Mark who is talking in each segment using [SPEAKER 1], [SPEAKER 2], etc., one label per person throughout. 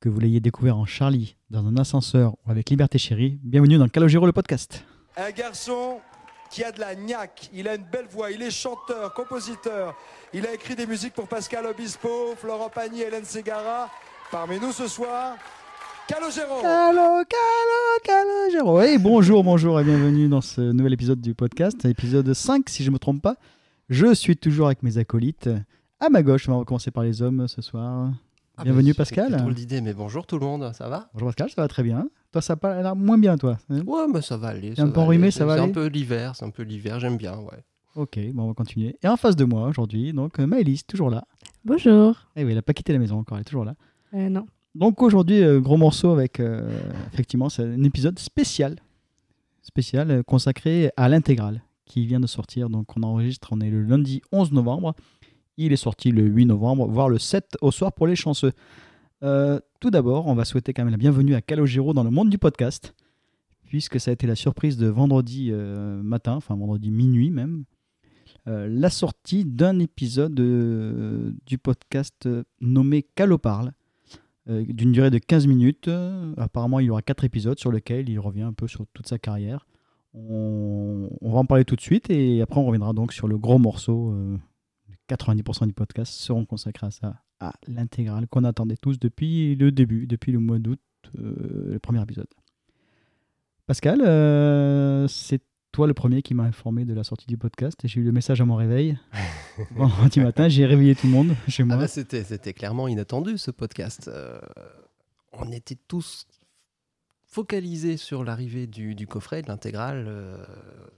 [SPEAKER 1] Que vous l'ayez découvert en Charlie, dans un ascenseur ou avec Liberté Chérie, bienvenue dans le Calogero, le podcast.
[SPEAKER 2] Un garçon qui a de la gnaque, il a une belle voix, il est chanteur, compositeur, il a écrit des musiques pour Pascal Obispo, Florent Pagny, Hélène Segara. Parmi nous ce soir, Calogero
[SPEAKER 1] Calo, calo, calogero. Et bonjour, bonjour et bienvenue dans ce nouvel épisode du podcast, épisode 5 si je ne me trompe pas. Je suis toujours avec mes acolytes. À ma gauche, on va commencer par les hommes ce soir.
[SPEAKER 3] Ah,
[SPEAKER 1] Bienvenue,
[SPEAKER 3] mais
[SPEAKER 1] Pascal.
[SPEAKER 3] C'est drôle d'idée, mais bonjour tout le monde, ça va
[SPEAKER 1] Bonjour Pascal, ça va très bien. Toi, ça va l'air moins bien, toi. hein
[SPEAKER 3] Ouais, mais ça va aller.
[SPEAKER 1] un
[SPEAKER 3] va
[SPEAKER 1] peu enrhumé,
[SPEAKER 3] aller.
[SPEAKER 1] ça va
[SPEAKER 3] C'est
[SPEAKER 1] aller
[SPEAKER 3] un peu l'hiver, c'est un peu l'hiver, j'aime bien, ouais.
[SPEAKER 1] Ok, bon, on va continuer. Et en face de moi aujourd'hui, donc euh, Maëlys, toujours là.
[SPEAKER 4] Bonjour.
[SPEAKER 1] Eh oui, elle n'a pas quitté la maison encore, elle est toujours là.
[SPEAKER 4] Euh, non.
[SPEAKER 1] Donc aujourd'hui, euh, gros morceau avec, euh, effectivement, c'est un épisode spécial, spécial euh, consacré à l'intégrale qui vient de sortir. Donc on enregistre, on est le lundi 11 novembre. Il est sorti le 8 novembre, voire le 7 au soir pour les chanceux. Euh, tout d'abord, on va souhaiter quand même la bienvenue à Calogero dans le monde du podcast, puisque ça a été la surprise de vendredi euh, matin, enfin vendredi minuit même, euh, la sortie d'un épisode euh, du podcast euh, nommé Caloparle euh, d'une durée de 15 minutes. Euh, apparemment, il y aura 4 épisodes sur lesquels il revient un peu sur toute sa carrière. On, on va en parler tout de suite et après on reviendra donc sur le gros morceau. euh, 90% du podcast seront consacrés à ça, à l'intégrale qu'on attendait tous depuis le début, depuis le mois d'août, euh, le premier épisode. Pascal, euh, c'est toi le premier qui m'a informé de la sortie du podcast et j'ai eu le message à mon réveil. Vendredi matin, j'ai réveillé tout le monde chez
[SPEAKER 3] Ah
[SPEAKER 1] moi.
[SPEAKER 3] bah, c'était, c'était clairement inattendu ce podcast. Euh, on était tous focalisés sur l'arrivée du, du coffret, de l'intégrale. euh,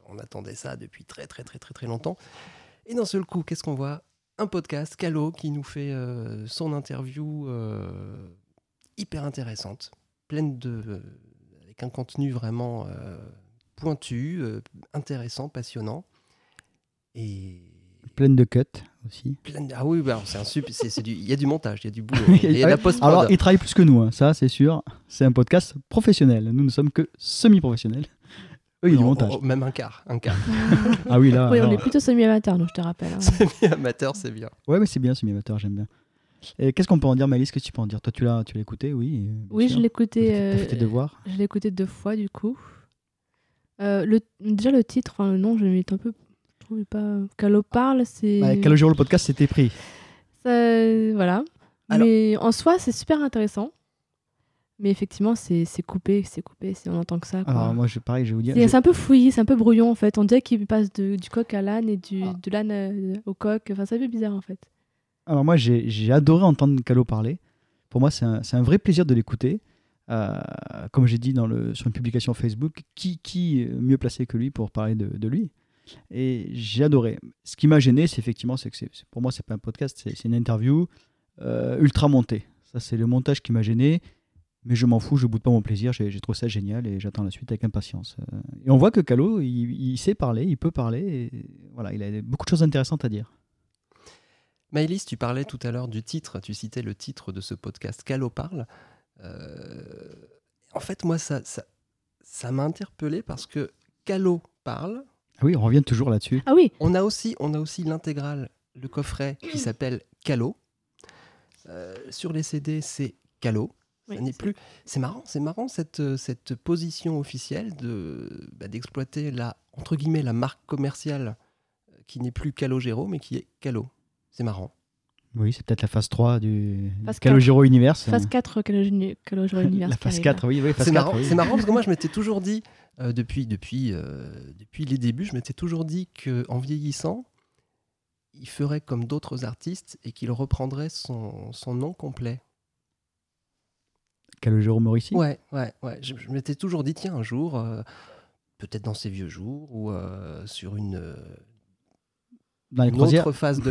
[SPEAKER 3] on attendait ça depuis très très très très très longtemps. Et d'un seul coup, qu'est-ce qu'on voit Un podcast, Calo, qui nous fait euh, son interview euh, hyper intéressante, pleine de... avec un contenu vraiment euh, pointu, euh, intéressant, passionnant. Et
[SPEAKER 1] Pleine de cuts aussi.
[SPEAKER 3] Plein de- Ah oui, bah alors c'est un super. c'est- c'est du- Il y a du montage, il y a du boulot.
[SPEAKER 1] Oui,
[SPEAKER 3] Il y a de
[SPEAKER 1] ouais.
[SPEAKER 3] la post
[SPEAKER 1] Alors, il travaille plus que nous, hein, ça c'est sûr. C'est un podcast professionnel. Nous ne sommes que semi-professionnels. Eux, il y a du montage.
[SPEAKER 3] même un quart. Un quart.
[SPEAKER 1] Ah oui, là.
[SPEAKER 4] oui, on
[SPEAKER 1] alors-
[SPEAKER 4] est plutôt semi-amateur, donc je te rappelle. hein.
[SPEAKER 3] Amateur, c'est bien.
[SPEAKER 1] Ouais, mais c'est bien semi-amateur, j'aime bien. Et qu'est-ce qu'on peut en dire, Maëlys Qu'est-ce que tu peux en dire Toi, tu l'as, tu l'as écouté, oui. euh, bien
[SPEAKER 4] Oui,
[SPEAKER 1] sûr.
[SPEAKER 4] je
[SPEAKER 1] T'as
[SPEAKER 4] l'écoutais.
[SPEAKER 1] fait- t'as fait tes
[SPEAKER 4] euh,
[SPEAKER 1] devoirs.
[SPEAKER 4] Je l'ai écouté deux fois du coup. Euh, le, déjà le titre, enfin le nom, je m'étais un peu. Je trouvais pas. Calo parle, c'est.
[SPEAKER 1] Ouais, Calogero, Bah, le podcast, c'était pris.
[SPEAKER 4] Ça- voilà.
[SPEAKER 3] Alors-
[SPEAKER 4] Mais en soi, c'est super intéressant. Mais effectivement, c'est c'est coupé, c'est coupé, c'est- on entend que ça. quoi.
[SPEAKER 1] Alors, Ah, moi, je, pareil, je vais vous dire.
[SPEAKER 4] C'est
[SPEAKER 1] j'ai-
[SPEAKER 4] c'est un peu fouillé, c'est un peu brouillon en fait. On dirait qu'il passe de- du coq à l'âne et du,
[SPEAKER 1] Ah.
[SPEAKER 4] de l'âne euh, au coq. Enfin, c'est un peu bizarre en fait.
[SPEAKER 1] Alors, Ah bah moi, j'ai, j'ai adoré entendre Calo parler. Pour moi, c'est un, c'est un vrai plaisir de l'écouter. Euh, comme j'ai dit dans le, sur une publication Facebook, qui, qui euh, mieux placé que lui pour parler de, de lui Et j'ai adoré. Ce qui m'a gêné, c'est effectivement, c'est que c'est, c'est- pour moi, c'est pas un podcast, c'est, c'est une interview euh, ultra montée. Ça, c'est le montage qui m'a gêné. Mais je m'en fous, je boude pas mon plaisir, j'ai j'ai trouvé ça génial et j'attends la suite avec impatience. Euh, Et on voit que Calo, il, il sait parler, il peut parler, et voilà, il a beaucoup de choses intéressantes à dire.
[SPEAKER 3] Maëlys, tu parlais tout à l'heure du titre. Tu citais le titre de ce podcast, Calo parle. Euh, en fait, moi, ça, ça, ça m'a interpellé parce que Calo parle.
[SPEAKER 1] Ah oui, on revient toujours là-dessus.
[SPEAKER 4] Ah oui,
[SPEAKER 3] On a aussi, on a aussi l'intégrale, le coffret qui s'appelle Calo. Euh, sur les CD, c'est Calo. Ça
[SPEAKER 4] Oui,
[SPEAKER 3] n'est
[SPEAKER 4] c'est-
[SPEAKER 3] plus. C'est marrant, c'est marrant cette, euh, cette position officielle de bah, d'exploiter la entre guillemets la marque commerciale euh, qui n'est plus Calogero mais qui est Calo. C'est marrant.
[SPEAKER 1] Oui, c'est peut-être la phase 3 du
[SPEAKER 4] Phase
[SPEAKER 1] du Calogero Universe.
[SPEAKER 4] phase euh, 4 Calogero Calogero Universe.
[SPEAKER 1] La
[SPEAKER 4] qui
[SPEAKER 1] phase
[SPEAKER 4] arrive,
[SPEAKER 1] 4, oui, oui, phase
[SPEAKER 3] C'est
[SPEAKER 1] 4,
[SPEAKER 3] marrant,
[SPEAKER 1] oui.
[SPEAKER 3] c'est marrant parce que moi je m'étais toujours dit euh, depuis depuis euh, depuis les débuts, je m'étais toujours dit que en vieillissant, il ferait comme d'autres artistes et qu'il reprendrait son, son nom complet.
[SPEAKER 1] Calogero Maurici.
[SPEAKER 3] Ouais, ouais, ouais. Je, je m'étais toujours dit, tiens, un jour, euh, peut-être dans ces vieux jours ou euh, sur une, euh,
[SPEAKER 1] Dans les
[SPEAKER 3] une
[SPEAKER 1] croisières.
[SPEAKER 3] autre phase de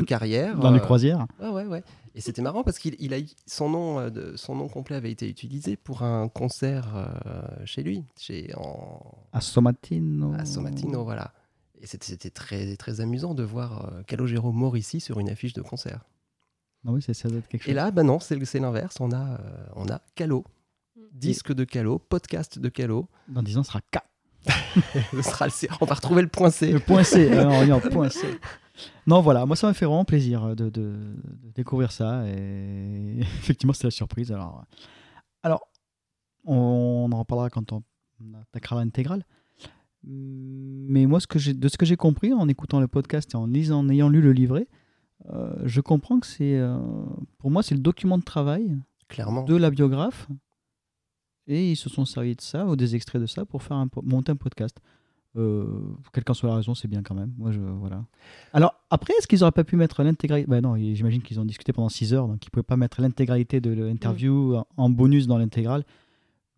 [SPEAKER 3] carrière.
[SPEAKER 1] Dans les
[SPEAKER 3] euh,
[SPEAKER 1] croisières.
[SPEAKER 3] Ouais, ouais, ouais. Et c'était marrant parce qu'il il a eu- son nom, euh, de, son nom complet avait été utilisé pour un concert euh, chez lui, chez en,
[SPEAKER 1] À Somatino.
[SPEAKER 3] à Somatino, voilà. Et c'était- c'était très, très amusant de voir euh, Calogero Morici sur une affiche de concert.
[SPEAKER 1] Non, Ah oui, c'est- ça doit être quelque chose.
[SPEAKER 3] Et là, bah non, c'est c'est l'inverse. On a, euh, on a Calo, disque de Calo, podcast de Calo.
[SPEAKER 1] Dans 10 ans, ce sera K.
[SPEAKER 3] Ce sera le C. on va retrouver le point C.
[SPEAKER 1] Le point C, alors, on est en point C. Non, voilà, moi ça m'a fait vraiment plaisir de, de- de découvrir ça. Et effectivement, c'était la surprise. Alors, Alors, on en reparlera quand on attaquera l'intégrale. Mais moi, ce que j'ai- de ce que j'ai compris en écoutant le podcast et en lisant, en ayant lu le livret, euh, je comprends que c'est, euh, pour moi, c'est le document de travail
[SPEAKER 3] Clairement.
[SPEAKER 1] de la biographe. Et ils se sont servis de ça, ou des extraits de ça, pour faire un, po- monter un podcast. Euh, quelle qu'en soit la raison, c'est bien quand même. Moi, je, voilà. Alors, après, est-ce qu'ils auraient pas pu mettre l'intégralité bah Non, ils- j'imagine qu'ils ont discuté pendant 6 heures, donc ils ne pouvaient pas mettre l'intégralité de
[SPEAKER 4] Mm.
[SPEAKER 1] l'interview en- en bonus dans l'intégrale.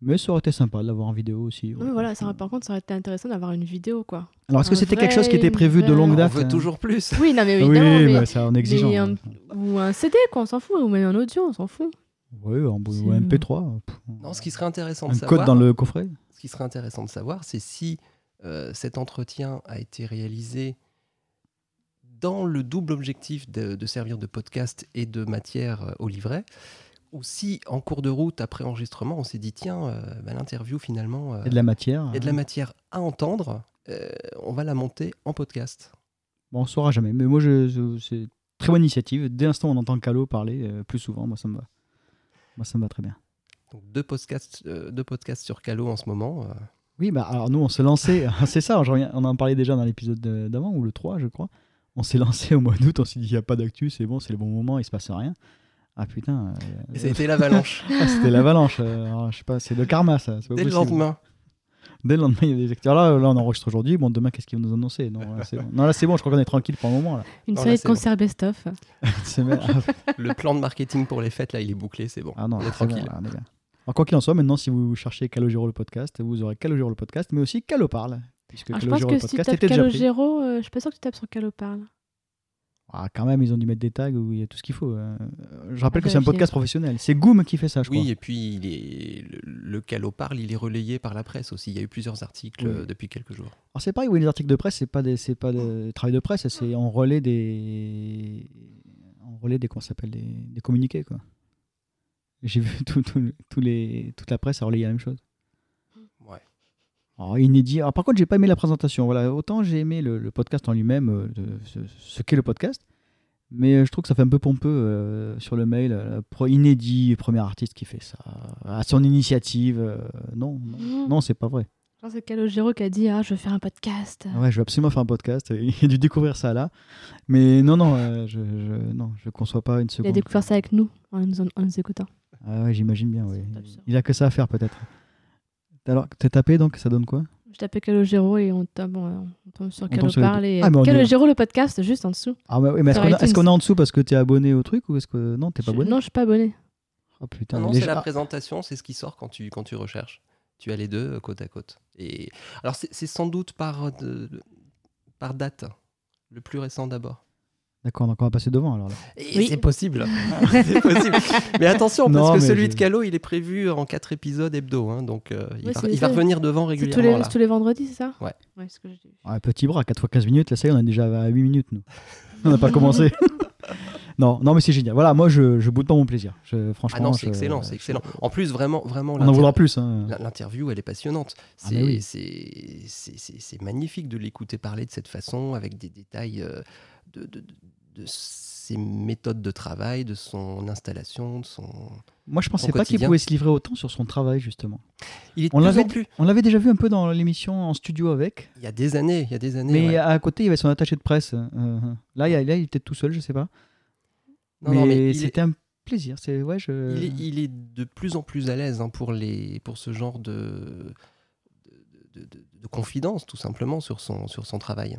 [SPEAKER 1] Mais ça aurait été sympa de l'avoir en vidéo aussi.
[SPEAKER 4] Non, mais voilà, ça aurait- par contre, ça aurait été intéressant d'avoir une vidéo, quoi.
[SPEAKER 1] Alors, est-ce que
[SPEAKER 4] un
[SPEAKER 1] c'était
[SPEAKER 4] vrai-
[SPEAKER 1] quelque chose qui était prévu de
[SPEAKER 4] une
[SPEAKER 1] longue
[SPEAKER 4] vraie-
[SPEAKER 3] On
[SPEAKER 1] date
[SPEAKER 3] veut
[SPEAKER 1] hein
[SPEAKER 3] toujours plus.
[SPEAKER 4] Oui, non, mais
[SPEAKER 1] Oui,
[SPEAKER 4] évidemment, mais-
[SPEAKER 1] bah, ça en exigeant.
[SPEAKER 4] mais un- Ou un CD, quoi, on s'en fout. Ou même un audio, on s'en fout.
[SPEAKER 1] Oui, en
[SPEAKER 4] C'est-
[SPEAKER 1] ou un MP3. pff,
[SPEAKER 3] Non, ce qui serait intéressant de
[SPEAKER 1] un
[SPEAKER 3] savoir.
[SPEAKER 1] code dans le coffret.
[SPEAKER 3] Ce qui serait intéressant de savoir, c'est si euh, cet entretien a été réalisé dans le double objectif de, de servir de podcast et de matière euh, au livret, ou si en cours de route, après enregistrement, on s'est dit, tiens, euh, bah, l'interview finalement, euh,
[SPEAKER 1] Et de la matière.
[SPEAKER 3] il y a de la matière à entendre, euh, on va la monter en podcast.
[SPEAKER 1] Bon, on saura jamais. Mais moi, je, je- c'est très bonne initiative. Dès l'instant où on entend Calo parler euh, plus souvent, moi, ça me va. Moi, ça me va très bien.
[SPEAKER 3] Donc deux podcasts, euh, deux podcasts sur Calo en ce moment. euh,
[SPEAKER 1] Oui, bah, alors nous, on se lançait. c'est ça, je reviens- on en parlait déjà dans l'épisode de- d'avant, ou le 3, je crois. On s'est lancé au mois d'août. On s'est dit, il n'y a pas d'actu, c'est bon, c'est le bon moment, il se passe rien. Ah putain, euh,
[SPEAKER 3] C'était l'avalanche.
[SPEAKER 1] ah, c'était l'avalanche. euh, alors, je sais pas, c'est le karma, ça. c'est pas
[SPEAKER 3] Dès le
[SPEAKER 1] possible.
[SPEAKER 3] lendemain.
[SPEAKER 1] Dès le lendemain, il y a des acteurs. Là, là, on enregistre aujourd'hui. Bon, demain, qu'est-ce qu'ils vont nous annoncer non, là, c'est bon. Non, là, c'est bon, je crois qu'on est tranquille pour le moment. Là.
[SPEAKER 4] Une
[SPEAKER 3] Voilà,
[SPEAKER 4] série de
[SPEAKER 3] c'est bon.
[SPEAKER 4] concerts best-of.
[SPEAKER 1] C'est mer- ah,
[SPEAKER 3] Le plan de marketing pour les fêtes, là, il est bouclé, c'est bon.
[SPEAKER 1] Ah non,
[SPEAKER 3] on est
[SPEAKER 1] c'est bon,
[SPEAKER 3] tranquille.
[SPEAKER 1] là, on est bien. Alors, quoi qu'il en soit, maintenant, si vous cherchez Calogero le podcast, vous aurez Calogero le podcast, mais aussi Calo parle. Puisque
[SPEAKER 4] Alors, Ah, je pense
[SPEAKER 1] Calogero
[SPEAKER 4] que
[SPEAKER 1] le
[SPEAKER 4] si tu
[SPEAKER 1] podcast
[SPEAKER 4] tapes
[SPEAKER 1] était déjà pris.
[SPEAKER 4] Calogero, euh, je suis pas sûre que tu tapes sur Caloparle.
[SPEAKER 1] Ah, quand même, ils ont dû mettre des tags où il y a tout ce qu'il faut. euh. Je rappelle
[SPEAKER 4] À
[SPEAKER 1] que c'est un
[SPEAKER 4] vérifier.
[SPEAKER 1] podcast professionnel. C'est Goom qui fait ça, je
[SPEAKER 3] Oui,
[SPEAKER 1] crois.
[SPEAKER 3] et puis il est, le, le caloparle, il est relayé par la presse aussi. Il y a eu plusieurs articles
[SPEAKER 1] Oui.
[SPEAKER 3] euh, depuis quelques jours.
[SPEAKER 1] Alors, c'est pareil, oui, les articles de presse, c'est pas des, c'est pas de travail de presse, c'est en relais des. En relais des. Comment ça s'appelle des, des communiqués, quoi. J'ai vu tout- tout- tous les, toute la presse a relayé la même chose.
[SPEAKER 3] Ouais.
[SPEAKER 1] Alors, inédit. Alors, par contre, j'ai pas aimé la présentation. Voilà, autant j'ai aimé le, le podcast en lui-même, euh, de ce, ce qu'est le podcast, mais euh, je trouve que ça fait un peu pompeux euh, sur le mail. euh, pro- inédit, premier artiste qui fait ça, à son initiative. euh, non, non,
[SPEAKER 4] Mhm.
[SPEAKER 1] non, c'est pas vrai.
[SPEAKER 4] Je pense que c'est Calogero qui a dit Ah, je veux faire un podcast.
[SPEAKER 1] Ah Ouais, je vais absolument faire un podcast. Il a dû découvrir ça là, mais non, non, euh, je, je- non, je conçois pas une
[SPEAKER 4] Il
[SPEAKER 1] seconde.
[SPEAKER 4] a découvert ça avec nous en nous, en nous écoutant.
[SPEAKER 1] Ah ouais, j'imagine bien. ouais.
[SPEAKER 4] C'est absurde.
[SPEAKER 1] Il a que ça à faire peut-être. Alors, t'es tapé donc, ça donne quoi
[SPEAKER 4] Je tapais Calogero et on tombe, on on tombe sur
[SPEAKER 1] tombe sur les
[SPEAKER 4] Caloparle.
[SPEAKER 1] deux.
[SPEAKER 4] Et
[SPEAKER 1] Ah, mais on est-
[SPEAKER 4] Calogero, le podcast, juste en dessous.
[SPEAKER 1] Ah ouais, oui, mais est-ce
[SPEAKER 4] Sur
[SPEAKER 1] qu'on a-
[SPEAKER 4] iTunes.
[SPEAKER 1] est-ce qu'on est en dessous parce que t'es abonné au truc ou est-ce que non, t'es pas
[SPEAKER 4] Je-
[SPEAKER 1] abonné
[SPEAKER 4] Non, je suis pas abonné.
[SPEAKER 1] Oh putain,
[SPEAKER 3] Non,
[SPEAKER 1] mais
[SPEAKER 3] non,
[SPEAKER 1] les
[SPEAKER 3] c'est
[SPEAKER 1] gens-
[SPEAKER 3] la présentation, c'est ce qui sort quand tu, quand tu recherches. Tu as les deux euh, côte à côte. Et alors c'est c'est sans doute par, euh, de- de- par date, le plus récent d'abord.
[SPEAKER 1] Ah, D'accord, donc on va passer devant alors. là.
[SPEAKER 3] Et
[SPEAKER 4] Oui.
[SPEAKER 3] c'est possible. c'est possible. Mais attention, parce
[SPEAKER 1] Non,
[SPEAKER 3] que
[SPEAKER 1] mais
[SPEAKER 3] celui
[SPEAKER 1] je-
[SPEAKER 3] de Calo, il est prévu en quatre épisodes hebdo, hein, donc euh, il,
[SPEAKER 4] Oui,
[SPEAKER 3] va,
[SPEAKER 4] c'est
[SPEAKER 3] il va
[SPEAKER 4] ça.
[SPEAKER 3] revenir devant
[SPEAKER 4] C'est tous les,
[SPEAKER 3] régulièrement. là.
[SPEAKER 4] c'est tous les vendredis, c'est ça
[SPEAKER 3] Ouais.
[SPEAKER 4] Ouais, c'est ce que j'ai dit.
[SPEAKER 1] Ouais, petit bras, 4 fois 15 minutes, là ça y est, on est déjà à 8 minutes nous. on n'a pas commencé. non, non, mais c'est génial. Voilà, moi je, je boude pas mon plaisir. Je, franchement,
[SPEAKER 3] Ah non, c'est
[SPEAKER 1] je- euh,
[SPEAKER 3] excellent, c'est
[SPEAKER 1] je-
[SPEAKER 3] excellent. En plus, vraiment, vraiment.
[SPEAKER 1] On en voudra plus. hein.
[SPEAKER 3] L- L'interview, elle est passionnante.
[SPEAKER 1] Ah,
[SPEAKER 3] C'est
[SPEAKER 1] mais oui.
[SPEAKER 3] c'est- c'est- c'est- c'est magnifique de l'écouter parler de cette façon, avec des détails euh, de, de- de- de ses méthodes de travail, de son installation, de son.
[SPEAKER 1] Moi, je pensais
[SPEAKER 3] Son
[SPEAKER 1] pas qu'il
[SPEAKER 3] quotidien.
[SPEAKER 1] pouvait se livrer autant sur son travail, justement.
[SPEAKER 3] Il est de
[SPEAKER 1] On
[SPEAKER 3] plus
[SPEAKER 1] l'avait
[SPEAKER 3] en plus.
[SPEAKER 1] On l'avait déjà vu un peu dans l'émission en studio avec,
[SPEAKER 3] Il y a des années, il y a des années.
[SPEAKER 1] mais
[SPEAKER 3] ouais.
[SPEAKER 1] à côté, il y avait son attaché de presse. euh, euh. là, il y a- là, il était tout seul, je sais pas. euh, mais
[SPEAKER 3] Non,
[SPEAKER 1] euh,
[SPEAKER 3] non, mais il, est,
[SPEAKER 1] c'était un plaisir. C'est ouais, je.
[SPEAKER 3] il est- il est de plus en plus à l'aise hein, pour les pour ce genre de de, de- de- de confidence, tout simplement, sur son sur son travail.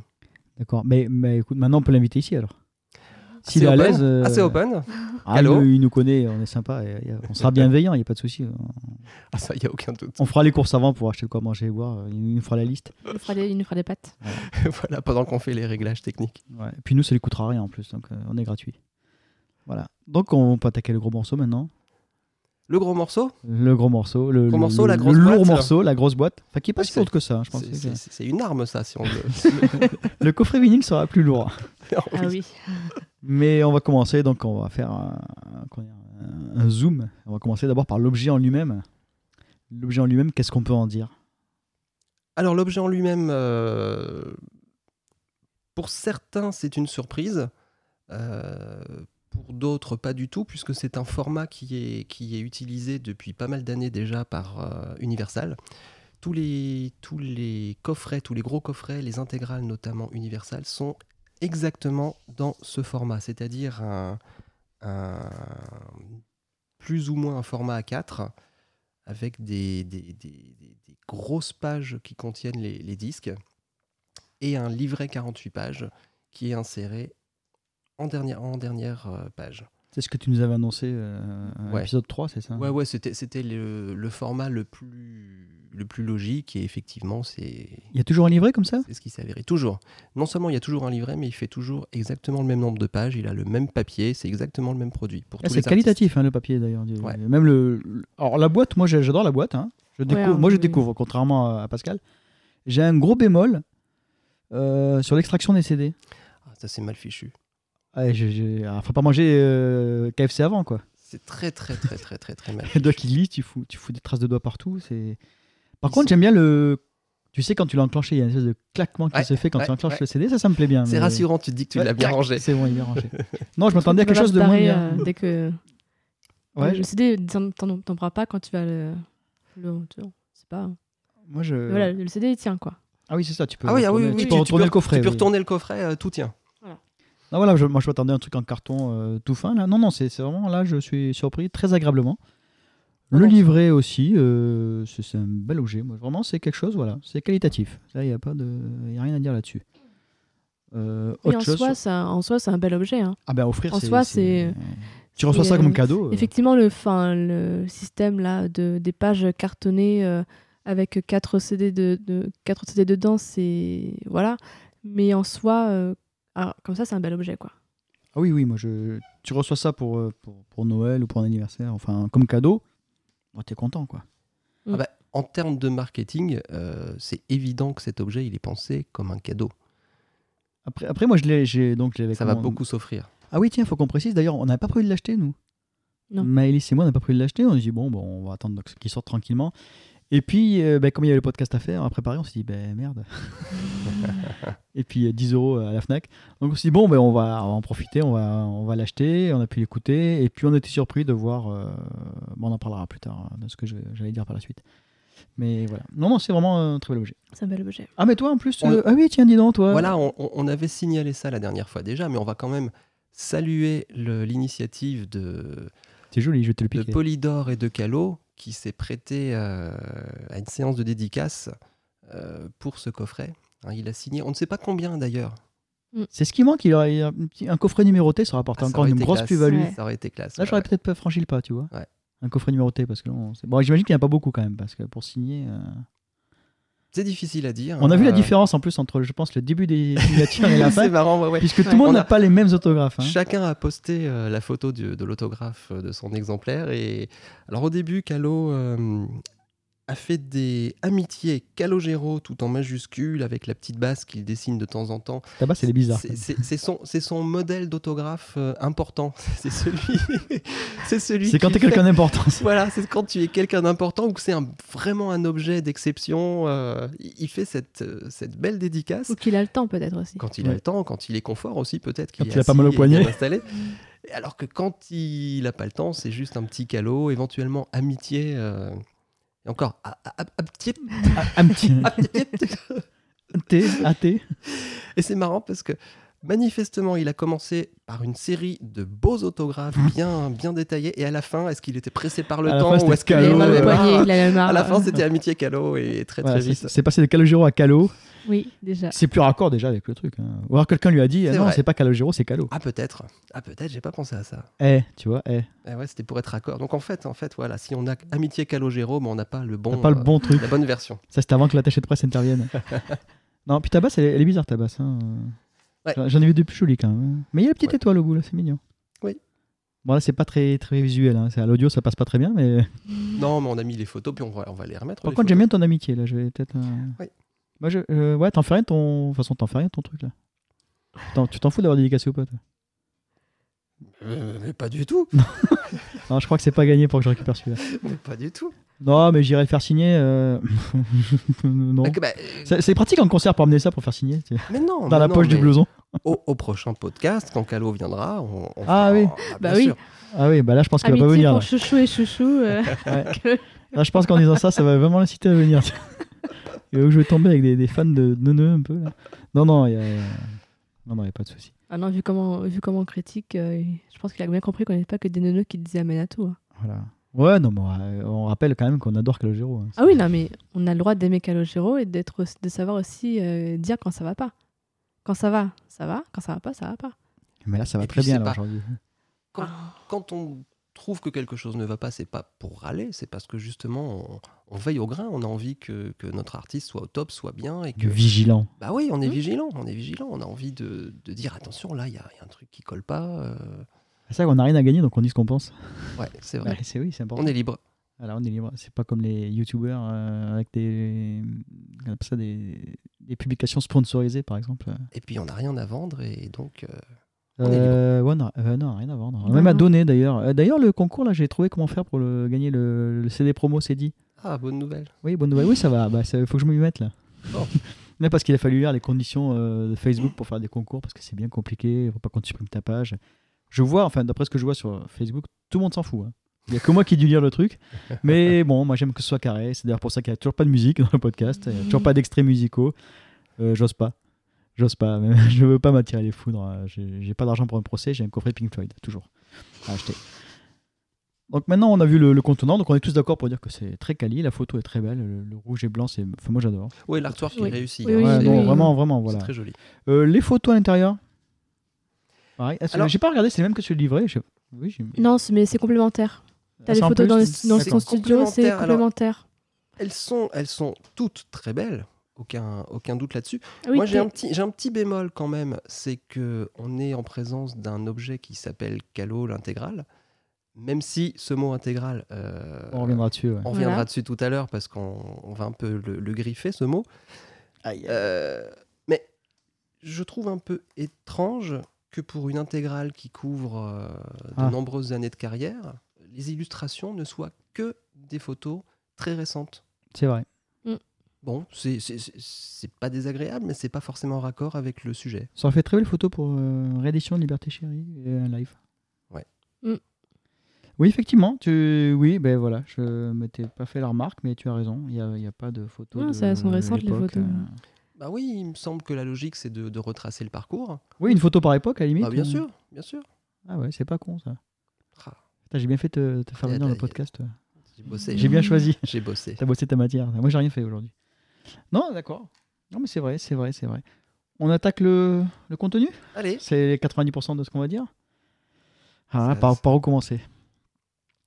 [SPEAKER 1] D'accord. Mais, mais écoute, maintenant, on peut l'inviter ici alors. S'il
[SPEAKER 3] Assez
[SPEAKER 1] est à
[SPEAKER 3] open,
[SPEAKER 1] l'aise. euh,
[SPEAKER 3] assez open.
[SPEAKER 1] ah,
[SPEAKER 3] Allô
[SPEAKER 1] il, il nous connaît, on est sympa, et- et on sera bienveillant, il n'y a pas de souci. On-
[SPEAKER 3] Ah, ça, il y a aucun doute.
[SPEAKER 1] On fera les courses avant pour acheter de quoi manger et boire. euh, Il nous fera la liste.
[SPEAKER 4] Il nous fera des, il nous fera des pattes.
[SPEAKER 3] voilà, pendant qu'on fait les réglages techniques.
[SPEAKER 1] Ouais. Et puis nous, ça ne lui coûtera rien en plus, donc euh, on est gratuit. Voilà. Donc, on peut attaquer le gros morceau maintenant.
[SPEAKER 3] Le gros morceau,
[SPEAKER 1] Le gros morceau, le,
[SPEAKER 3] Gros morceau,
[SPEAKER 1] le-
[SPEAKER 3] la
[SPEAKER 1] le
[SPEAKER 3] grosse
[SPEAKER 1] lourd
[SPEAKER 3] boîte.
[SPEAKER 1] morceau, la grosse boîte. Enfin, qui est pas
[SPEAKER 3] Ouais,
[SPEAKER 1] si
[SPEAKER 3] c'est-
[SPEAKER 1] lourde que ça, hein, je pense.
[SPEAKER 3] c'est-
[SPEAKER 1] que-
[SPEAKER 3] c'est c'est une arme, ça, si on veut.
[SPEAKER 1] Le coffret vinyle sera plus lourd.
[SPEAKER 4] Ah oui.
[SPEAKER 1] Mais on va commencer, donc on va faire un, un- comment dire, un- un zoom. On va commencer d'abord par l'objet en lui-même. L'objet en lui-même, qu'est-ce qu'on peut en dire
[SPEAKER 3] Alors l'objet en lui-même, euh, pour certains c'est une surprise, Euh, pour d'autres pas du tout, puisque c'est un format qui est, qui est utilisé depuis pas mal d'années déjà par euh, Universal. Tous les, tous les coffrets, tous les gros coffrets, les intégrales notamment Universal, sont exactement dans ce format, c'est-à-dire un, un- plus ou moins un format A4 avec des, des- des- des- des grosses pages qui contiennent les, les disques et un livret 48 pages qui est inséré en dernière, en dernière euh, page.
[SPEAKER 1] C'est ce que tu nous avais annoncé euh, à
[SPEAKER 3] Ouais.
[SPEAKER 1] l'épisode 3, c'est ça
[SPEAKER 3] Ouais, ouais, c'était, c'était le, le format le plus, le plus logique et effectivement, c'est,
[SPEAKER 1] Il y a toujours un livret comme ça Ah,
[SPEAKER 3] c'est ce qui s'est avéré. Toujours. Non seulement il y a toujours un livret, mais il fait toujours exactement le même nombre de pages, il a le même papier, c'est exactement le même produit. Pour
[SPEAKER 1] Ah,
[SPEAKER 3] tous
[SPEAKER 1] C'est
[SPEAKER 3] les artistes.
[SPEAKER 1] qualitatif hein, le papier d'ailleurs. du-
[SPEAKER 3] Ouais.
[SPEAKER 1] Même le. le- Alors la boîte, moi j'ai- j'adore la boîte. hein. Je découvre,
[SPEAKER 4] hein,
[SPEAKER 1] moi je
[SPEAKER 4] oui.
[SPEAKER 1] découvre, contrairement à Pascal. J'ai un gros bémol euh, sur l'extraction des CD.
[SPEAKER 3] Ah, ça, c'est mal fichu.
[SPEAKER 1] Ouais, je- je- ah, faut pas manger euh, KFC avant quoi.
[SPEAKER 3] C'est très très très très très très mal.
[SPEAKER 1] Donc il lit, tu fous, tu fous des traces de doigts partout. C'est. Par
[SPEAKER 3] Ils
[SPEAKER 1] contre
[SPEAKER 3] sont-
[SPEAKER 1] j'aime bien le. Tu sais quand tu l'as enclenché, il y a une espèce de claquement qui
[SPEAKER 3] Ouais,
[SPEAKER 1] se fait quand
[SPEAKER 3] ouais,
[SPEAKER 1] tu enclenches
[SPEAKER 3] ouais.
[SPEAKER 1] le CD. Ça, ça me plaît bien.
[SPEAKER 3] C'est
[SPEAKER 1] mais-
[SPEAKER 3] rassurant, tu te dis que tu
[SPEAKER 1] Ouais,
[SPEAKER 3] l'as bien
[SPEAKER 1] clac,
[SPEAKER 3] rangé.
[SPEAKER 1] C'est bon, il est bien rangé. non, je m'attendais à quelque
[SPEAKER 4] Tu euh, vas
[SPEAKER 1] chose de moins
[SPEAKER 4] barrer,
[SPEAKER 1] bien.
[SPEAKER 4] euh, dès que
[SPEAKER 1] Ouais,
[SPEAKER 4] le CD, t'en t'en- t'en prends pas quand tu vas le. le tu- c'est pas.
[SPEAKER 1] Euh. Moi je.
[SPEAKER 4] Voilà, le CD il tient quoi.
[SPEAKER 1] Ah oui, c'est ça. Tu peux.
[SPEAKER 3] Ah oui, ah oui,
[SPEAKER 1] retourner-
[SPEAKER 3] oui,
[SPEAKER 1] tu
[SPEAKER 3] oui,
[SPEAKER 1] peux retourner le coffret.
[SPEAKER 3] Tu peux
[SPEAKER 1] oui.
[SPEAKER 3] retourner le coffret, euh, tout tient.
[SPEAKER 1] Ah voilà, je- moi je m'attendais à un truc en carton euh, tout fin. Là. Non, non, c'est c'est vraiment là, je suis surpris très agréablement.
[SPEAKER 4] Ah
[SPEAKER 1] Le
[SPEAKER 3] Vraiment.
[SPEAKER 1] livret aussi, euh, c'est c'est un bel objet. Moi, vraiment, c'est quelque chose, voilà, c'est qualitatif. Là, il n'y a, pas de... il y a rien à dire là-dessus. Euh,
[SPEAKER 4] Oui,
[SPEAKER 1] autre
[SPEAKER 4] en,
[SPEAKER 1] chose.
[SPEAKER 4] soi, ça, en soi, c'est un bel objet. hein.
[SPEAKER 1] ah ben, offrir,
[SPEAKER 4] en
[SPEAKER 1] c'est-
[SPEAKER 4] soi,
[SPEAKER 1] c'est.
[SPEAKER 4] c'est-
[SPEAKER 1] Tu reçois
[SPEAKER 4] c'est,
[SPEAKER 1] ça comme
[SPEAKER 4] euh,
[SPEAKER 1] cadeau. euh,
[SPEAKER 4] Effectivement, le, fin, le système là, de, des pages cartonnées euh, avec 4 CD, de, de, 4 CD dedans, c'est. Voilà. Mais en soi, euh, ah, comme ça, c'est un bel objet quoi.
[SPEAKER 1] Ah oui, oui, moi, je... tu reçois ça pour, euh, pour, pour Noël ou pour un anniversaire, enfin, comme cadeau. Bon, T'es content, quoi.
[SPEAKER 4] Mm.
[SPEAKER 3] Ah bah, en termes de marketing, euh, c'est évident que cet objet, il est pensé comme un cadeau.
[SPEAKER 1] Après, après moi, je l'ai. j'ai- donc, je l'avais
[SPEAKER 3] Ça va
[SPEAKER 1] commandé-
[SPEAKER 3] beaucoup s'offrir.
[SPEAKER 1] Ah oui, tiens, faut qu'on précise. D'ailleurs, on n'avait pas prévu de l'acheter, nous.
[SPEAKER 4] Non.
[SPEAKER 1] Maëlys et moi, on n'a pas prévu de l'acheter. On a dit, bon, bon, on va attendre donc, qu'il sorte tranquillement. Et puis, euh, ben, comme il y avait le podcast à faire, à préparer, on s'est dit, ben merde. et puis, euh, 10 euros à la Fnac. Donc, on s'est dit, bon, ben, on, va, on va en profiter, on va, on va l'acheter. On a pu l'écouter. Et puis, on était surpris de voir. euh, bon, on en parlera plus tard hein, de ce que je- j'allais dire par la suite. Mais voilà. Non, non, c'est vraiment un très bel objet.
[SPEAKER 4] C'est un bel objet.
[SPEAKER 1] Ah, mais toi, en plus.
[SPEAKER 3] On-
[SPEAKER 1] euh, Ah oui, tiens, dis donc, toi.
[SPEAKER 3] Voilà, on, on- on avait signalé ça la dernière fois déjà, mais on va quand même saluer le- l'initiative de,
[SPEAKER 1] C'est joli, je vais te le
[SPEAKER 3] de
[SPEAKER 1] piquer.
[SPEAKER 3] Polydor et de Calo qui s'est prêté euh, à une séance de dédicace euh, pour ce coffret. Hein, il a signé, on ne sait pas combien d'ailleurs.
[SPEAKER 1] C'est ce qui manque. Il aurait un, petit- un coffret numéroté, ça rapporte
[SPEAKER 3] Ah, ça
[SPEAKER 1] encore
[SPEAKER 3] aurait
[SPEAKER 1] une
[SPEAKER 3] été
[SPEAKER 1] grosse
[SPEAKER 3] classe.
[SPEAKER 1] plus-value.
[SPEAKER 4] Ouais.
[SPEAKER 3] Ça aurait été classe.
[SPEAKER 1] Là,
[SPEAKER 3] ouais,
[SPEAKER 1] j'aurais
[SPEAKER 3] ouais.
[SPEAKER 1] peut-être pas franchi le pas, tu vois.
[SPEAKER 3] Ouais.
[SPEAKER 1] Un coffret numéroté, parce que là, on sait- Bon, j'imagine qu'il n'y en a pas beaucoup quand même, parce que pour signer. euh,
[SPEAKER 3] C'est difficile à dire.
[SPEAKER 1] On a vu la
[SPEAKER 3] hein.
[SPEAKER 1] différence en plus entre, je pense, le début des signatures et la fin,
[SPEAKER 3] C'est marrant, ouais, ouais.
[SPEAKER 1] puisque tout
[SPEAKER 4] Ouais.
[SPEAKER 1] le monde
[SPEAKER 3] On
[SPEAKER 1] n'a
[SPEAKER 3] a-
[SPEAKER 1] pas les mêmes autographes. hein.
[SPEAKER 3] Chacun a posté euh, la photo du- de l'autographe euh, de son exemplaire. Et alors au début, Calo euh, a fait des amitiés Calogero tout en majuscule avec la petite basse qu'il dessine de temps en temps.
[SPEAKER 1] Là-bas, Ah, c'est les bizarres.
[SPEAKER 3] C'est- C'est c'est son, c'est son modèle d'autographe euh, important. C'est celui. c'est celui.
[SPEAKER 1] C'est quand
[SPEAKER 3] qui
[SPEAKER 1] t'es
[SPEAKER 3] fait-
[SPEAKER 1] quelqu'un d'importance.
[SPEAKER 3] Voilà, c'est quand tu es quelqu'un d'important ou que c'est un- vraiment un objet d'exception. euh, il il fait cette, euh, cette belle dédicace.
[SPEAKER 4] Ou qu'il a le temps peut-être aussi.
[SPEAKER 3] Quand il a
[SPEAKER 1] Ouais.
[SPEAKER 3] le temps, quand il est confort aussi, peut-être qu'il
[SPEAKER 1] Quand
[SPEAKER 3] est
[SPEAKER 1] il a pas
[SPEAKER 3] assis
[SPEAKER 1] mal au
[SPEAKER 3] et
[SPEAKER 1] poignet.
[SPEAKER 3] bien installé. Et Alors que quand il n'a pas le temps, c'est juste un petit calot, éventuellement amitié. euh, et encore, ah, a- a- a- amitié.
[SPEAKER 1] Un petit
[SPEAKER 3] amitié.
[SPEAKER 1] thé, un thé.
[SPEAKER 3] Et c'est marrant parce que manifestement, il a commencé par une série de beaux autographes bien, bien détaillés. Et à la fin, est-ce qu'il était pressé par le
[SPEAKER 1] À la
[SPEAKER 3] temps
[SPEAKER 1] fin, c'était
[SPEAKER 3] ou est-ce qu'il
[SPEAKER 1] calot,
[SPEAKER 4] il a
[SPEAKER 3] avait
[SPEAKER 4] le
[SPEAKER 3] mal
[SPEAKER 4] mal
[SPEAKER 3] au
[SPEAKER 4] au
[SPEAKER 1] euh,
[SPEAKER 3] poignet
[SPEAKER 4] poignet, il a le marre. euh,
[SPEAKER 3] À la fin, c'était amitié calot et très très
[SPEAKER 1] Voilà,
[SPEAKER 3] vite.
[SPEAKER 1] c'est c'est passé de Calogero à Calo.
[SPEAKER 4] Oui, déjà.
[SPEAKER 1] C'est plus raccord déjà avec le truc. hein. Ou alors quelqu'un lui a dit, eh
[SPEAKER 3] C'est
[SPEAKER 1] non,
[SPEAKER 3] vrai.
[SPEAKER 1] c'est pas Calogero, c'est Calo.
[SPEAKER 3] Ah peut-être, ah peut-être, j'ai pas pensé à ça.
[SPEAKER 1] Eh, tu vois, eh.
[SPEAKER 3] Eh ouais, c'était pour être accord. Donc en fait, en fait, voilà, si on a amitié Calogero, mais on n'a pas
[SPEAKER 1] T'as
[SPEAKER 3] le bon,
[SPEAKER 1] pas le
[SPEAKER 3] euh,
[SPEAKER 1] bon truc.
[SPEAKER 3] la bonne version.
[SPEAKER 1] Ça, c'était avant que l'attaché de presse intervienne. non, puis ta basse, elle, est- elle est bizarre, ta basse. hein.
[SPEAKER 3] Ouais.
[SPEAKER 1] J'en- J'en ai vu depuis jolies quand même. Mais il y a la petite
[SPEAKER 3] Ouais.
[SPEAKER 1] étoile au bout, là, c'est mignon.
[SPEAKER 3] Oui.
[SPEAKER 1] Bon, là, c'est pas très, très visuel. hein. C'est à l'audio, ça passe pas très bien, mais.
[SPEAKER 3] Non, mais on a mis les photos, puis on va, on va les remettre.
[SPEAKER 1] Par
[SPEAKER 3] les
[SPEAKER 1] contre,
[SPEAKER 3] photos.
[SPEAKER 1] j'aime bien ton amitié, là. Je vais peut-être. euh,
[SPEAKER 3] Oui.
[SPEAKER 1] Moi, je. euh, ouais, t'en fais rien de ton. De toute façon, t'en fais rien de ton truc, là. T'en- tu t'en fous d'avoir dédicacé ou pas, toi
[SPEAKER 3] Euh, mais pas du tout,
[SPEAKER 1] Non, je crois que c'est pas gagné pour que je récupère celui-là.
[SPEAKER 3] mais pas du tout.
[SPEAKER 1] Non, mais j'irai le faire signer. euh, non.
[SPEAKER 3] Ah, que- bah, euh,
[SPEAKER 1] C'est c'est pratique en concert pour amener ça pour faire signer. tu sais.
[SPEAKER 3] mais non,
[SPEAKER 1] Dans
[SPEAKER 3] Oh, mais
[SPEAKER 1] la
[SPEAKER 3] non,
[SPEAKER 1] poche du
[SPEAKER 3] mais
[SPEAKER 1] blouson.
[SPEAKER 3] Au, au prochain podcast, quand Calo viendra, on, on
[SPEAKER 1] Ah
[SPEAKER 3] fera-
[SPEAKER 1] oui.
[SPEAKER 4] Bah
[SPEAKER 3] bien
[SPEAKER 4] oui.
[SPEAKER 3] sûr.
[SPEAKER 1] Ah oui, bah là je pense qu'elle va
[SPEAKER 4] Amitié
[SPEAKER 1] pas venir.
[SPEAKER 4] pour
[SPEAKER 1] là.
[SPEAKER 4] chouchou et chouchou. euh,
[SPEAKER 1] Ouais.
[SPEAKER 4] que-
[SPEAKER 1] Là, Ah, je pense qu'en disant ça, ça va vraiment l'inciter à venir. Et où je vais tomber avec des, des fans de neuneux un peu. là. Non, non, il y a, non, non, y a pas de souci.
[SPEAKER 4] Ah non, vu comment, vu comment on critique, euh, je pense qu'il a bien compris qu'on n'est pas que des neuneux qui disaient amène à tout. hein.
[SPEAKER 1] Voilà. Ouais, non, mais on- on rappelle quand même qu'on adore Calogero. hein.
[SPEAKER 4] Ah oui, non, mais on a le droit d'aimer Calogero et d'être, aussi- de savoir aussi euh, dire quand ça va pas. Quand ça va, ça va. Quand ça va pas, ça va pas. Ah.
[SPEAKER 1] Mais là, ça va
[SPEAKER 3] Et
[SPEAKER 1] très
[SPEAKER 3] puis,
[SPEAKER 1] bien
[SPEAKER 3] c'est
[SPEAKER 1] là,
[SPEAKER 3] pas-
[SPEAKER 1] aujourd'hui.
[SPEAKER 3] Quand- Quand on trouve que quelque chose ne va pas, c'est pas pour râler, c'est parce que justement, on, on veille au grain, on a envie que, que notre artiste soit au top, soit bien et que
[SPEAKER 1] Le vigilant.
[SPEAKER 3] Bah oui, on est
[SPEAKER 4] Mhm.
[SPEAKER 3] vigilant, on est vigilant, on a envie de, de dire attention, là, il y, a il y a un truc qui colle pas. euh,
[SPEAKER 1] C'est ça qu'on n'a rien à gagner, donc on dit ce qu'on pense.
[SPEAKER 3] Ouais, c'est vrai.
[SPEAKER 1] Ouais, c'est oui, c'est important.
[SPEAKER 3] On est libre.
[SPEAKER 1] Alors, on est libre. C'est pas comme les youtubeurs euh, avec des, on appelle ça des, des publications sponsorisées, par exemple.
[SPEAKER 3] Et puis, on n'a rien à vendre, et donc, euh, On est libre.
[SPEAKER 1] Euh, ouais, non, euh, non, rien à vendre.
[SPEAKER 4] Non,
[SPEAKER 1] Même à
[SPEAKER 4] non.
[SPEAKER 1] donner d'ailleurs. Euh, D'ailleurs, le concours, là, j'ai trouvé comment faire pour le, gagner le, le CD promo, c'est dit.
[SPEAKER 3] ah, bonne nouvelle.
[SPEAKER 1] Oui, bonne nouvelle. Oui, ça va. Bah, ça- faut que je m'y mette là.
[SPEAKER 3] Bon.
[SPEAKER 1] Là, parce qu'il a fallu lire les conditions euh, de Facebook pour faire des concours, parce que c'est bien compliqué. Faut pas qu'on te supprime ta page. Je vois, enfin, d'après ce que je vois sur Facebook, tout le monde s'en fout. hein. Il n'y a que moi qui ai dû lire le truc. Mais bon, moi j'aime que ce soit carré. C'est d'ailleurs pour ça qu'il n'y a toujours pas de musique dans le podcast. Il n'y a toujours pas d'extraits musicaux. Euh, J'ose pas. J'ose pas. Mais je veux pas m'attirer les foudres. Euh, J'ai j'ai pas d'argent pour un procès. J'ai un coffret Pink Floyd, toujours. À acheter. Donc maintenant, on a vu le, le contenant. Donc on est tous d'accord pour dire que c'est très quali. La photo est très belle. Le, le rouge et blanc, c'est. Enfin, moi j'adore.
[SPEAKER 3] Oui, l'artwork qui
[SPEAKER 4] Oui.
[SPEAKER 3] réussit. hein.
[SPEAKER 4] Oui, oui,
[SPEAKER 1] Ouais,
[SPEAKER 3] c'est-
[SPEAKER 1] non,
[SPEAKER 4] oui.
[SPEAKER 1] vraiment, vraiment,
[SPEAKER 3] C'est
[SPEAKER 1] voilà.
[SPEAKER 3] très joli.
[SPEAKER 1] Euh, les photos à l'intérieur. Pareil. Ah, c'est-
[SPEAKER 3] Alors-
[SPEAKER 1] J'ai pas regardé, c'est le même que celui du livret. je- Oui, j'ai-
[SPEAKER 4] Non, c'est- mais c'est complémentaire. T'as
[SPEAKER 1] Ah,
[SPEAKER 4] les
[SPEAKER 1] c'est en
[SPEAKER 4] photos
[SPEAKER 1] plus-
[SPEAKER 4] dans, le- dans
[SPEAKER 1] D'accord.
[SPEAKER 4] son studio, c'est
[SPEAKER 3] Complémentaire, alors-
[SPEAKER 4] complémentaire.
[SPEAKER 3] Elles sont, elles sont toutes très belles, aucun, aucun doute là-dessus.
[SPEAKER 4] Ah oui,
[SPEAKER 3] Moi, j'ai
[SPEAKER 4] t'es-
[SPEAKER 3] un, petit, j'ai un petit bémol quand même, c'est que on est en présence d'un objet qui s'appelle Calo, l'intégrale. Même si ce mot intégral, euh,
[SPEAKER 1] On reviendra dessus. ouais.
[SPEAKER 3] on reviendra
[SPEAKER 4] Voilà.
[SPEAKER 3] dessus tout à l'heure parce qu'on on va un peu le, le griffer, ce mot. Euh, mais je trouve un peu étrange que pour une intégrale qui couvre euh, de
[SPEAKER 1] Ah.
[SPEAKER 3] nombreuses années de carrière, les illustrations ne soient que des photos très récentes.
[SPEAKER 1] C'est vrai.
[SPEAKER 3] Bon, c'est- c'est c'est- c'est pas désagréable, mais c'est pas forcément en raccord avec le sujet.
[SPEAKER 1] Ça aurait fait très belle photo pour euh, une réédition de Liberté Chérie et un live.
[SPEAKER 3] Ouais.
[SPEAKER 4] Mm.
[SPEAKER 1] Oui, effectivement. Tu... Oui, ben voilà, je m'étais pas fait la remarque, mais tu as raison. Il n'y a, il y a pas de photos.
[SPEAKER 4] Non,
[SPEAKER 1] de
[SPEAKER 4] ça- elles sont récentes, les
[SPEAKER 1] l'époque, euh.
[SPEAKER 4] photos.
[SPEAKER 3] Bah oui, il me semble que la logique, c'est de, de retracer le parcours.
[SPEAKER 1] Oui, une photo par époque, à la limite.
[SPEAKER 3] Bah, bien
[SPEAKER 1] euh.
[SPEAKER 3] sûr, bien sûr.
[SPEAKER 1] Ah ouais, c'est pas con ça.
[SPEAKER 3] Ah,
[SPEAKER 1] Putain, J'ai bien fait te, te faire
[SPEAKER 3] Il y a
[SPEAKER 1] venir
[SPEAKER 3] de-
[SPEAKER 1] le podcast. toi.
[SPEAKER 3] J'ai bossé.
[SPEAKER 1] J'ai bien choisi.
[SPEAKER 3] J'ai bossé.
[SPEAKER 1] T'as bossé ta matière. Moi, j'ai rien fait aujourd'hui. Non, d'accord. Non, mais c'est vrai, c'est vrai, c'est vrai. On attaque le, le contenu
[SPEAKER 3] Allez,
[SPEAKER 1] C'est les 90% de ce qu'on va dire ah,
[SPEAKER 3] Ça-
[SPEAKER 1] par,
[SPEAKER 3] ça-
[SPEAKER 1] par où commencer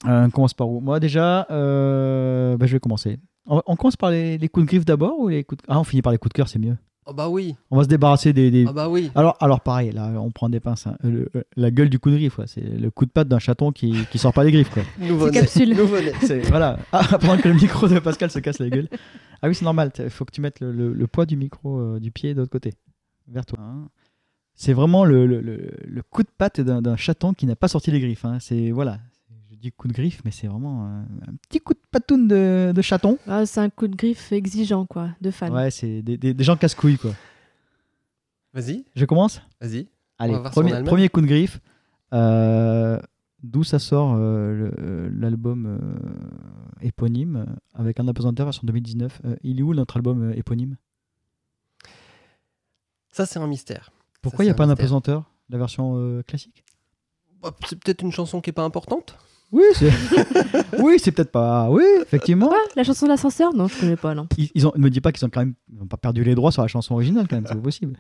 [SPEAKER 1] Euh, On commence par où Moi, déjà, euh, bah, je vais commencer. On, on commence par les, les coups de griffe d'abord ou les coups de... Ah, on finit par les coups de cœur, c'est mieux.
[SPEAKER 3] oh bah oui,
[SPEAKER 1] On va se débarrasser des... des-
[SPEAKER 3] ah bah oui.
[SPEAKER 1] Alors, alors, pareil, là, on prend des pinces. hein. Le- le- la gueule du coup de griffe, quoi. c'est le coup de patte d'un chaton qui, qui sort pas des griffes. Quoi.
[SPEAKER 3] Nouveau-né.
[SPEAKER 4] capsule.
[SPEAKER 3] Nouveau-né.
[SPEAKER 1] C'est- voilà. Ah, pendant que le micro de Pascal se casse la gueule. Ah oui, c'est normal. Il faut que tu mettes le, le- le poids du micro euh, du pied de l'autre côté, vers toi. hein. C'est vraiment le, le- le- le coup de patte d'un d'un chaton qui n'a pas sorti les griffes. hein. C'est voilà. Je dis coup de griffe, mais c'est vraiment un, un petit coup de patoune de, de chaton.
[SPEAKER 4] Ah, c'est un coup de griffe exigeant, quoi, de fan.
[SPEAKER 1] Ouais, c'est des, des- des gens casse-couilles quoi.
[SPEAKER 3] Vas-y,
[SPEAKER 1] Je commence.
[SPEAKER 3] vas-y.
[SPEAKER 1] Allez,
[SPEAKER 3] va voir si on a
[SPEAKER 1] premier,
[SPEAKER 3] le même.
[SPEAKER 1] premier coup de griffe. Euh, D'où ça sort euh, le- euh, l'album euh, éponyme euh, avec un apesanteur version 2019. Euh, il est où notre album euh, éponyme
[SPEAKER 3] Ça, c'est un mystère.
[SPEAKER 1] Pourquoi il n'y a
[SPEAKER 3] c'est
[SPEAKER 1] pas
[SPEAKER 3] un
[SPEAKER 1] un
[SPEAKER 3] mystère.
[SPEAKER 1] apesanteur La version euh, classique
[SPEAKER 3] Bah, C'est peut-être une chanson qui est pas importante.
[SPEAKER 1] Oui, c'est oui, c'est peut-être pas. Oui, effectivement.
[SPEAKER 4] Ah, la chanson de l'ascenseur Non, je connais pas, non.
[SPEAKER 1] Ils, ils ont, ne me dis pas qu'ils ont quand même ils ont pas perdu les droits sur la chanson originale quand même, c'est pas possible.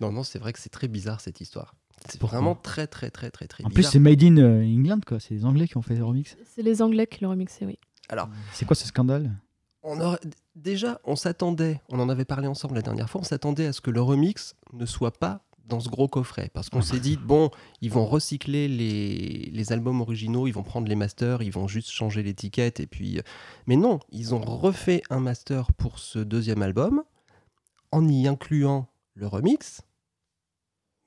[SPEAKER 3] Non, non, c'est vrai que c'est très bizarre cette histoire. C'est
[SPEAKER 1] Pourquoi
[SPEAKER 3] vraiment très, très, très, très, très
[SPEAKER 1] En plus,
[SPEAKER 3] bizarre.
[SPEAKER 1] c'est Made in euh, England quoi, c'est les Anglais qui ont fait le remix.
[SPEAKER 4] C'est les Anglais qui l'ont remixé, oui.
[SPEAKER 1] C'est quoi ce scandale
[SPEAKER 3] on aurait- Déjà, on s'attendait, on en avait parlé ensemble la dernière fois, on s'attendait à ce que le remix ne soit pas dans ce gros coffret. Parce qu'on s'est dit, bon, ils vont recycler les, les albums originaux, ils vont prendre les masters, ils vont juste changer l'étiquette. et puis. euh, Mais non, ils ont refait un master pour ce deuxième album en y incluant le remix.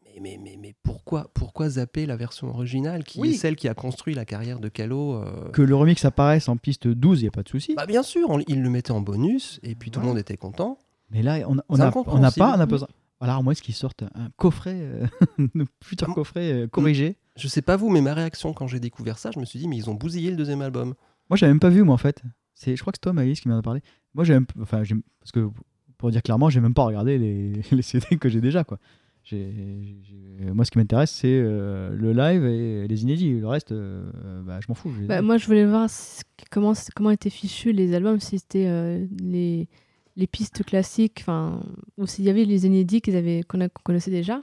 [SPEAKER 3] Mais mais, mais, mais pourquoi, pourquoi zapper la version originale qui
[SPEAKER 1] Oui.
[SPEAKER 3] est celle qui a construit la carrière de Calo euh,
[SPEAKER 1] Que le remix apparaisse en piste 12, il n'y a pas de souci.
[SPEAKER 3] bah, Bien sûr, on- il le mettait en bonus et puis tout le monde était content.
[SPEAKER 1] Mais là, on on
[SPEAKER 3] C'est
[SPEAKER 1] a- on n'a
[SPEAKER 3] incompréhensible.
[SPEAKER 1] pas, on a pas besoin. Alors, moi, est-ce qu'ils sortent un coffret, euh, un futur
[SPEAKER 3] Ah,
[SPEAKER 1] coffret euh, corrigé
[SPEAKER 3] Je sais pas vous, mais ma réaction quand j'ai découvert ça, je me suis dit, mais ils ont bousillé le deuxième album.
[SPEAKER 1] Moi, j'avais même pas vu, moi, en fait. C'est, je crois que c'est toi, Maïs, qui m'en a parlé. Moi, j'ai même, enfin, j'ai- parce que pour dire clairement, j'ai même pas regardé les, les CD que j'ai déjà, quoi. J'ai- j'ai- moi, ce qui m'intéresse, c'est euh, le live et les inédits. Le reste, euh, bah, je m'en fous. je les
[SPEAKER 4] Bah,
[SPEAKER 1] ai.
[SPEAKER 4] moi, je voulais voir ce- comment, comment étaient fichus les albums, si c'était euh, les, les pistes classiques, enfin, ou s'il y avait les inédits qu'ils avaient- qu'on a- qu'on connaissait déjà,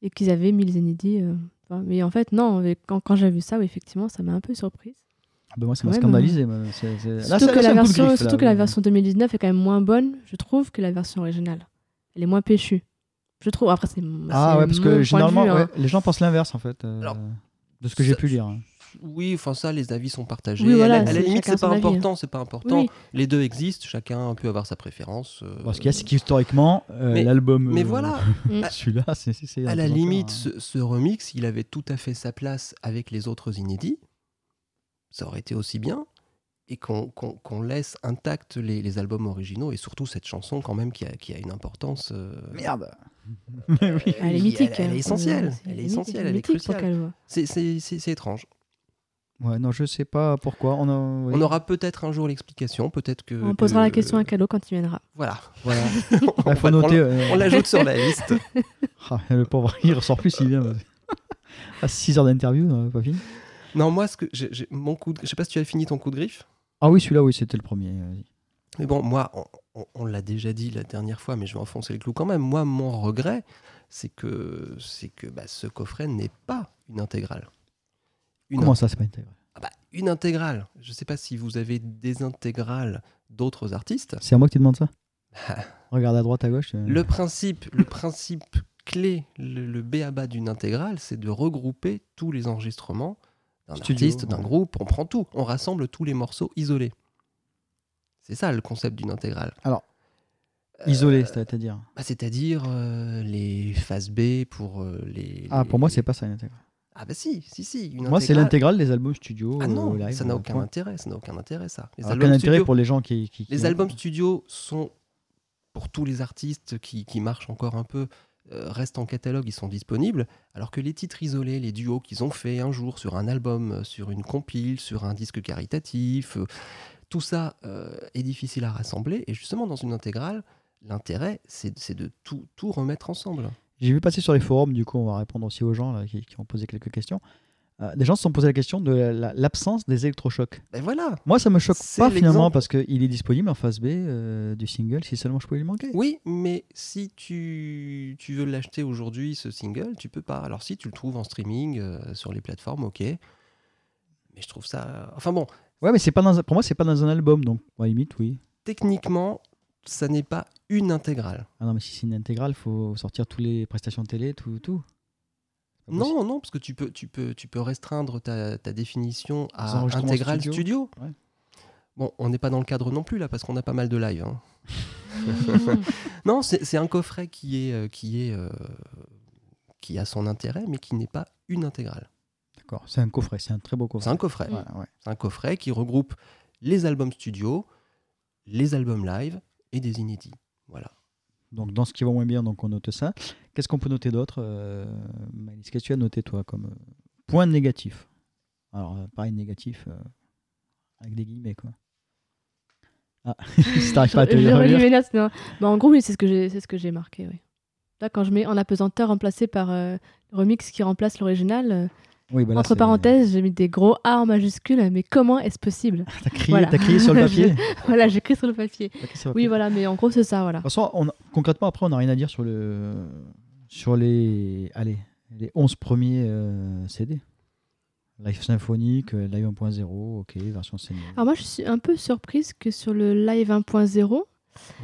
[SPEAKER 4] et qu'ils avaient mis les inédits. euh, enfin, mais en fait, non, mais quand, quand j'ai vu ça, oui, effectivement, ça m'a un peu surprise.
[SPEAKER 1] Ah, bah, moi, ça m'a
[SPEAKER 4] ouais, bah,
[SPEAKER 1] scandalisé. moi. C'est- c'est- Euh, là,
[SPEAKER 4] surtout
[SPEAKER 1] c'est-
[SPEAKER 4] que,
[SPEAKER 1] là, c'est
[SPEAKER 4] la
[SPEAKER 1] un coup de
[SPEAKER 4] version,
[SPEAKER 1] griffe,
[SPEAKER 4] surtout
[SPEAKER 1] là.
[SPEAKER 4] que la version 2019 est quand même moins bonne, je trouve, que la version originale. Elle est moins péchue. Je trouve. Après, c'est.
[SPEAKER 1] Ah
[SPEAKER 4] c'est
[SPEAKER 1] ouais, parce
[SPEAKER 4] mon point
[SPEAKER 1] que
[SPEAKER 4] de
[SPEAKER 1] généralement,
[SPEAKER 4] vue, hein.
[SPEAKER 1] ouais, les gens pensent l'inverse, en fait, euh,
[SPEAKER 3] Alors,
[SPEAKER 1] de ce que j'ai
[SPEAKER 3] ça-
[SPEAKER 1] pu lire. hein.
[SPEAKER 3] Oui, enfin ça, les avis sont partagés.
[SPEAKER 4] Oui, voilà,
[SPEAKER 3] à la, à la
[SPEAKER 4] c'est
[SPEAKER 3] limite,
[SPEAKER 4] chacun
[SPEAKER 3] c'est pas,
[SPEAKER 4] son avis, hein.
[SPEAKER 3] important, c'est pas important.
[SPEAKER 4] Oui.
[SPEAKER 3] Les deux existent, chacun peut avoir sa préférence. euh,
[SPEAKER 1] Bon, ce qu'il y a, c'est qu'historiquement, euh,
[SPEAKER 3] mais-
[SPEAKER 1] l'album.
[SPEAKER 3] Mais
[SPEAKER 1] euh,
[SPEAKER 3] voilà,
[SPEAKER 1] Celui-là, c'est. c'est- c'est
[SPEAKER 3] à
[SPEAKER 1] un
[SPEAKER 3] la
[SPEAKER 1] peu encore,
[SPEAKER 3] limite,
[SPEAKER 1] hein.
[SPEAKER 3] ce, ce remix, il avait tout à fait sa place avec les autres inédits. Ça aurait été aussi bien. Et qu'on qu'on- qu'on laisse intacts les, les albums originaux et surtout cette chanson, quand même, qui a, qui a une importance. euh,
[SPEAKER 1] Merde Mais oui.
[SPEAKER 4] Elle est
[SPEAKER 3] qui-
[SPEAKER 4] mythique.
[SPEAKER 3] Elle, elle
[SPEAKER 4] hein.
[SPEAKER 3] est essentielle.
[SPEAKER 4] C'est-
[SPEAKER 3] Elle est
[SPEAKER 4] mythique,
[SPEAKER 3] essentielle, elle est
[SPEAKER 4] mythique pour
[SPEAKER 3] cruciale.
[SPEAKER 4] Calvo.
[SPEAKER 3] C'est- C'est c'est- c'est étrange.
[SPEAKER 1] Ouais, non, je sais pas pourquoi. On, a...
[SPEAKER 3] On aura peut-être un jour l'explication. Peut-être que.
[SPEAKER 1] Euh,
[SPEAKER 4] On posera la
[SPEAKER 3] que-
[SPEAKER 4] question à Calo quand il viendra.
[SPEAKER 3] Voilà.
[SPEAKER 1] Voilà. faut
[SPEAKER 3] on va- on
[SPEAKER 1] noter.
[SPEAKER 3] l'a-
[SPEAKER 1] euh,
[SPEAKER 3] on l'ajoute sur la liste.
[SPEAKER 1] ah, le pauvre, il ressort plus, il vient. À 6 heures d'interview, euh, pas fini.
[SPEAKER 3] Non, moi, ce que j'ai- j'ai- mon coup, de- je sais pas si tu as fini ton coup de griffe,
[SPEAKER 1] Ah oui, celui-là, oui, c'était le premier. euh, vas-y.
[SPEAKER 3] mais bon, moi, on, on- on l'a déjà dit la dernière fois, mais je vais enfoncer le clou quand même. Moi, mon regret, c'est que, c'est que bah, ce coffret n'est pas une intégrale. Une,
[SPEAKER 1] Comment ça, c'est pas intégré
[SPEAKER 3] Ah bah, une intégrale. Je sais pas si vous avez des intégrales d'autres artistes. Bah,
[SPEAKER 1] C'est à moi que tu demandes ça Regarde à droite, à gauche. euh,
[SPEAKER 3] Le principe, le principe clé, le, le béaba d'une intégrale, c'est de regrouper tous les enregistrements d'un
[SPEAKER 1] Studio,
[SPEAKER 3] artiste, d'un
[SPEAKER 1] ouais.
[SPEAKER 3] groupe. On prend tout, on rassemble tous les morceaux isolés. C'est ça le concept d'une intégrale.
[SPEAKER 1] Isolé, c'est-à-dire.
[SPEAKER 3] Bah, C'est-à-dire euh, les phases B pour euh, les.
[SPEAKER 1] Ah,
[SPEAKER 3] les-
[SPEAKER 1] pour moi, c'est pas ça, l'intégrale.
[SPEAKER 3] Ah, bah si, si, si. Une
[SPEAKER 1] Moi, c'est
[SPEAKER 3] intégrale-
[SPEAKER 1] l'intégrale des albums studio.
[SPEAKER 3] Ah
[SPEAKER 1] euh,
[SPEAKER 3] non,
[SPEAKER 1] live,
[SPEAKER 3] ça n'a
[SPEAKER 1] euh,
[SPEAKER 3] aucun
[SPEAKER 1] point.
[SPEAKER 3] intérêt, ça n'a aucun intérêt, ça. Les
[SPEAKER 1] Alors,
[SPEAKER 3] albums
[SPEAKER 1] Aucun
[SPEAKER 3] studio-
[SPEAKER 1] intérêt pour les gens qui. qui-
[SPEAKER 3] Les
[SPEAKER 1] qui-
[SPEAKER 3] albums studio sont, pour tous les artistes qui, qui marchent encore un peu, euh, restent en catalogue, ils sont disponibles, alors que les titres isolés, les duos qu'ils ont fait un jour sur un album, euh, sur une compile, sur un disque caritatif, euh, tout ça euh, est difficile à rassembler. Et justement, dans une intégrale, l'intérêt, c'est c'est de tout, tout remettre ensemble.
[SPEAKER 1] J'ai vu passer sur les forums, du coup, on va répondre aussi aux gens là, qui, qui ont posé quelques questions. Euh, des gens se sont posé la question de la- la- l'absence des électrochocs.
[SPEAKER 3] Ben voilà
[SPEAKER 1] Moi, ça me choque
[SPEAKER 3] C'est
[SPEAKER 1] pas finalement
[SPEAKER 3] l'exemple.
[SPEAKER 1] parce qu'il est disponible en phase B euh, du single si seulement je pouvais le manquer.
[SPEAKER 3] Oui, mais si tu, tu veux l'acheter aujourd'hui, ce single, tu peux pas. Alors si tu le trouves en streaming, euh, sur les plateformes, ok. Mais je trouve ça... Enfin bon,
[SPEAKER 1] Ouais, mais c'est pas dans un- pour moi, c'est pas dans un album donc à la limite, oui.
[SPEAKER 3] techniquement, ça n'est pas une intégrale.
[SPEAKER 1] Ah non, mais si c'est une intégrale, faut sortir toutes les prestations de télé, tout. tout. C'est pas possible.
[SPEAKER 3] Non, non, parce que tu peux, tu peux, tu peux restreindre ta, ta définition
[SPEAKER 1] Les
[SPEAKER 3] à
[SPEAKER 1] enregistrements
[SPEAKER 3] intégrale
[SPEAKER 1] studio.
[SPEAKER 3] studio.
[SPEAKER 1] Ouais.
[SPEAKER 3] Bon, on n'est pas dans le cadre non plus là, parce qu'on a pas mal de live. hein.
[SPEAKER 4] Mmh.
[SPEAKER 3] Non, c'est c'est un coffret qui est, euh, qui est, euh, qui a son intérêt, mais qui n'est pas une intégrale.
[SPEAKER 1] D'accord, c'est un coffret, c'est un très beau coffret.
[SPEAKER 3] C'est un coffret.
[SPEAKER 1] Ouais, ouais.
[SPEAKER 3] C'est un coffret qui regroupe les albums studio, les albums live et des inédits. Voilà.
[SPEAKER 1] Donc dans ce qui va moins bien, donc on note ça. Qu'est-ce qu'on peut noter d'autre euh, Maëlys, qu'est-ce que tu as noté toi comme euh, point négatif Alors euh, pareil négatif euh, avec des guillemets quoi. Ah, si t'arrives pas à te
[SPEAKER 4] Je
[SPEAKER 1] le
[SPEAKER 4] relis
[SPEAKER 1] relire.
[SPEAKER 4] mes notes, non. Bah, en gros, oui, c'est ce que j'ai, c'est ce que j'ai marqué. Oui. Là, quand je mets en apesanteur remplacé par euh, remix qui remplace l'original, euh,
[SPEAKER 1] Oui, bah là,
[SPEAKER 4] entre
[SPEAKER 1] c'est-
[SPEAKER 4] parenthèses, j'ai mis des gros A en majuscule. Mais comment est-ce possible
[SPEAKER 1] T'as crié,
[SPEAKER 4] Voilà.
[SPEAKER 1] t'as crié sur le papier.
[SPEAKER 4] Voilà, j'écris sur le papier.
[SPEAKER 1] T'as crié sur le
[SPEAKER 4] Oui,
[SPEAKER 1] papier.
[SPEAKER 4] voilà, mais en gros, c'est ça, voilà.
[SPEAKER 1] De toute façon, on- concrètement, après, on n'a rien à dire sur, le, sur les, allez, les 11 premiers euh, CD. Live symphonique, euh, Live 1.0, ok, version CD.
[SPEAKER 4] Alors moi, je suis un peu surprise que sur le live 1.0,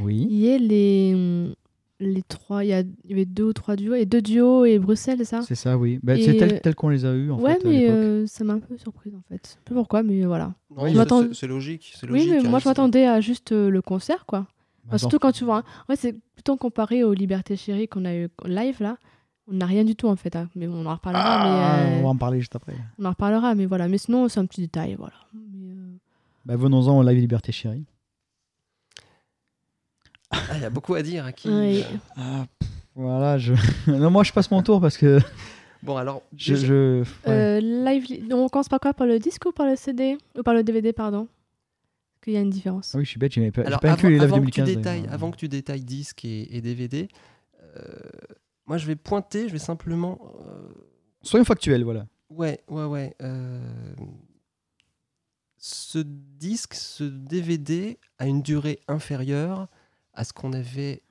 [SPEAKER 1] Oui.
[SPEAKER 4] il y ait les hmm, les trois. Il y, a- il y avait deux ou trois duos et deux duos et Bruxelles, c'est ça
[SPEAKER 1] C'est ça, oui. Ben,
[SPEAKER 4] Et- euh,
[SPEAKER 1] c'est tel, tel qu'on les a eu en
[SPEAKER 4] Ouais,
[SPEAKER 1] fait, à
[SPEAKER 4] mais
[SPEAKER 1] l'époque.
[SPEAKER 4] euh, ça m'a un peu surprise en fait. Je sais pas pourquoi, mais voilà.
[SPEAKER 3] Non,
[SPEAKER 1] Oui,
[SPEAKER 3] c'est-
[SPEAKER 1] je
[SPEAKER 4] m'attends-
[SPEAKER 3] c'est- c'est logique, c'est
[SPEAKER 4] oui,
[SPEAKER 3] logique,
[SPEAKER 4] mais
[SPEAKER 3] hein,
[SPEAKER 4] moi, je
[SPEAKER 3] c'est-
[SPEAKER 4] m'attendais à juste euh, le concert, quoi. Enfin,
[SPEAKER 1] Maintenant,
[SPEAKER 4] surtout quand tu vois. hein. Ouais, c'est plutôt comparé aux Libertés Chérie qu'on a eu en live là. On n'a rien du tout en fait, hein. mais bon, on en reparlera.
[SPEAKER 1] Ah,
[SPEAKER 4] mais, euh,
[SPEAKER 1] On va en parler juste après.
[SPEAKER 4] on en reparlera, mais voilà. Mais sinon, c'est un petit détail, voilà. Mais, euh,
[SPEAKER 1] Bah, Venons-en au live Liberté Chérie.
[SPEAKER 3] Ah, il y a beaucoup à dire. hein, qui...
[SPEAKER 4] ouais.
[SPEAKER 1] Ah, Voilà, je... non, moi je passe mon tour parce que
[SPEAKER 3] Bon, alors,
[SPEAKER 1] je... je- ouais.
[SPEAKER 4] Euh, live, li- donc, on commence par quoi Par le disque ou par le CD Ou par le DVD, pardon Parce qu'il y a une différence.
[SPEAKER 1] Ah oui, je suis bête, j'ai pas, j'ai
[SPEAKER 3] Alors,
[SPEAKER 1] pas
[SPEAKER 3] avant,
[SPEAKER 1] inclus les euh, lives hein.
[SPEAKER 3] avant que tu
[SPEAKER 1] 2015.
[SPEAKER 3] détailles,
[SPEAKER 1] d'ailleurs.
[SPEAKER 3] avant que tu détailles disque et, et DVD, euh, moi je vais pointer, je vais simplement. euh,
[SPEAKER 1] Soyons factuels, voilà.
[SPEAKER 3] ouais, ouais, ouais. euh, ce disque, ce DVD a une durée inférieure à ce qu'on avait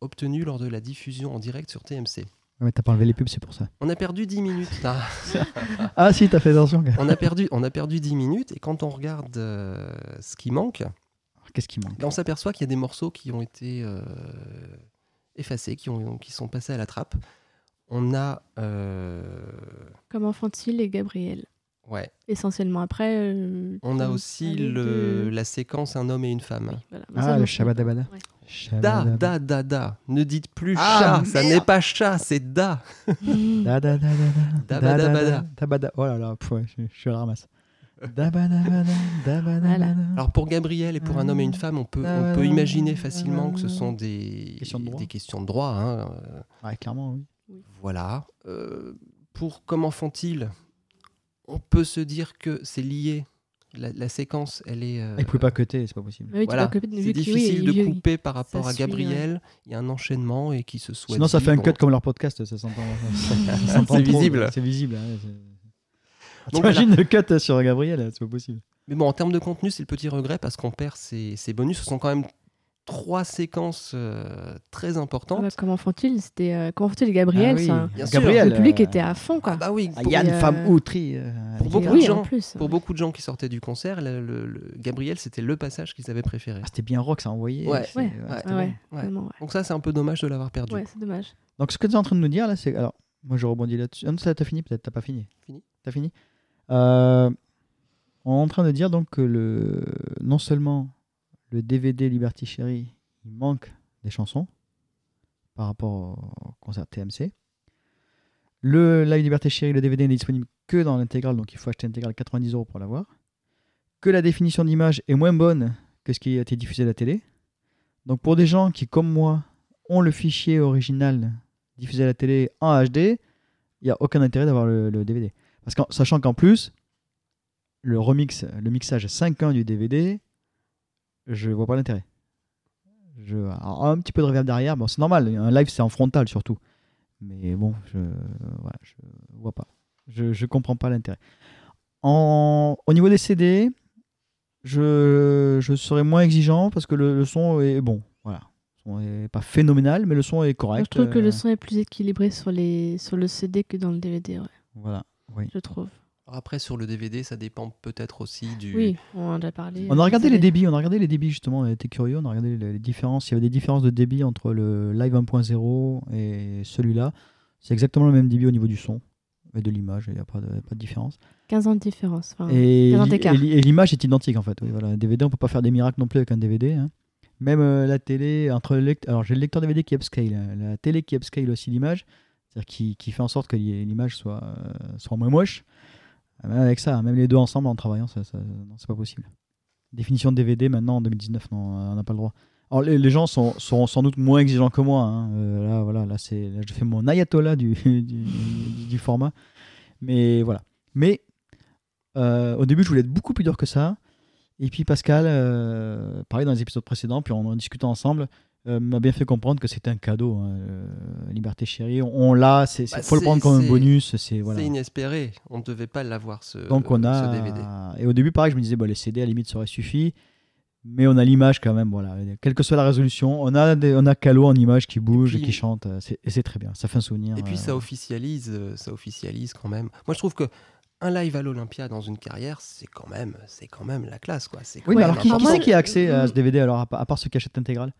[SPEAKER 3] obtenu lors de la diffusion en direct sur TMC.
[SPEAKER 1] Ouais, Ah, mais t'as pas enlevé les pubs, c'est pour ça.
[SPEAKER 3] On a perdu 10 minutes. Ah.
[SPEAKER 1] Ah si, t'as fait attention. gars.
[SPEAKER 3] on, a perdu, on a perdu 10 minutes et quand on regarde euh, ce qui manque,
[SPEAKER 1] Alors, Oh, Qu'est-ce qui manque
[SPEAKER 3] Ben, on s'aperçoit qu'il y a des morceaux qui ont été euh, effacés, qui, ont, qui sont passés à la trappe. On a. euh,
[SPEAKER 4] Comme Infantile et Gabriel.
[SPEAKER 3] ouais.
[SPEAKER 4] Essentiellement. Après. euh,
[SPEAKER 3] On a
[SPEAKER 4] on
[SPEAKER 3] aussi
[SPEAKER 4] parlait
[SPEAKER 3] le,
[SPEAKER 4] de-
[SPEAKER 3] la séquence Un homme et une femme.
[SPEAKER 4] voilà. Mais ça,
[SPEAKER 1] Ah,
[SPEAKER 4] non.
[SPEAKER 1] le Shabadabada.
[SPEAKER 4] Ouais.
[SPEAKER 3] Da,
[SPEAKER 1] Shabadabada.
[SPEAKER 3] da, da, da. Ne dites plus
[SPEAKER 1] Ah,
[SPEAKER 3] chat, ça n'est pas chat, c'est da.
[SPEAKER 4] Mmh.
[SPEAKER 1] Da, da, da, da, da. Da, da,
[SPEAKER 3] Dabadabada.
[SPEAKER 1] da, da, bada. Oh là là, pff, ouais, je, je suis à la ramasse. Dabadabada, dabadabada.
[SPEAKER 4] Voilà.
[SPEAKER 3] Alors pour Gabriel et pour Un homme et une femme, on peut, on peut imaginer facilement que ce sont des
[SPEAKER 1] Question de droit.
[SPEAKER 3] des questions de droit. hein, euh,
[SPEAKER 1] Ouais, clairement, oui.
[SPEAKER 3] Voilà. Euh, pour comment font-ils On peut se dire que c'est lié. La, la séquence, elle est. euh,
[SPEAKER 1] Ils pouvaient Ah, pas cutter, c'est pas possible.
[SPEAKER 4] Mais oui, tu
[SPEAKER 3] voilà.
[SPEAKER 4] vois que- vu
[SPEAKER 3] C'est
[SPEAKER 4] que- oui,
[SPEAKER 3] difficile
[SPEAKER 4] il-
[SPEAKER 3] de
[SPEAKER 4] il-
[SPEAKER 3] couper par rapport à
[SPEAKER 4] suit, ouais.
[SPEAKER 3] Gabriel. Il y a un enchaînement et qui se souhaite.
[SPEAKER 1] Sinon, ça fait un cut comme leur podcast, ça s'entend. ça s'entend
[SPEAKER 3] C'est
[SPEAKER 1] trop,
[SPEAKER 3] visible.
[SPEAKER 1] C'est visible. hein, c'est-
[SPEAKER 3] Donc,
[SPEAKER 1] T'imagines le cut sur Gabriel, hein, c'est pas possible.
[SPEAKER 3] Mais bon, en termes de contenu, c'est le petit regret parce qu'on perd ces, ces bonus. Ce sont quand même trois séquences euh, très
[SPEAKER 4] Ah
[SPEAKER 3] importantes.
[SPEAKER 4] bah, Comme Infantile, c'était. euh, Comme Infantile et Gabriel, hein.
[SPEAKER 1] Ah oui,
[SPEAKER 4] c'est un-
[SPEAKER 3] Bien sûr.
[SPEAKER 1] Gabriel,
[SPEAKER 4] Le public
[SPEAKER 1] euh,
[SPEAKER 4] était à fond, quoi.
[SPEAKER 3] Ah bah oui,
[SPEAKER 1] Ah,
[SPEAKER 3] pour,
[SPEAKER 1] Il y a une
[SPEAKER 4] euh,
[SPEAKER 1] femme outrie. euh,
[SPEAKER 3] pour
[SPEAKER 1] avec-
[SPEAKER 3] beaucoup de
[SPEAKER 4] oui,
[SPEAKER 3] gens,
[SPEAKER 4] En plus,
[SPEAKER 3] pour beaucoup de gens qui sortaient du concert, le- le- le- Gabriel, c'était le passage qu'ils avaient préféré.
[SPEAKER 1] Ah, C'était bien rock, ça envoyait.
[SPEAKER 3] Ouais.
[SPEAKER 1] c'est- euh,
[SPEAKER 4] Ouais.
[SPEAKER 1] ouais.
[SPEAKER 4] Ah ouais,
[SPEAKER 3] Ouais.
[SPEAKER 4] vraiment, ouais.
[SPEAKER 3] Donc ça, c'est un peu dommage de l'avoir perdu.
[SPEAKER 4] Ouais, c'est dommage.
[SPEAKER 1] Donc ce que tu es en train de nous dire là, c'est alors moi je rebondis là-dessus. Ah non, ça, t'as fini peut-être, t'as pas fini.
[SPEAKER 3] Fini.
[SPEAKER 1] T'as fini. Euh, on est en train de dire donc que le non seulement le DVD Liberty Chérie, il manque des chansons par rapport au concert TMC. Le Live Liberté Chérie, le DVD n'est disponible que dans l'intégrale, donc il faut acheter l'intégrale 90 euros pour l'avoir. Que la définition d'image est moins bonne que ce qui a été diffusé à la télé. Donc pour des gens qui, comme moi, ont le fichier original diffusé à la télé en HD, il n'y a aucun intérêt d'avoir le, le DVD. Parce qu'en sachant qu'en plus, le remix, le mixage 5.1 du DVD, je vois pas l'intérêt. Je, alors, un petit peu de reverb derrière, bon, c'est normal, un live c'est en frontal surtout. Mais bon, je voilà, je vois pas. Je, je comprends pas l'intérêt. En- Au niveau des CD, je, je serais moins exigeant parce que le, le son est bon. Voilà. Le son est pas phénoménal, mais le son est
[SPEAKER 4] Moi,
[SPEAKER 1] correct.
[SPEAKER 4] je trouve que
[SPEAKER 1] euh,
[SPEAKER 4] le son est plus équilibré sur, les... sur le CD que dans le DVD, ouais,
[SPEAKER 1] Voilà. Oui.
[SPEAKER 4] je trouve.
[SPEAKER 3] Alors Après, sur le DVD, ça dépend peut-être aussi du.
[SPEAKER 4] Oui, on en a déjà parlé.
[SPEAKER 1] On
[SPEAKER 4] euh,
[SPEAKER 1] a regardé
[SPEAKER 4] du
[SPEAKER 1] les
[SPEAKER 4] CD.
[SPEAKER 1] débits, on a regardé les débits justement, on était curieux, on a regardé les les différences, il y avait des différences de débit entre le live 1.0 et celui-là. C'est exactement le même débit au niveau du son et de l'image, il n'y a pas de, pas de différence.
[SPEAKER 4] 15 ans de différence. enfin,
[SPEAKER 1] Et,
[SPEAKER 4] un
[SPEAKER 1] li-
[SPEAKER 4] écart.
[SPEAKER 1] et li- et l'image est identique en fait. Oui, voilà. Un DVD, on peut pas faire des miracles non plus avec un DVD. hein. Même euh, la télé, entre le lect- alors j'ai le lecteur DVD qui upscale, hein, la télé qui upscale aussi l'image, c'est-à-dire qui, qui fait en sorte que l'y- l'image soit, euh, soit moins moche. Ah, Même avec ça, même les deux ensemble en travaillant, ça, ça- non, c'est pas possible. Définition de DVD maintenant en 2019, non, on n'a pas le droit. Alors les, les gens sont, sont sans doute moins exigeants que moi. hein. Euh, là, voilà, là, c'est, là, je fais mon ayatollah du, du, du- du format. Mais voilà. Mais euh, au début, je voulais être beaucoup plus dur que ça. Et puis Pascal, euh, pareil dans les épisodes précédents, puis en en discutant ensemble, euh, m'a bien fait comprendre que c'était un cadeau. hein, euh, Liberté chérie, on, on l'a, c'est, c'est-
[SPEAKER 3] Bah,
[SPEAKER 1] faut le
[SPEAKER 3] c'est-
[SPEAKER 1] prendre comme un
[SPEAKER 3] c'est-
[SPEAKER 1] bonus. C'est, voilà.
[SPEAKER 3] C'est inespéré. On ne devait pas l'avoir ce,
[SPEAKER 1] Donc on a.
[SPEAKER 3] euh, ce DVD.
[SPEAKER 1] Et au début, pareil, je me disais, bah, les CD à la limite, ça aurait suffi. Mais on a l'image quand même, voilà. Quelle que soit la résolution, on a, des, on a Calo en image qui bouge,
[SPEAKER 3] puis-
[SPEAKER 1] qui chante, euh, c'est- et c'est très bien. Ça fait un souvenir.
[SPEAKER 3] Et puis
[SPEAKER 1] euh,
[SPEAKER 3] ça officialise, euh, ça officialise quand même. Moi, je trouve que un live à l'Olympia dans une carrière, c'est quand même, c'est quand même la classe, quoi. C'est quand
[SPEAKER 1] Oui, mais
[SPEAKER 3] même
[SPEAKER 1] alors qui,
[SPEAKER 4] alors euh,
[SPEAKER 1] qui
[SPEAKER 4] moi,
[SPEAKER 1] c'est qui a accès à
[SPEAKER 4] je-
[SPEAKER 1] ce DVD alors, à, pa- à part ceux qui achètent l'intégrale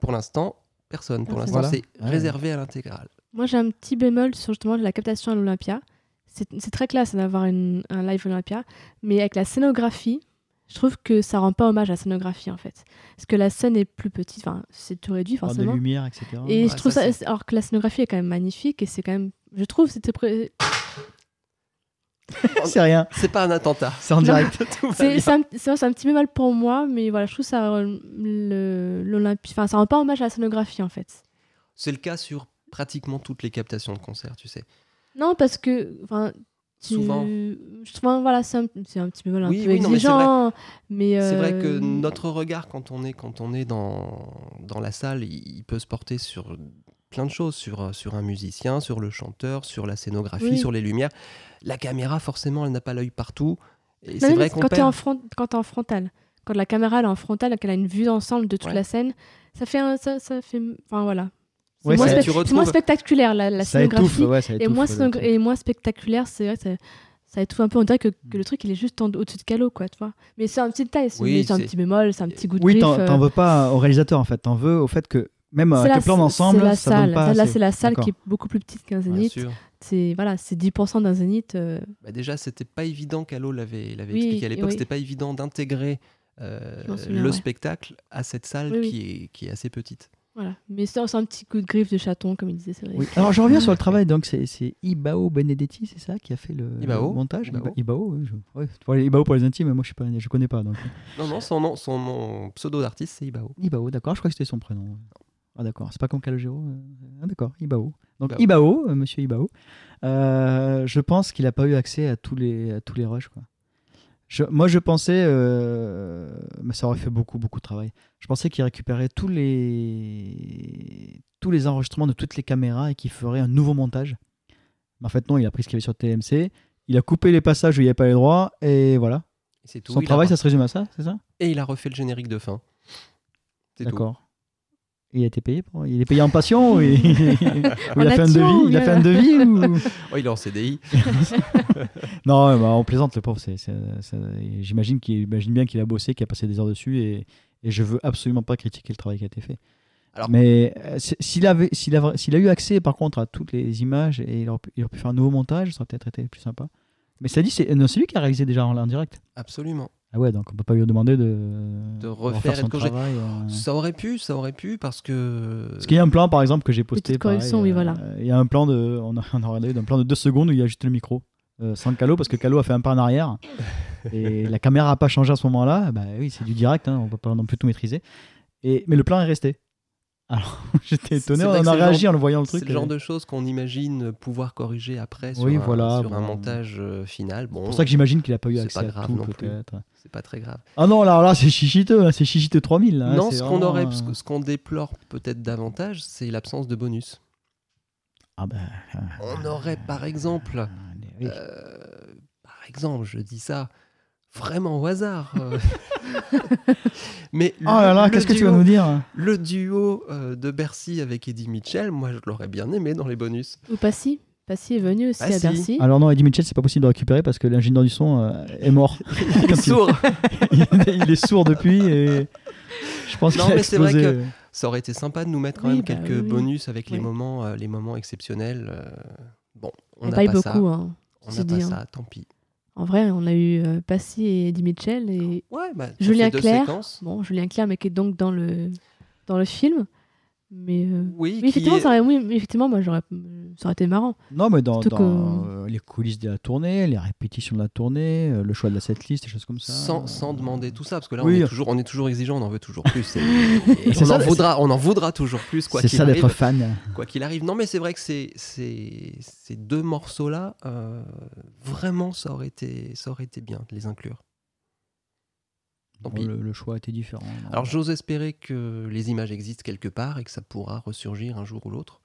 [SPEAKER 3] Pour l'instant, personne. Pour
[SPEAKER 4] Personne.
[SPEAKER 3] l'instant,
[SPEAKER 1] Voilà.
[SPEAKER 3] c'est
[SPEAKER 1] Ouais.
[SPEAKER 3] réservé à l'intégrale.
[SPEAKER 4] Moi, j'ai un petit bémol sur justement la captation à l'Olympia. C'est c'est très classe d'avoir une- un live Olympia, mais avec la scénographie, je trouve que ça rend pas hommage à la scénographie en fait. Parce que la scène est plus petite, enfin c'est tout réduit
[SPEAKER 1] Par des
[SPEAKER 4] forcément.
[SPEAKER 1] lumières, etc.
[SPEAKER 4] Et
[SPEAKER 3] Ouais,
[SPEAKER 4] je trouve
[SPEAKER 3] ça,
[SPEAKER 4] ça, alors que la scénographie est quand même magnifique et c'est quand même, je trouve, c'était pré-
[SPEAKER 1] C'est rien,
[SPEAKER 3] C'est pas un attentat.
[SPEAKER 1] c'est en
[SPEAKER 4] Non.
[SPEAKER 1] direct.
[SPEAKER 3] Tout va
[SPEAKER 4] c'est
[SPEAKER 3] bien.
[SPEAKER 4] c'est un, c'est- c'est un petit peu mal pour moi, mais voilà, je trouve ça rend le- l'Olympi- enfin ça rend pas hommage à la scénographie en fait.
[SPEAKER 3] C'est le cas sur pratiquement toutes les captations de concerts, tu sais.
[SPEAKER 4] Non parce que, enfin, tu-
[SPEAKER 3] Souvent.
[SPEAKER 4] je trouve, voilà, c'est un, c'est un petit peu un
[SPEAKER 3] Oui,
[SPEAKER 4] peu
[SPEAKER 3] oui, non, mais c'est vrai.
[SPEAKER 4] exigeant, mais,
[SPEAKER 3] C'est vrai
[SPEAKER 4] euh,
[SPEAKER 3] que notre regard, quand on est, quand on est dans, dans la salle, il, il peut se porter sur plein de choses, sur, euh, sur un musicien, sur le chanteur, sur la scénographie,
[SPEAKER 4] Oui.
[SPEAKER 3] sur les lumières. La caméra, forcément, elle n'a pas l'œil partout. Et
[SPEAKER 4] Non,
[SPEAKER 3] c'est
[SPEAKER 4] mais
[SPEAKER 3] vrai
[SPEAKER 4] c'est
[SPEAKER 3] qu'on
[SPEAKER 4] quand t'es en
[SPEAKER 3] perd.
[SPEAKER 4] front, quand t'es en frontal, quand la caméra elle est en frontal, qu'elle a une vue d'ensemble de toute
[SPEAKER 3] Ouais.
[SPEAKER 4] la scène, ça fait, un- ça, ça fait, enfin voilà. C'est
[SPEAKER 1] Ouais,
[SPEAKER 4] moins,
[SPEAKER 1] ça-
[SPEAKER 4] spe-
[SPEAKER 3] tu
[SPEAKER 4] c'est
[SPEAKER 3] retrouves-
[SPEAKER 4] moins spectaculaire la, la
[SPEAKER 1] ça étouffe,
[SPEAKER 4] scénographie
[SPEAKER 1] ouais, ça
[SPEAKER 4] et
[SPEAKER 1] étouffe.
[SPEAKER 4] moins
[SPEAKER 1] le
[SPEAKER 4] scénogra-
[SPEAKER 1] truc.
[SPEAKER 4] et moins spectaculaire, c'est vrai, ça, ça étouffe un peu. On dirait que, que le truc il est juste en- au-dessus de calot quoi, tu vois. Mais c'est un petit détail, c'est
[SPEAKER 3] Oui,
[SPEAKER 4] mais c'est un
[SPEAKER 3] c'est-
[SPEAKER 4] petit bémol, c'est un petit goût de
[SPEAKER 1] Oui,
[SPEAKER 4] griffe,
[SPEAKER 1] t'en
[SPEAKER 4] euh,
[SPEAKER 1] t'en veux pas au réalisateur en fait, t'en veux au fait que même euh,
[SPEAKER 4] c'est
[SPEAKER 1] avec
[SPEAKER 4] la-
[SPEAKER 1] le plan
[SPEAKER 4] c'est-
[SPEAKER 1] d'ensemble,
[SPEAKER 4] c'est la
[SPEAKER 1] ça
[SPEAKER 4] salle.
[SPEAKER 1] donne pas.
[SPEAKER 4] Là,
[SPEAKER 1] assez.
[SPEAKER 4] c'est la salle
[SPEAKER 1] D'accord.
[SPEAKER 4] qui est beaucoup plus petite qu'un
[SPEAKER 3] Bien
[SPEAKER 4] zénith.
[SPEAKER 3] sûr.
[SPEAKER 4] C'est voilà, c'est 10% d'un zénith. euh,
[SPEAKER 3] Bah déjà, c'était pas évident qu'Allo l'avait l'avait
[SPEAKER 4] Oui,
[SPEAKER 3] expliqué à l'époque.
[SPEAKER 4] oui.
[SPEAKER 3] C'était pas évident d'intégrer euh,
[SPEAKER 4] Je m'en souviens,
[SPEAKER 3] le
[SPEAKER 4] ouais.
[SPEAKER 3] spectacle à cette salle
[SPEAKER 4] Oui, oui.
[SPEAKER 3] qui, est, qui est assez petite.
[SPEAKER 4] voilà. Mais c'est c'est un petit coup de griffe de chaton, comme il disait. c'est vrai.
[SPEAKER 1] Oui. Alors je reviens sur le travail, donc c'est- c'est Ibao Benedetti, c'est ça, qui a fait le,
[SPEAKER 3] Ibao,
[SPEAKER 1] le montage
[SPEAKER 3] Ibao.
[SPEAKER 1] Iba- Ibao, oui, je- ouais, tu vois, Ibao pour les intimes, moi je ne je connais pas. Donc.
[SPEAKER 3] Non, non, son nom, son nom pseudo d'artiste, c'est Ibao.
[SPEAKER 1] Ibao, d'accord, je crois que c'était son prénom. Ah d'accord, c'est pas comme Calogero. euh, Ah d'accord, Ibao. Donc
[SPEAKER 3] Ibao.
[SPEAKER 1] Ibao, euh, monsieur Ibao, euh, je pense qu'il n'a pas eu accès à tous les, à tous les rushs. Quoi. Je- moi je pensais, euh, mais ça aurait fait beaucoup, beaucoup de travail. Je pensais qu'il récupérait tous les, tous les enregistrements de toutes les caméras et qu'il ferait un nouveau montage. Mais en fait non, il a pris ce qu'il y avait sur TMC, il a coupé les passages où il n'y avait pas les droits, et voilà.
[SPEAKER 3] Et C'est tout.
[SPEAKER 1] Son
[SPEAKER 3] Il a
[SPEAKER 1] travail,
[SPEAKER 3] re-
[SPEAKER 1] ça se résume à ça, c'est ça
[SPEAKER 3] Et il a refait le générique de fin. C'est tout.
[SPEAKER 1] D'accord. Il a été payé pour... Il est payé en passion ou il... ou il a
[SPEAKER 4] En
[SPEAKER 1] fait un
[SPEAKER 4] action,
[SPEAKER 1] devis Il a
[SPEAKER 4] oui,
[SPEAKER 1] fait un devis ou...
[SPEAKER 3] Oh, il est en CDI.
[SPEAKER 1] Non, ouais, bah, on plaisante le pauvre. c'est- c'est- c'est- J'imagine qu'il imagine bien qu'il a bossé, qu'il a passé des heures dessus et, et je veux absolument pas critiquer le travail qui a été fait.
[SPEAKER 3] Alors-
[SPEAKER 1] Mais euh, c'est- s'il avait, s'il avait- s'il a eu accès par contre à toutes les images et il aurait pu, il aurait pu faire un nouveau montage, ça aurait peut-être été plus sympa. Mais ça dit, c'est non, c'est lui qui a réalisé déjà en, en direct.
[SPEAKER 3] Absolument.
[SPEAKER 1] Ah ouais, donc on peut pas lui demander de,
[SPEAKER 3] De refaire et de
[SPEAKER 1] son
[SPEAKER 3] corriger.
[SPEAKER 1] travail. euh.
[SPEAKER 3] Ça aurait pu, ça aurait pu, parce que.
[SPEAKER 1] Parce qu'il y a un plan, par exemple, que j'ai posté.
[SPEAKER 4] Petite correction,
[SPEAKER 1] pareil,
[SPEAKER 4] oui, voilà.
[SPEAKER 1] euh, Il y a un plan de, on a, on a regardé d'un plan de deux secondes où il y a juste le micro euh, sans Calo parce que Calo a fait un pas en arrière et la caméra n'a pas changé à ce moment-là. Bah oui, c'est du direct, hein, on peut pas non plus tout maîtriser. Et mais le plan est resté. Alors j'étais
[SPEAKER 3] C'est
[SPEAKER 1] étonné, on
[SPEAKER 3] vrai que
[SPEAKER 1] en
[SPEAKER 3] c'est
[SPEAKER 1] a
[SPEAKER 3] le
[SPEAKER 1] réagi
[SPEAKER 3] genre-
[SPEAKER 1] en le voyant le
[SPEAKER 3] C'est
[SPEAKER 1] truc.
[SPEAKER 3] le genre
[SPEAKER 1] euh,
[SPEAKER 3] de choses qu'on imagine pouvoir corriger après sur,
[SPEAKER 1] Oui,
[SPEAKER 3] un,
[SPEAKER 1] voilà,
[SPEAKER 3] sur un
[SPEAKER 1] bon.
[SPEAKER 3] montage euh, final. Bon,
[SPEAKER 1] C'est pour ça que j'imagine qu'il a pas eu
[SPEAKER 3] C'est
[SPEAKER 1] accès
[SPEAKER 3] pas
[SPEAKER 1] à
[SPEAKER 3] grave
[SPEAKER 1] tout
[SPEAKER 3] non plus.
[SPEAKER 1] peut-être.
[SPEAKER 3] c'est pas très grave.
[SPEAKER 1] Ah non, là, là c'est chichiteux, là, c'est chichiteux 3000. là, hein,
[SPEAKER 3] non,
[SPEAKER 1] c'est
[SPEAKER 3] ce qu'on
[SPEAKER 1] vraiment,
[SPEAKER 3] aurait,
[SPEAKER 1] euh,
[SPEAKER 3] ce que- ce qu'on déplore peut-être davantage, c'est l'absence de bonus.
[SPEAKER 1] Ah bah, euh,
[SPEAKER 3] On aurait par exemple,
[SPEAKER 1] oui.
[SPEAKER 3] euh, par exemple, je dis ça vraiment au hasard. euh, Mais
[SPEAKER 1] Oh là là,
[SPEAKER 3] le
[SPEAKER 1] qu'est-ce que tu vas
[SPEAKER 3] duo-
[SPEAKER 1] nous dire hein.
[SPEAKER 3] Le duo euh, de Bercy avec Eddie Mitchell, moi je l'aurais bien aimé dans les bonus.
[SPEAKER 4] Ou Passy. Passy est venu aussi à
[SPEAKER 3] Passy.
[SPEAKER 4] Bercy.
[SPEAKER 1] Alors non, Eddie Mitchell, c'est pas possible de récupérer parce que l'ingénieur du son euh, est mort. Quand il-
[SPEAKER 3] Sourd.
[SPEAKER 1] il, est sourd depuis et je pense
[SPEAKER 3] Non,
[SPEAKER 1] qu'il a
[SPEAKER 3] mais c'est vrai
[SPEAKER 1] explosé.
[SPEAKER 3] Ça aurait été sympa de nous mettre quand
[SPEAKER 4] Oui,
[SPEAKER 3] même
[SPEAKER 4] bah
[SPEAKER 3] quelques
[SPEAKER 4] oui, oui.
[SPEAKER 3] bonus avec les
[SPEAKER 4] Oui.
[SPEAKER 3] moments, euh, les moments exceptionnels. euh, bon, on
[SPEAKER 4] On
[SPEAKER 3] n'a
[SPEAKER 4] paye
[SPEAKER 3] pas
[SPEAKER 4] beaucoup.
[SPEAKER 3] ça.
[SPEAKER 4] hein.
[SPEAKER 3] On
[SPEAKER 4] c'est
[SPEAKER 3] n'a pas
[SPEAKER 4] dit, hein.
[SPEAKER 3] ça, tant pis.
[SPEAKER 4] En vrai, on a eu euh, Passy et Eddie Mitchell. Et
[SPEAKER 3] Ouais, bah, ça
[SPEAKER 4] Julien
[SPEAKER 3] fait deux
[SPEAKER 4] Clerc.
[SPEAKER 3] séquences.
[SPEAKER 4] bon, Julien Clerc, mais qui est donc dans le, dans le film. Mais, euh,
[SPEAKER 3] Oui,
[SPEAKER 4] mais
[SPEAKER 3] qui
[SPEAKER 4] effectivement,
[SPEAKER 3] est-
[SPEAKER 4] ça aurait... oui, mais effectivement, moi, j'aurais... ça aurait été marrant.
[SPEAKER 1] Non, mais dans,
[SPEAKER 4] Surtout
[SPEAKER 1] dans,
[SPEAKER 4] que-
[SPEAKER 1] euh, les coulisses de la tournée, les répétitions de la tournée, euh, le choix de la setlist, des choses comme ça.
[SPEAKER 3] sans, sans demander tout ça, parce que là,
[SPEAKER 1] Oui.
[SPEAKER 3] on, est toujours, on est toujours exigeant, on en veut toujours plus. et- et
[SPEAKER 1] C'est
[SPEAKER 3] on,
[SPEAKER 1] ça,
[SPEAKER 3] en
[SPEAKER 1] c'est-
[SPEAKER 3] vaudra, on en vaudra toujours plus, quoi
[SPEAKER 1] C'est
[SPEAKER 3] qu'il
[SPEAKER 1] ça d'être
[SPEAKER 3] arrive.
[SPEAKER 1] fan.
[SPEAKER 3] Quoi qu'il arrive. Non, mais c'est vrai que c'est, c'est, ces deux morceaux-là, euh, vraiment, ça aurait, été, ça aurait été bien de les inclure. Tant
[SPEAKER 1] Bon,
[SPEAKER 3] pis.
[SPEAKER 1] le, le choix était différent.
[SPEAKER 3] Alors, j'ose espérer que les images existent quelque part et que ça pourra ressurgir un jour ou l'autre.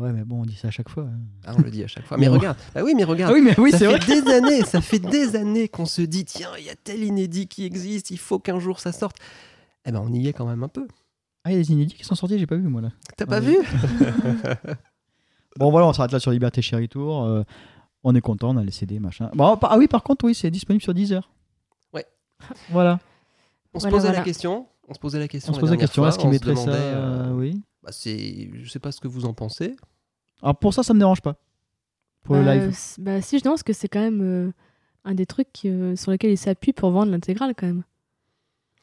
[SPEAKER 1] ouais, mais bon, on dit ça à chaque fois. hein.
[SPEAKER 3] Ah, on le dit à chaque fois. Mais
[SPEAKER 1] Non.
[SPEAKER 3] regarde, bah oui, mais regarde.
[SPEAKER 1] Ah oui, mais oui,
[SPEAKER 3] ça
[SPEAKER 1] c'est vrai.
[SPEAKER 3] fait des années, ça fait des années qu'on se dit tiens, il y a tel inédit qui existe, il faut qu'un jour ça sorte. Eh ben, on y est quand même un peu.
[SPEAKER 1] Ah, il y a des inédits qui sont sortis, j'ai pas vu moi là.
[SPEAKER 3] T'as
[SPEAKER 1] Ah
[SPEAKER 3] pas
[SPEAKER 1] oui.
[SPEAKER 3] vu
[SPEAKER 1] Bon, voilà, on s'arrête là sur Liberté Chérie Tour. euh, on est content, on a les CD, machin. Bon, par- ah oui, par contre, oui, c'est disponible sur Deezer.
[SPEAKER 3] Ouais.
[SPEAKER 1] Voilà.
[SPEAKER 3] On se
[SPEAKER 4] Voilà,
[SPEAKER 3] posait la
[SPEAKER 4] voilà.
[SPEAKER 3] question. On se posait la question.
[SPEAKER 1] On se pose la
[SPEAKER 3] dernière
[SPEAKER 1] question,
[SPEAKER 3] fois,
[SPEAKER 1] est-ce qu'ils
[SPEAKER 3] on se
[SPEAKER 1] mettraient ça
[SPEAKER 3] demandait,
[SPEAKER 1] euh,
[SPEAKER 3] euh,
[SPEAKER 1] Oui.
[SPEAKER 3] bah, c'est, je sais pas ce que vous en pensez.
[SPEAKER 1] Alors pour ça, ça me dérange pas. Pour le
[SPEAKER 4] Bah,
[SPEAKER 1] live.
[SPEAKER 4] c- bah, si, je pense que c'est quand même. euh, un des trucs qui, euh, sur lesquels ils s'appuient pour vendre l'intégrale quand même.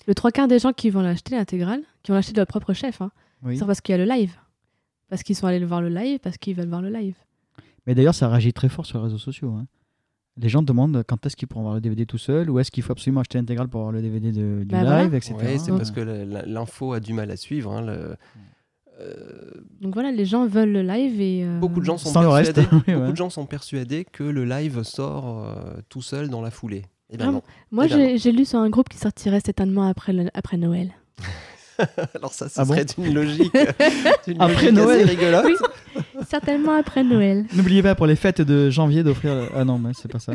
[SPEAKER 4] Le trois quarts des gens qui vont l'acheter l'intégrale, qui vont l'acheter de leur propre chef, hein,
[SPEAKER 1] Oui.
[SPEAKER 4] c'est parce qu'il y a le live. Parce qu'ils sont allés le voir le live, parce qu'ils veulent voir le live.
[SPEAKER 1] Mais d'ailleurs, ça réagit très fort sur les réseaux sociaux. hein. Les gens demandent quand est-ce qu'ils pourront voir le DVD tout seul ou est-ce qu'il faut absolument acheter l'intégrale pour voir le DVD de- du
[SPEAKER 4] Bah
[SPEAKER 1] live,
[SPEAKER 4] voilà.
[SPEAKER 1] etc.
[SPEAKER 3] Ouais, c'est
[SPEAKER 1] Euh,
[SPEAKER 3] parce que la- la- l'info a du mal à suivre. hein, le- euh,
[SPEAKER 4] Donc voilà, les gens veulent le live et. euh,
[SPEAKER 3] beaucoup de gens sont
[SPEAKER 1] Sans le reste.
[SPEAKER 3] persuadés.
[SPEAKER 1] Oui,
[SPEAKER 3] beaucoup
[SPEAKER 1] ouais.
[SPEAKER 3] de gens sont persuadés que le live sort euh, tout seul dans la foulée. Eh ben
[SPEAKER 4] Ah,
[SPEAKER 3] non.
[SPEAKER 4] Moi,
[SPEAKER 3] Évidemment.
[SPEAKER 4] j'ai j'ai lu sur un groupe qui sortirait cet an après, le- après Noël.
[SPEAKER 3] Alors ça, ce
[SPEAKER 1] Ah bon
[SPEAKER 3] serait une logique, une
[SPEAKER 1] Après
[SPEAKER 3] logique
[SPEAKER 1] Noël.
[SPEAKER 3] assez rigolote.
[SPEAKER 4] Oui. Certainement après Noël.
[SPEAKER 1] Ah. N'oubliez pas pour les fêtes de janvier d'offrir. le- Ah non, mais c'est pas ça.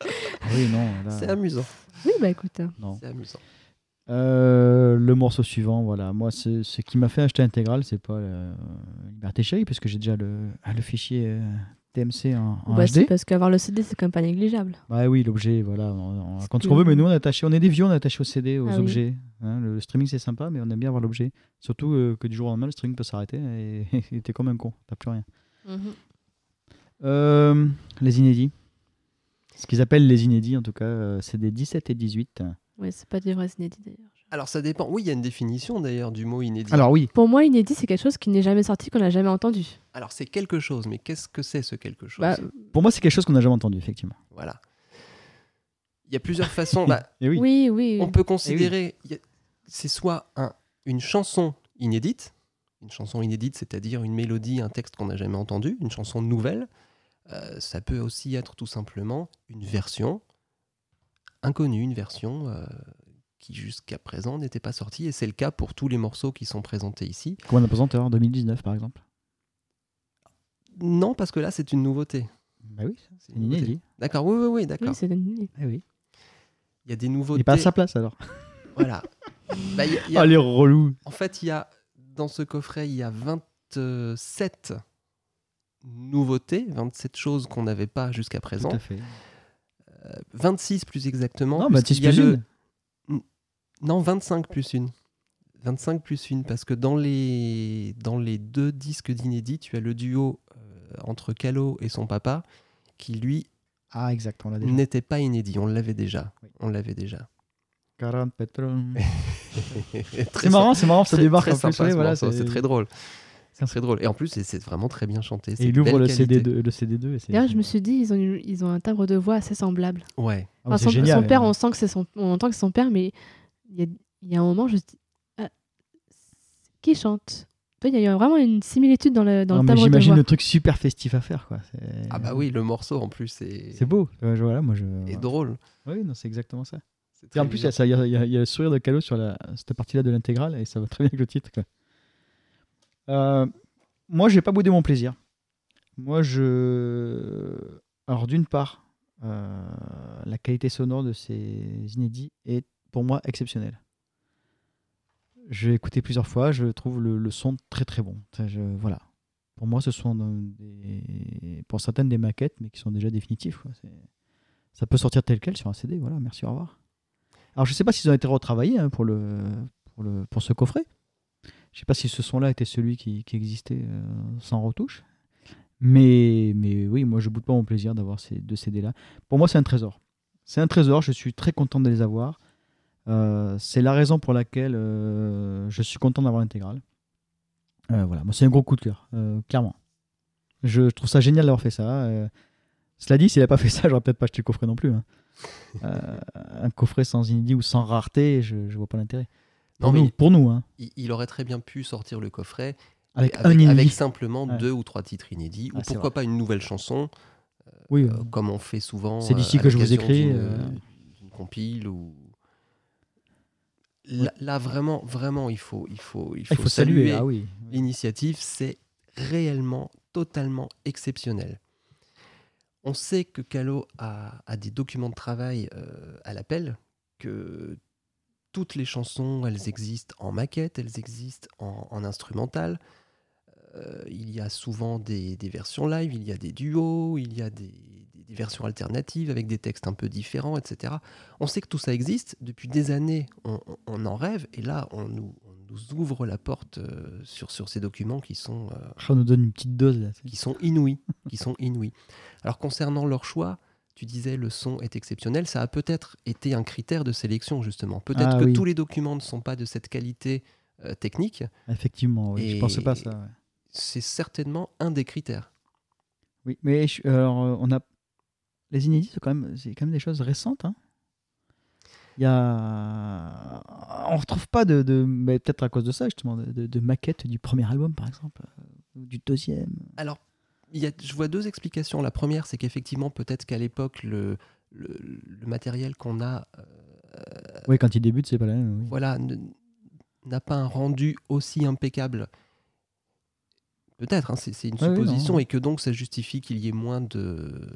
[SPEAKER 1] Ah oui, non. là,
[SPEAKER 3] C'est amusant.
[SPEAKER 4] Oui, bah écoute. hein.
[SPEAKER 1] non.
[SPEAKER 3] C'est amusant.
[SPEAKER 1] Euh, le morceau suivant, voilà. Moi, ce, ce qui m'a fait acheter l'intégrale, c'est pas euh, Liberté Chérie, parce que j'ai déjà le, le fichier euh, TMC en, en
[SPEAKER 4] Bah, c'est
[SPEAKER 1] HD.
[SPEAKER 4] parce qu'avoir le CD, c'est quand même pas négligeable.
[SPEAKER 1] Bah oui, l'objet, voilà, on, on
[SPEAKER 4] C'est
[SPEAKER 1] raconte ce
[SPEAKER 4] plus-
[SPEAKER 1] qu'on veut, mais nous on est attaché, on est des vieux, on est attaché au CD, aux
[SPEAKER 4] Ah oui.
[SPEAKER 1] objets. hein. le streaming c'est sympa, mais on aime bien avoir l'objet. Surtout euh, que du jour au lendemain, le streaming peut s'arrêter et et t'es comme un con, t'as plus rien. Euh, les inédits. Ce qu'ils appellent les inédits, en tout cas, euh, c'est des 17 et 18.
[SPEAKER 4] Ouais, c'est pas des vrais inédits d'ailleurs.
[SPEAKER 3] Alors ça dépend. Oui, il y a une définition d'ailleurs du mot inédit. Alors,
[SPEAKER 1] Alors oui,
[SPEAKER 4] Pour moi, inédit, c'est quelque chose qui n'est jamais sorti, qu'on n'a jamais entendu.
[SPEAKER 3] c'est quelque chose, mais qu'est-ce que c'est ce quelque chose
[SPEAKER 4] Bah,
[SPEAKER 1] pour moi c'est quelque chose qu'on n'a jamais entendu, effectivement.
[SPEAKER 3] Voilà. Il y a plusieurs façons. Bah,
[SPEAKER 1] Et oui.
[SPEAKER 4] oui, oui.
[SPEAKER 3] on peut considérer, il y a- c'est soit un- une chanson inédite, une chanson inédite, c'est-à-dire une mélodie, un texte qu'on n'a jamais entendu, une chanson nouvelle. Euh, ça peut aussi être tout simplement une version inconnue, une version euh, qui jusqu'à présent n'était pas sortie, et c'est le cas pour tous les morceaux qui sont présentés ici.
[SPEAKER 1] Comme un présenteur en 2019, par exemple.
[SPEAKER 3] Non, parce que là, c'est une nouveauté.
[SPEAKER 1] Bah oui,
[SPEAKER 3] C'est
[SPEAKER 1] c'est
[SPEAKER 3] une
[SPEAKER 1] un
[SPEAKER 3] nouveauté.
[SPEAKER 1] inédit.
[SPEAKER 3] D'accord, oui, oui, oui, d'accord.
[SPEAKER 4] Oui, c'est une-
[SPEAKER 1] Eh oui.
[SPEAKER 3] Il y a des
[SPEAKER 1] Il
[SPEAKER 3] nouveautés.
[SPEAKER 1] est pas à sa place alors.
[SPEAKER 3] Voilà. Bah, il y a- il y a-
[SPEAKER 1] Allez, relou.
[SPEAKER 3] En fait, il y a dans ce coffret, il y a 27 nouveautés, 27 choses qu'on n'avait pas jusqu'à
[SPEAKER 1] Tout
[SPEAKER 3] présent,
[SPEAKER 1] à fait.
[SPEAKER 3] 26 plus exactement.
[SPEAKER 1] Non, bah
[SPEAKER 3] puisqu'il
[SPEAKER 1] 10
[SPEAKER 3] y a
[SPEAKER 1] plus
[SPEAKER 3] le-
[SPEAKER 1] une.
[SPEAKER 3] Non, 25 plus une. 25 plus une parce que dans les dans les deux disques d'inédit, tu as le duo euh, entre Calo et son papa qui lui
[SPEAKER 1] Ah, exact, on l'a déjà.
[SPEAKER 3] n'était pas inédit, on l'avait déjà.
[SPEAKER 1] Oui.
[SPEAKER 3] On l'avait déjà.
[SPEAKER 1] 40 pétrole.
[SPEAKER 3] Très
[SPEAKER 1] C'est marrant, c'est marrant, ça
[SPEAKER 3] très-
[SPEAKER 1] débarque
[SPEAKER 3] très
[SPEAKER 1] en plus.
[SPEAKER 3] sympa,
[SPEAKER 1] ouais,
[SPEAKER 3] ce
[SPEAKER 1] voilà,
[SPEAKER 3] morceau, c'est très drôle.
[SPEAKER 1] c'est-
[SPEAKER 3] C'est très drôle. Et en plus, c'est- c'est vraiment très bien chanté. c'est
[SPEAKER 1] Et il
[SPEAKER 3] de
[SPEAKER 1] ouvre
[SPEAKER 3] belle
[SPEAKER 1] le
[SPEAKER 3] qualité.
[SPEAKER 1] CD2, le CD2 et c'est.
[SPEAKER 4] D'ailleurs, je me suis dit, ils ont, une- ils ont un timbre de voix assez semblable.
[SPEAKER 3] Ouais.
[SPEAKER 1] Ah, mais
[SPEAKER 4] Enfin,
[SPEAKER 1] c'est
[SPEAKER 4] son,
[SPEAKER 1] génial,
[SPEAKER 4] son père,
[SPEAKER 1] hein.
[SPEAKER 4] on sent que c'est son, on entend que c'est son père, mais il y a, il y a un moment, je me suis dit, Ah, qui chante Tu vois, Il y a eu vraiment une similitude dans le, dans
[SPEAKER 1] Non,
[SPEAKER 4] le
[SPEAKER 1] mais
[SPEAKER 4] timbre de
[SPEAKER 1] J'imagine
[SPEAKER 4] voix.
[SPEAKER 1] le truc super festif à faire, quoi. C'est-
[SPEAKER 3] Ah bah oui, le morceau en plus est,
[SPEAKER 1] Euh, C'est beau. Euh, je- voilà, moi je.
[SPEAKER 3] est drôle.
[SPEAKER 1] Oui, non, c'est exactement ça.
[SPEAKER 3] C'est
[SPEAKER 1] Et
[SPEAKER 3] très
[SPEAKER 1] en plus, il y,
[SPEAKER 3] bizarre.
[SPEAKER 1] a ça- il y a- il y a- il y a le sourire de Calo sur la, cette partie-là de l'intégrale et ça va très bien avec le titre. quoi. Euh, moi, j'ai pas boudé mon plaisir. Moi, je. Alors, d'une part, euh, la qualité sonore de ces inédits est pour moi exceptionnelle. J'ai écouté plusieurs fois, je trouve le, le son très très bon. Ça, je- voilà. Pour moi, ce sont des- pour certaines des maquettes, mais qui sont déjà définitives. quoi. C'est- Ça peut sortir tel quel sur un CD. Voilà, merci, au revoir. Alors, je sais pas s'ils ont été retravaillés hein, pour, le, pour, le, pour ce coffret. Je sais pas si ce son-là était celui qui, qui existait euh, sans retouche. Mais, mais oui, moi, je boude pas mon plaisir d'avoir ces deux CD-là. Pour moi, c'est un trésor. C'est un trésor. Je suis très content de les avoir. Euh, c'est la raison pour laquelle euh, je suis content d'avoir l'intégrale. Euh, voilà, moi, c'est un gros coup de cœur, euh, clairement. Je trouve ça génial d'avoir fait ça. euh. cela dit, s'il n'a pas fait ça, j'aurais peut-être pas acheté le coffret non plus. hein. Euh, un coffret sans inédit ou sans rareté, je, je vois pas l'intérêt.
[SPEAKER 3] Non,
[SPEAKER 1] Pour,
[SPEAKER 3] mais
[SPEAKER 1] nous, pour nous, hein,
[SPEAKER 3] il, il aurait très bien pu sortir le coffret
[SPEAKER 1] avec,
[SPEAKER 3] avec,
[SPEAKER 1] un inédit.
[SPEAKER 3] avec simplement
[SPEAKER 1] Ouais.
[SPEAKER 3] deux ou trois titres inédits,
[SPEAKER 1] Ah,
[SPEAKER 3] ou
[SPEAKER 1] c'est
[SPEAKER 3] pourquoi pas une nouvelle chanson,
[SPEAKER 1] Oui,
[SPEAKER 3] euh,
[SPEAKER 1] euh,
[SPEAKER 3] comme on fait souvent.
[SPEAKER 1] C'est
[SPEAKER 3] euh,
[SPEAKER 1] d'ici
[SPEAKER 3] à
[SPEAKER 1] que je vous
[SPEAKER 3] l'occasion
[SPEAKER 1] écris,
[SPEAKER 3] d'une-
[SPEAKER 1] euh.
[SPEAKER 3] d'une compile ou. Là, là, vraiment, vraiment, il faut, il faut, il
[SPEAKER 1] ah,
[SPEAKER 3] faut,
[SPEAKER 1] il faut saluer. Ah
[SPEAKER 3] saluer
[SPEAKER 1] oui.
[SPEAKER 3] l'initiative, c'est réellement, totalement exceptionnel. On sait que Calo a, a des documents de travail euh, à l'appel, que toutes les chansons, elles existent en maquette, elles existent en, en instrumental. Euh, il y a souvent des, des versions live, il y a des duos, il y a des, des- des versions alternatives avec des textes un peu différents, etc. On sait que tout ça existe. Depuis des années, on, on- on en rêve. Et là, on nous, on nous ouvre la porte euh, sur, sur ces documents qui sont, euh,
[SPEAKER 1] Ah, On nous donne une petite dose là.
[SPEAKER 3] qui sont inouïs. qui sont inouïs. Alors, concernant leur choix, Tu disais le son est exceptionnel, ça a peut-être été un critère de sélection justement. Peut-être
[SPEAKER 1] Ah
[SPEAKER 3] que
[SPEAKER 1] oui.
[SPEAKER 3] tous les documents ne sont pas de cette qualité euh, technique.
[SPEAKER 1] Effectivement, oui, je
[SPEAKER 3] Et-
[SPEAKER 1] pensais pas à ça. ouais.
[SPEAKER 3] C'est certainement un des critères.
[SPEAKER 1] Oui, mais je- alors, euh, on a les inédits, c'est quand même, c'est quand même des choses récentes. hein. Il y a, on retrouve pas de, de- mais peut-être à cause de ça justement, de, de- de maquettes du premier album par exemple, euh, ou du deuxième.
[SPEAKER 3] Alors, il y a- je vois deux explications. La première, c'est qu'effectivement, peut-être qu'à l'époque, le, le- le matériel qu'on a euh,
[SPEAKER 1] Oui, quand il débute, c'est pas la même. oui.
[SPEAKER 3] voilà, ne- n'a pas un rendu aussi impeccable. Peut-être, hein, c'est c'est une
[SPEAKER 1] Ouais, ouais,
[SPEAKER 3] supposition,
[SPEAKER 1] non.
[SPEAKER 3] et que donc ça justifie qu'il y ait moins de,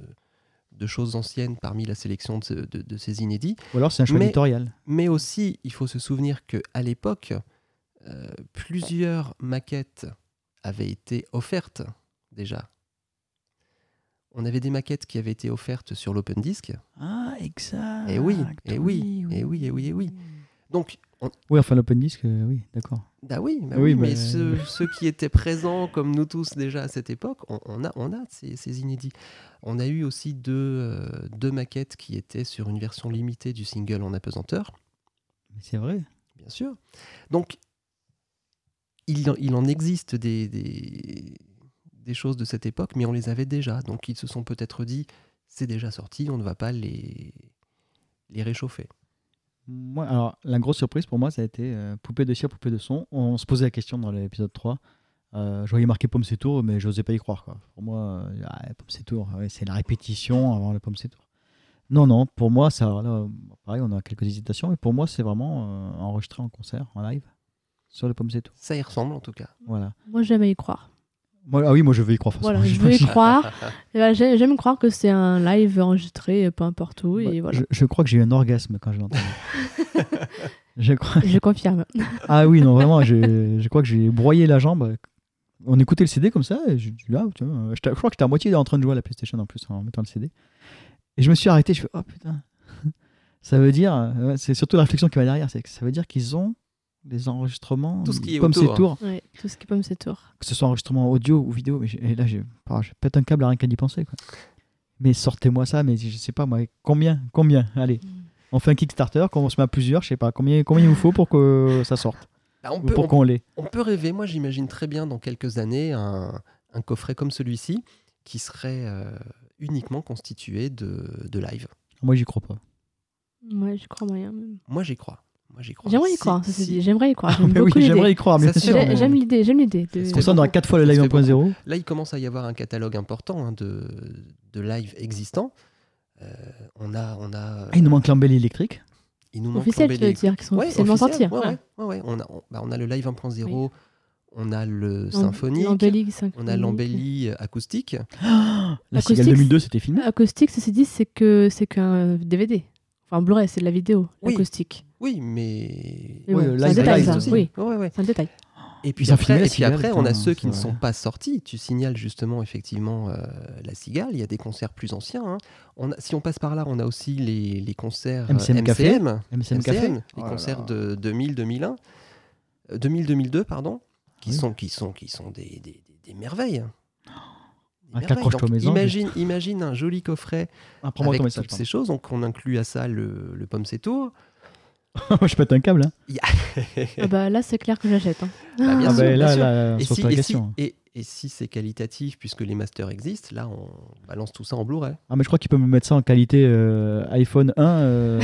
[SPEAKER 3] de choses anciennes parmi la sélection de, ce- de- de ces inédits.
[SPEAKER 1] Ou alors c'est un choix
[SPEAKER 3] Mais-
[SPEAKER 1] éditorial.
[SPEAKER 3] Mais aussi, il faut se souvenir qu'à l'époque, euh, plusieurs maquettes avaient été offertes déjà. On avait des maquettes qui avaient été offertes sur l'Open Disc.
[SPEAKER 1] Ah, exact.
[SPEAKER 3] Eh oui, eh oui, eh oui, eh oui, eh oui. Donc, on-
[SPEAKER 1] Oui, enfin l'open disc, euh, oui, d'accord.
[SPEAKER 3] Bah oui, bah
[SPEAKER 1] Oui,
[SPEAKER 3] oui, mais,
[SPEAKER 1] mais-
[SPEAKER 3] ceux, ceux qui étaient présents, comme nous tous déjà à cette époque, on, on a, on a ces, ces inédits. On a eu aussi deux, euh, deux maquettes qui étaient sur une version limitée du single en apesanteur,
[SPEAKER 1] Mais c'est vrai.
[SPEAKER 3] bien sûr. Donc, il, en- il en existe des, des, des choses de cette époque, mais on les avait déjà. Donc, ils se sont peut-être dit, c'est déjà sorti, on ne va pas les, les réchauffer.
[SPEAKER 1] Moi, alors, la grosse surprise pour moi, ça a été euh, poupée de cire, poupée de son. On se posait la question dans l'épisode 3. Euh, je voyais marqué Pomme c'est tour, mais j'osais pas y croire. Quoi. Pour moi, euh, ah, Pomme c'est tour, ouais, c'est la répétition avant le Pomme c'est tour. Non, non, pour moi, ça, là, pareil, on a quelques hésitations, mais pour moi, c'est vraiment euh, enregistré en concert, en live, sur le Pomme c'est tour.
[SPEAKER 3] Ça y ressemble en tout cas.
[SPEAKER 1] Voilà.
[SPEAKER 4] Moi, j'aime y croire.
[SPEAKER 1] Moi, ah oui, moi, je veux y croire. forcément.
[SPEAKER 4] Voilà, je veux y croire. Et voilà, j'ai- J'aime croire que c'est un live enregistré, euh, peu importe où,
[SPEAKER 1] Moi,
[SPEAKER 4] et voilà.
[SPEAKER 1] Bah, je, je crois que j'ai eu un orgasme quand je l'ai entendu. je crois.
[SPEAKER 4] Je confirme.
[SPEAKER 1] Ah oui, non, vraiment, je, je crois que j'ai broyé la jambe. On écoutait le CD comme ça, et je, je- ah, tiens, euh, j'étais- je crois que j'étais à moitié en train de jouer à la PlayStation en plus en mettant le CD. Et je me suis arrêté, je fais oh putain. Ça veut dire, euh, ouais, c'est surtout la réflexion qui va derrière, c'est que ça veut dire qu'ils ont des enregistrements,
[SPEAKER 3] Tout ce qui est
[SPEAKER 1] comme
[SPEAKER 3] autour.
[SPEAKER 1] ces tours,
[SPEAKER 4] Ouais, tout ce qui pomme, c'est tour.
[SPEAKER 1] que ce soit enregistrement audio ou vidéo. Mais j'ai- et là, j'ai ah, je pète un câble à rien qu'à d'y penser. Quoi. Mais sortez-moi ça, mais je sais pas moi, combien, combien, allez. On fait un Kickstarter, quand on se met à plusieurs, je sais pas, combien, combien il vous faut pour que ça sorte,
[SPEAKER 3] Bah, on
[SPEAKER 1] ou
[SPEAKER 3] peut-
[SPEAKER 1] pour
[SPEAKER 3] on
[SPEAKER 1] qu'on l'ait.
[SPEAKER 3] On peut rêver, moi j'imagine très bien dans quelques années un, un coffret comme celui-ci qui serait euh, uniquement constitué de, de live.
[SPEAKER 1] Moi, j'y crois pas.
[SPEAKER 4] Ouais, je crois moyen. même.
[SPEAKER 3] Moi j'y crois. Moi j'y crois.
[SPEAKER 4] J'aimerais y
[SPEAKER 3] Si-
[SPEAKER 4] croire, ça se
[SPEAKER 3] si-
[SPEAKER 4] dit. Bah J'aimerais y croire.
[SPEAKER 1] Oh, Ah,
[SPEAKER 4] J'aime
[SPEAKER 1] mais
[SPEAKER 4] beaucoup
[SPEAKER 1] oui, j'aimerais
[SPEAKER 4] l'idée.
[SPEAKER 1] y croire, bien
[SPEAKER 3] Ça se
[SPEAKER 1] sûr.
[SPEAKER 3] fait.
[SPEAKER 4] J'ai-
[SPEAKER 1] mais-
[SPEAKER 4] J'aime l'idée, j'aime l'idée. de-
[SPEAKER 1] C'est pour ça, on aura quatre fois le
[SPEAKER 3] Ça se
[SPEAKER 1] live
[SPEAKER 3] fait Ah.
[SPEAKER 1] 1.0.
[SPEAKER 3] Là il commence à y avoir un catalogue important hein, de, de live existants. Euh, on a, on a. euh,
[SPEAKER 1] Ah, il nous manque l'embellie électrique.
[SPEAKER 3] il nous manque
[SPEAKER 4] Officiel, tu
[SPEAKER 3] l'embellie-
[SPEAKER 4] veux dire, qui sont
[SPEAKER 3] Ouais,
[SPEAKER 4] officiellement
[SPEAKER 3] officiel,
[SPEAKER 4] sortis. Ah.
[SPEAKER 3] ouais,
[SPEAKER 4] voilà.
[SPEAKER 3] ouais, ouais, ouais. On, a, on- bah, on a le live 1.0, on a le
[SPEAKER 4] L'em-
[SPEAKER 3] symphonique,
[SPEAKER 4] l'embellie
[SPEAKER 3] on a
[SPEAKER 4] symphonique.
[SPEAKER 3] l'embellie acoustique.
[SPEAKER 1] La
[SPEAKER 4] Acoustique,
[SPEAKER 1] cigale 2002, c'était
[SPEAKER 3] Ah.
[SPEAKER 1] filmé.
[SPEAKER 4] Ah, Acoustique, ceci dit, c'est que c'est qu'un DVD. Enfin, Blu-ray, c'est de la vidéo,
[SPEAKER 3] Oui.
[SPEAKER 4] acoustique.
[SPEAKER 3] Oui, mais.
[SPEAKER 4] Mais
[SPEAKER 1] Oui,
[SPEAKER 4] bon,
[SPEAKER 1] le
[SPEAKER 4] c'est un
[SPEAKER 1] live,
[SPEAKER 4] détail,
[SPEAKER 1] live
[SPEAKER 4] ça.
[SPEAKER 1] aussi.
[SPEAKER 4] Oui,
[SPEAKER 3] Ouais, ouais, ouais.
[SPEAKER 4] c'est un détail.
[SPEAKER 3] Et puis
[SPEAKER 1] Ils ont
[SPEAKER 3] après,
[SPEAKER 1] filmé la
[SPEAKER 3] et puis
[SPEAKER 1] cigale,
[SPEAKER 3] après, on a
[SPEAKER 1] putain,
[SPEAKER 3] ceux qui
[SPEAKER 1] c'est
[SPEAKER 3] ne
[SPEAKER 1] vrai.
[SPEAKER 3] sont pas sortis. Tu signales justement effectivement euh, la cigale. Il y a des concerts plus anciens. hein. On a- si on passe par là, on a aussi les, les concerts euh,
[SPEAKER 1] MCM
[SPEAKER 3] MCM,
[SPEAKER 1] Café.
[SPEAKER 3] MCM,
[SPEAKER 1] MCM Café.
[SPEAKER 3] les
[SPEAKER 1] Oh là
[SPEAKER 3] concerts
[SPEAKER 1] là.
[SPEAKER 3] de 2000-2001, euh, 2000-2002 pardon, qui
[SPEAKER 1] Oui.
[SPEAKER 3] sont qui sont qui sont des, des- des- des merveilles.
[SPEAKER 1] Ah,
[SPEAKER 3] Des merveilles.
[SPEAKER 1] qu'accroche-toi
[SPEAKER 3] Donc,
[SPEAKER 1] aux maisons,
[SPEAKER 3] imagine, imagine un joli coffret
[SPEAKER 1] Ah, prends-moi
[SPEAKER 3] avec
[SPEAKER 1] ton
[SPEAKER 3] toutes
[SPEAKER 1] message.
[SPEAKER 3] ces choses. Donc on inclut à ça le, le pomme c'est tour.
[SPEAKER 1] pardon. Moi, je pète un câble. hein.
[SPEAKER 4] Ah bah, là, c'est clair que j'achète. hein.
[SPEAKER 3] Bah, bien
[SPEAKER 1] Ah,
[SPEAKER 3] sûr,
[SPEAKER 1] bah,
[SPEAKER 3] bien
[SPEAKER 1] là,
[SPEAKER 3] sûr.
[SPEAKER 1] là,
[SPEAKER 3] Et
[SPEAKER 1] sur
[SPEAKER 3] si,
[SPEAKER 1] ta
[SPEAKER 3] et
[SPEAKER 1] question.
[SPEAKER 3] si- et- et si c'est qualitatif, puisque les masters existent, là on balance tout ça en Blu-ray.
[SPEAKER 1] Ah, mais je crois qu'il peut me mettre ça en qualité euh, iPhone 1 euh,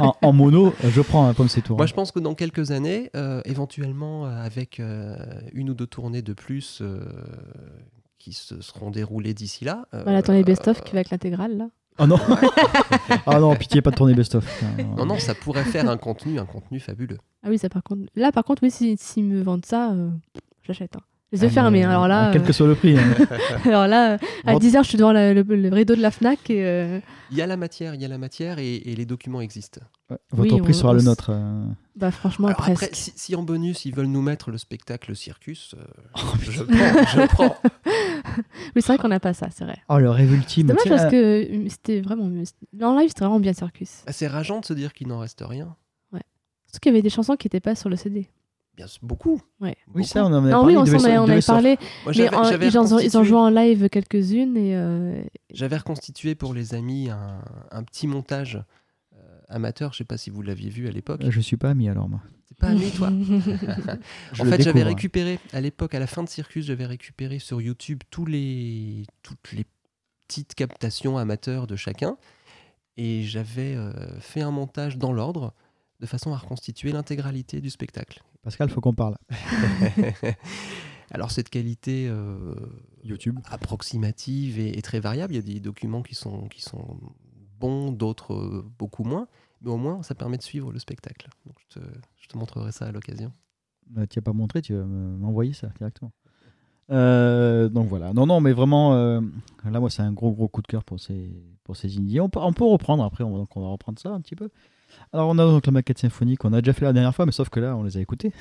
[SPEAKER 1] en, en mono. euh, Je prends un pomme, c'est tout.
[SPEAKER 3] Moi je pense que dans quelques années, euh, éventuellement euh, avec euh, une ou deux tournées de plus euh, qui se seront déroulées d'ici là. euh,
[SPEAKER 4] Voilà, attends les best-of
[SPEAKER 3] euh,
[SPEAKER 4] qui va avec l'intégrale, là.
[SPEAKER 1] Oh non Ah non, pitié, pas de tournée best-of. Putain, Ah,
[SPEAKER 3] Non, non, ça pourrait faire un contenu, un contenu fabuleux.
[SPEAKER 4] Ah oui, ça par contre. Là, par contre, oui, si- s'ils me vendent ça, euh, j'achète. Hein. Les yeux
[SPEAKER 1] Ah,
[SPEAKER 4] fermés. hein. Alors là,
[SPEAKER 1] Quel que soit le prix. hein.
[SPEAKER 4] euh, alors là euh, à
[SPEAKER 1] Vente-
[SPEAKER 4] 10h, je suis devant la- le, le rideau de la Fnac. Et, euh,
[SPEAKER 3] Il y a la matière, il y a la matière et, et les documents existent.
[SPEAKER 1] Votre
[SPEAKER 4] Oui,
[SPEAKER 1] prix
[SPEAKER 4] on-
[SPEAKER 1] sera
[SPEAKER 4] on
[SPEAKER 1] le
[SPEAKER 4] s-
[SPEAKER 1] nôtre. euh.
[SPEAKER 4] bah, franchement,
[SPEAKER 3] Alors
[SPEAKER 4] presque.
[SPEAKER 3] après, si, si en bonus ils veulent nous mettre le spectacle Circus, euh, je prends, je prends.
[SPEAKER 4] Oui, c'est vrai qu'on n'a pas ça, c'est vrai.
[SPEAKER 1] Oh, le rêve ultime.
[SPEAKER 4] Dommage
[SPEAKER 1] Tiens,
[SPEAKER 4] parce que euh, c'était vraiment mieux. En live, c'était vraiment bien Circus.
[SPEAKER 3] C'est rageant de se dire qu'il n'en reste rien.
[SPEAKER 4] Surtout qu'il y avait des chansons qui n'étaient pas sur le CD.
[SPEAKER 3] Bien sûr, beaucoup.
[SPEAKER 4] Ouais.
[SPEAKER 1] Oui, ça, on
[SPEAKER 3] Beaucoup.
[SPEAKER 1] en avait
[SPEAKER 4] Non,
[SPEAKER 1] parlé.
[SPEAKER 4] oui,
[SPEAKER 1] il
[SPEAKER 4] on
[SPEAKER 1] devait
[SPEAKER 4] s'en
[SPEAKER 1] sor-
[SPEAKER 4] est- on
[SPEAKER 1] devait
[SPEAKER 4] avait
[SPEAKER 1] sortir.
[SPEAKER 4] parlé,
[SPEAKER 3] Moi,
[SPEAKER 4] mais
[SPEAKER 3] j'avais-
[SPEAKER 4] en-
[SPEAKER 3] j'avais
[SPEAKER 4] ils, en ont, ils en
[SPEAKER 3] reconstitué-
[SPEAKER 4] jouent en live quelques-unes et euh,
[SPEAKER 3] J'avais reconstitué pour les amis un, un petit montage euh, amateur, je sais pas si vous l'aviez vu à l'époque.
[SPEAKER 1] Euh, Je suis pas ami alors, moi.
[SPEAKER 3] T'es pas ami toi.
[SPEAKER 1] Je
[SPEAKER 3] en
[SPEAKER 1] le
[SPEAKER 3] fait, j'avais
[SPEAKER 1] découvre.
[SPEAKER 3] récupéré à l'époque, à la fin de Circus, j'avais récupéré sur YouTube tous les, toutes les petites captations amateurs de chacun, et j'avais euh, fait un montage dans l'ordre de façon à reconstituer l'intégralité du spectacle.
[SPEAKER 1] Pascal, faut qu'on parle.
[SPEAKER 3] Alors cette qualité euh,
[SPEAKER 1] YouTube.
[SPEAKER 3] approximative et, et très variable, il y a des documents qui sont, qui sont bons, d'autres euh, beaucoup moins, mais au moins ça permet de suivre le spectacle. Donc, je, te, je te montrerai ça à l'occasion.
[SPEAKER 1] Euh, tu as pas montré, tu vas me- m'envoyer ça directement. Euh, donc voilà. Non, non, mais vraiment, euh, là, moi, c'est un gros, gros coup de cœur pour ces, pour ces indies. On peut, on peut reprendre après, on, va- donc on va reprendre ça un petit peu. Alors, on a donc la maquette symphonique, on a déjà fait la dernière fois, mais sauf que là, on les a écoutés.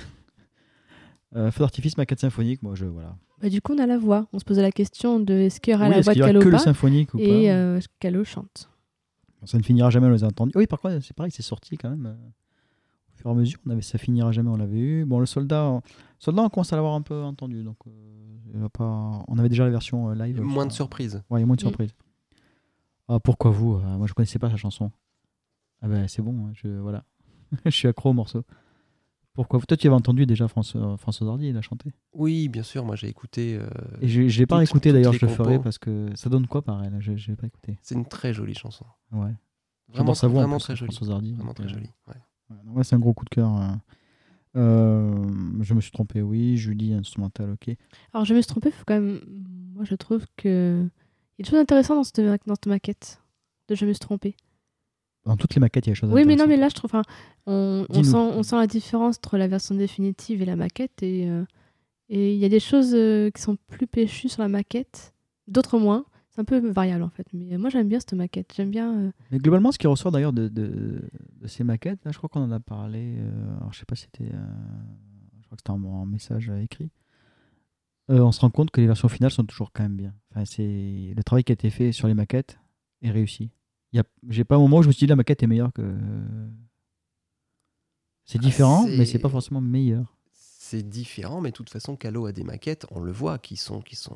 [SPEAKER 1] Euh, Feu d'artifice, maquette symphonique, moi, je. Voilà.
[SPEAKER 4] bah, du coup on a la voix. On se posait la question de est-ce qu'il y aura
[SPEAKER 1] Oui,
[SPEAKER 4] la
[SPEAKER 1] est-ce
[SPEAKER 4] voix de
[SPEAKER 1] qu'il y aura
[SPEAKER 4] Calo
[SPEAKER 1] que
[SPEAKER 4] ou
[SPEAKER 1] le
[SPEAKER 4] pas
[SPEAKER 1] symphonique ou
[SPEAKER 4] et
[SPEAKER 1] pas
[SPEAKER 4] euh, Calo chante.
[SPEAKER 1] Ça ne finira jamais, on les a entendus. Oui, par contre, c'est pareil, c'est sorti quand même. euh, Au fur et à mesure, on avait, ça finira jamais, on l'avait eu. Bon, le soldat, on, soldat, on commence à l'avoir un peu entendu. Donc, euh, il va pas, on avait déjà la version euh, live.
[SPEAKER 3] Moins de
[SPEAKER 1] surprise.
[SPEAKER 3] surprises.
[SPEAKER 1] Ouais, il y a moins de
[SPEAKER 4] Mm.
[SPEAKER 1] surprises. Ah, pourquoi vous Ah, Moi, je connaissais pas sa chanson. Ah ben, c'est bon, hein, je, voilà. je suis accro au morceau. Pourquoi vous Toi, tu avais entendu déjà François, François Hardy, il a chanté.
[SPEAKER 3] Oui, bien sûr, moi j'ai écouté. euh,
[SPEAKER 1] Et je, je l'ai pas
[SPEAKER 3] Toutes-
[SPEAKER 1] écouté
[SPEAKER 3] toutes
[SPEAKER 1] d'ailleurs,
[SPEAKER 3] les
[SPEAKER 1] je le ferai
[SPEAKER 3] compos.
[SPEAKER 1] parce que ça donne quoi pareil là, Je, je l'ai pas écouté.
[SPEAKER 3] c'est une très jolie chanson.
[SPEAKER 1] Ouais.
[SPEAKER 3] Vraiment,
[SPEAKER 1] J'adore sa voix, en
[SPEAKER 3] vraiment
[SPEAKER 1] plus,
[SPEAKER 3] très jolie.
[SPEAKER 1] François Hardy.
[SPEAKER 3] Vraiment
[SPEAKER 1] donc,
[SPEAKER 3] très
[SPEAKER 1] euh,
[SPEAKER 3] jolie. ouais.
[SPEAKER 1] Ouais, donc là, c'est un gros coup de cœur. euh. Euh, je me suis trompé, oui. Julie, instrumental, ok.
[SPEAKER 4] Alors je me suis trompée, faut quand même. Moi je trouve que il y a des choses intéressantes dans cette, ma- dans cette maquette de je me suis trompée.
[SPEAKER 1] Dans toutes les maquettes, il y a des choses
[SPEAKER 4] Oui, mais non, mais
[SPEAKER 1] intéressantes.
[SPEAKER 4] là, je trouve. enfin, On, on
[SPEAKER 1] Dis-nous.
[SPEAKER 4] sent, on sent la différence entre la version définitive et la maquette. Et euh, et il y a des choses euh, qui sont plus péchues sur la maquette, d'autres moins. C'est un peu variable, en fait. Mais euh, moi, j'aime bien cette maquette. J'aime bien. euh,
[SPEAKER 1] Mais globalement, ce qui ressort d'ailleurs de, de- de ces maquettes, là, je crois qu'on en a parlé. euh, alors, je sais pas si c'était. euh, je crois que c'était un, un message euh, écrit. Euh, on se rend compte que les versions finales sont toujours quand même bien. Enfin, c'est le travail qui a été fait sur les maquettes est réussi. Il y a, j'ai pas un moment où je me suis dit la maquette est meilleure que. C'est
[SPEAKER 3] Ah,
[SPEAKER 1] différent, mais c'est
[SPEAKER 3] c'est-
[SPEAKER 1] pas forcément meilleur.
[SPEAKER 3] C'est différent, mais de toute façon, Calo a des maquettes, on le voit, qui sont, qui sont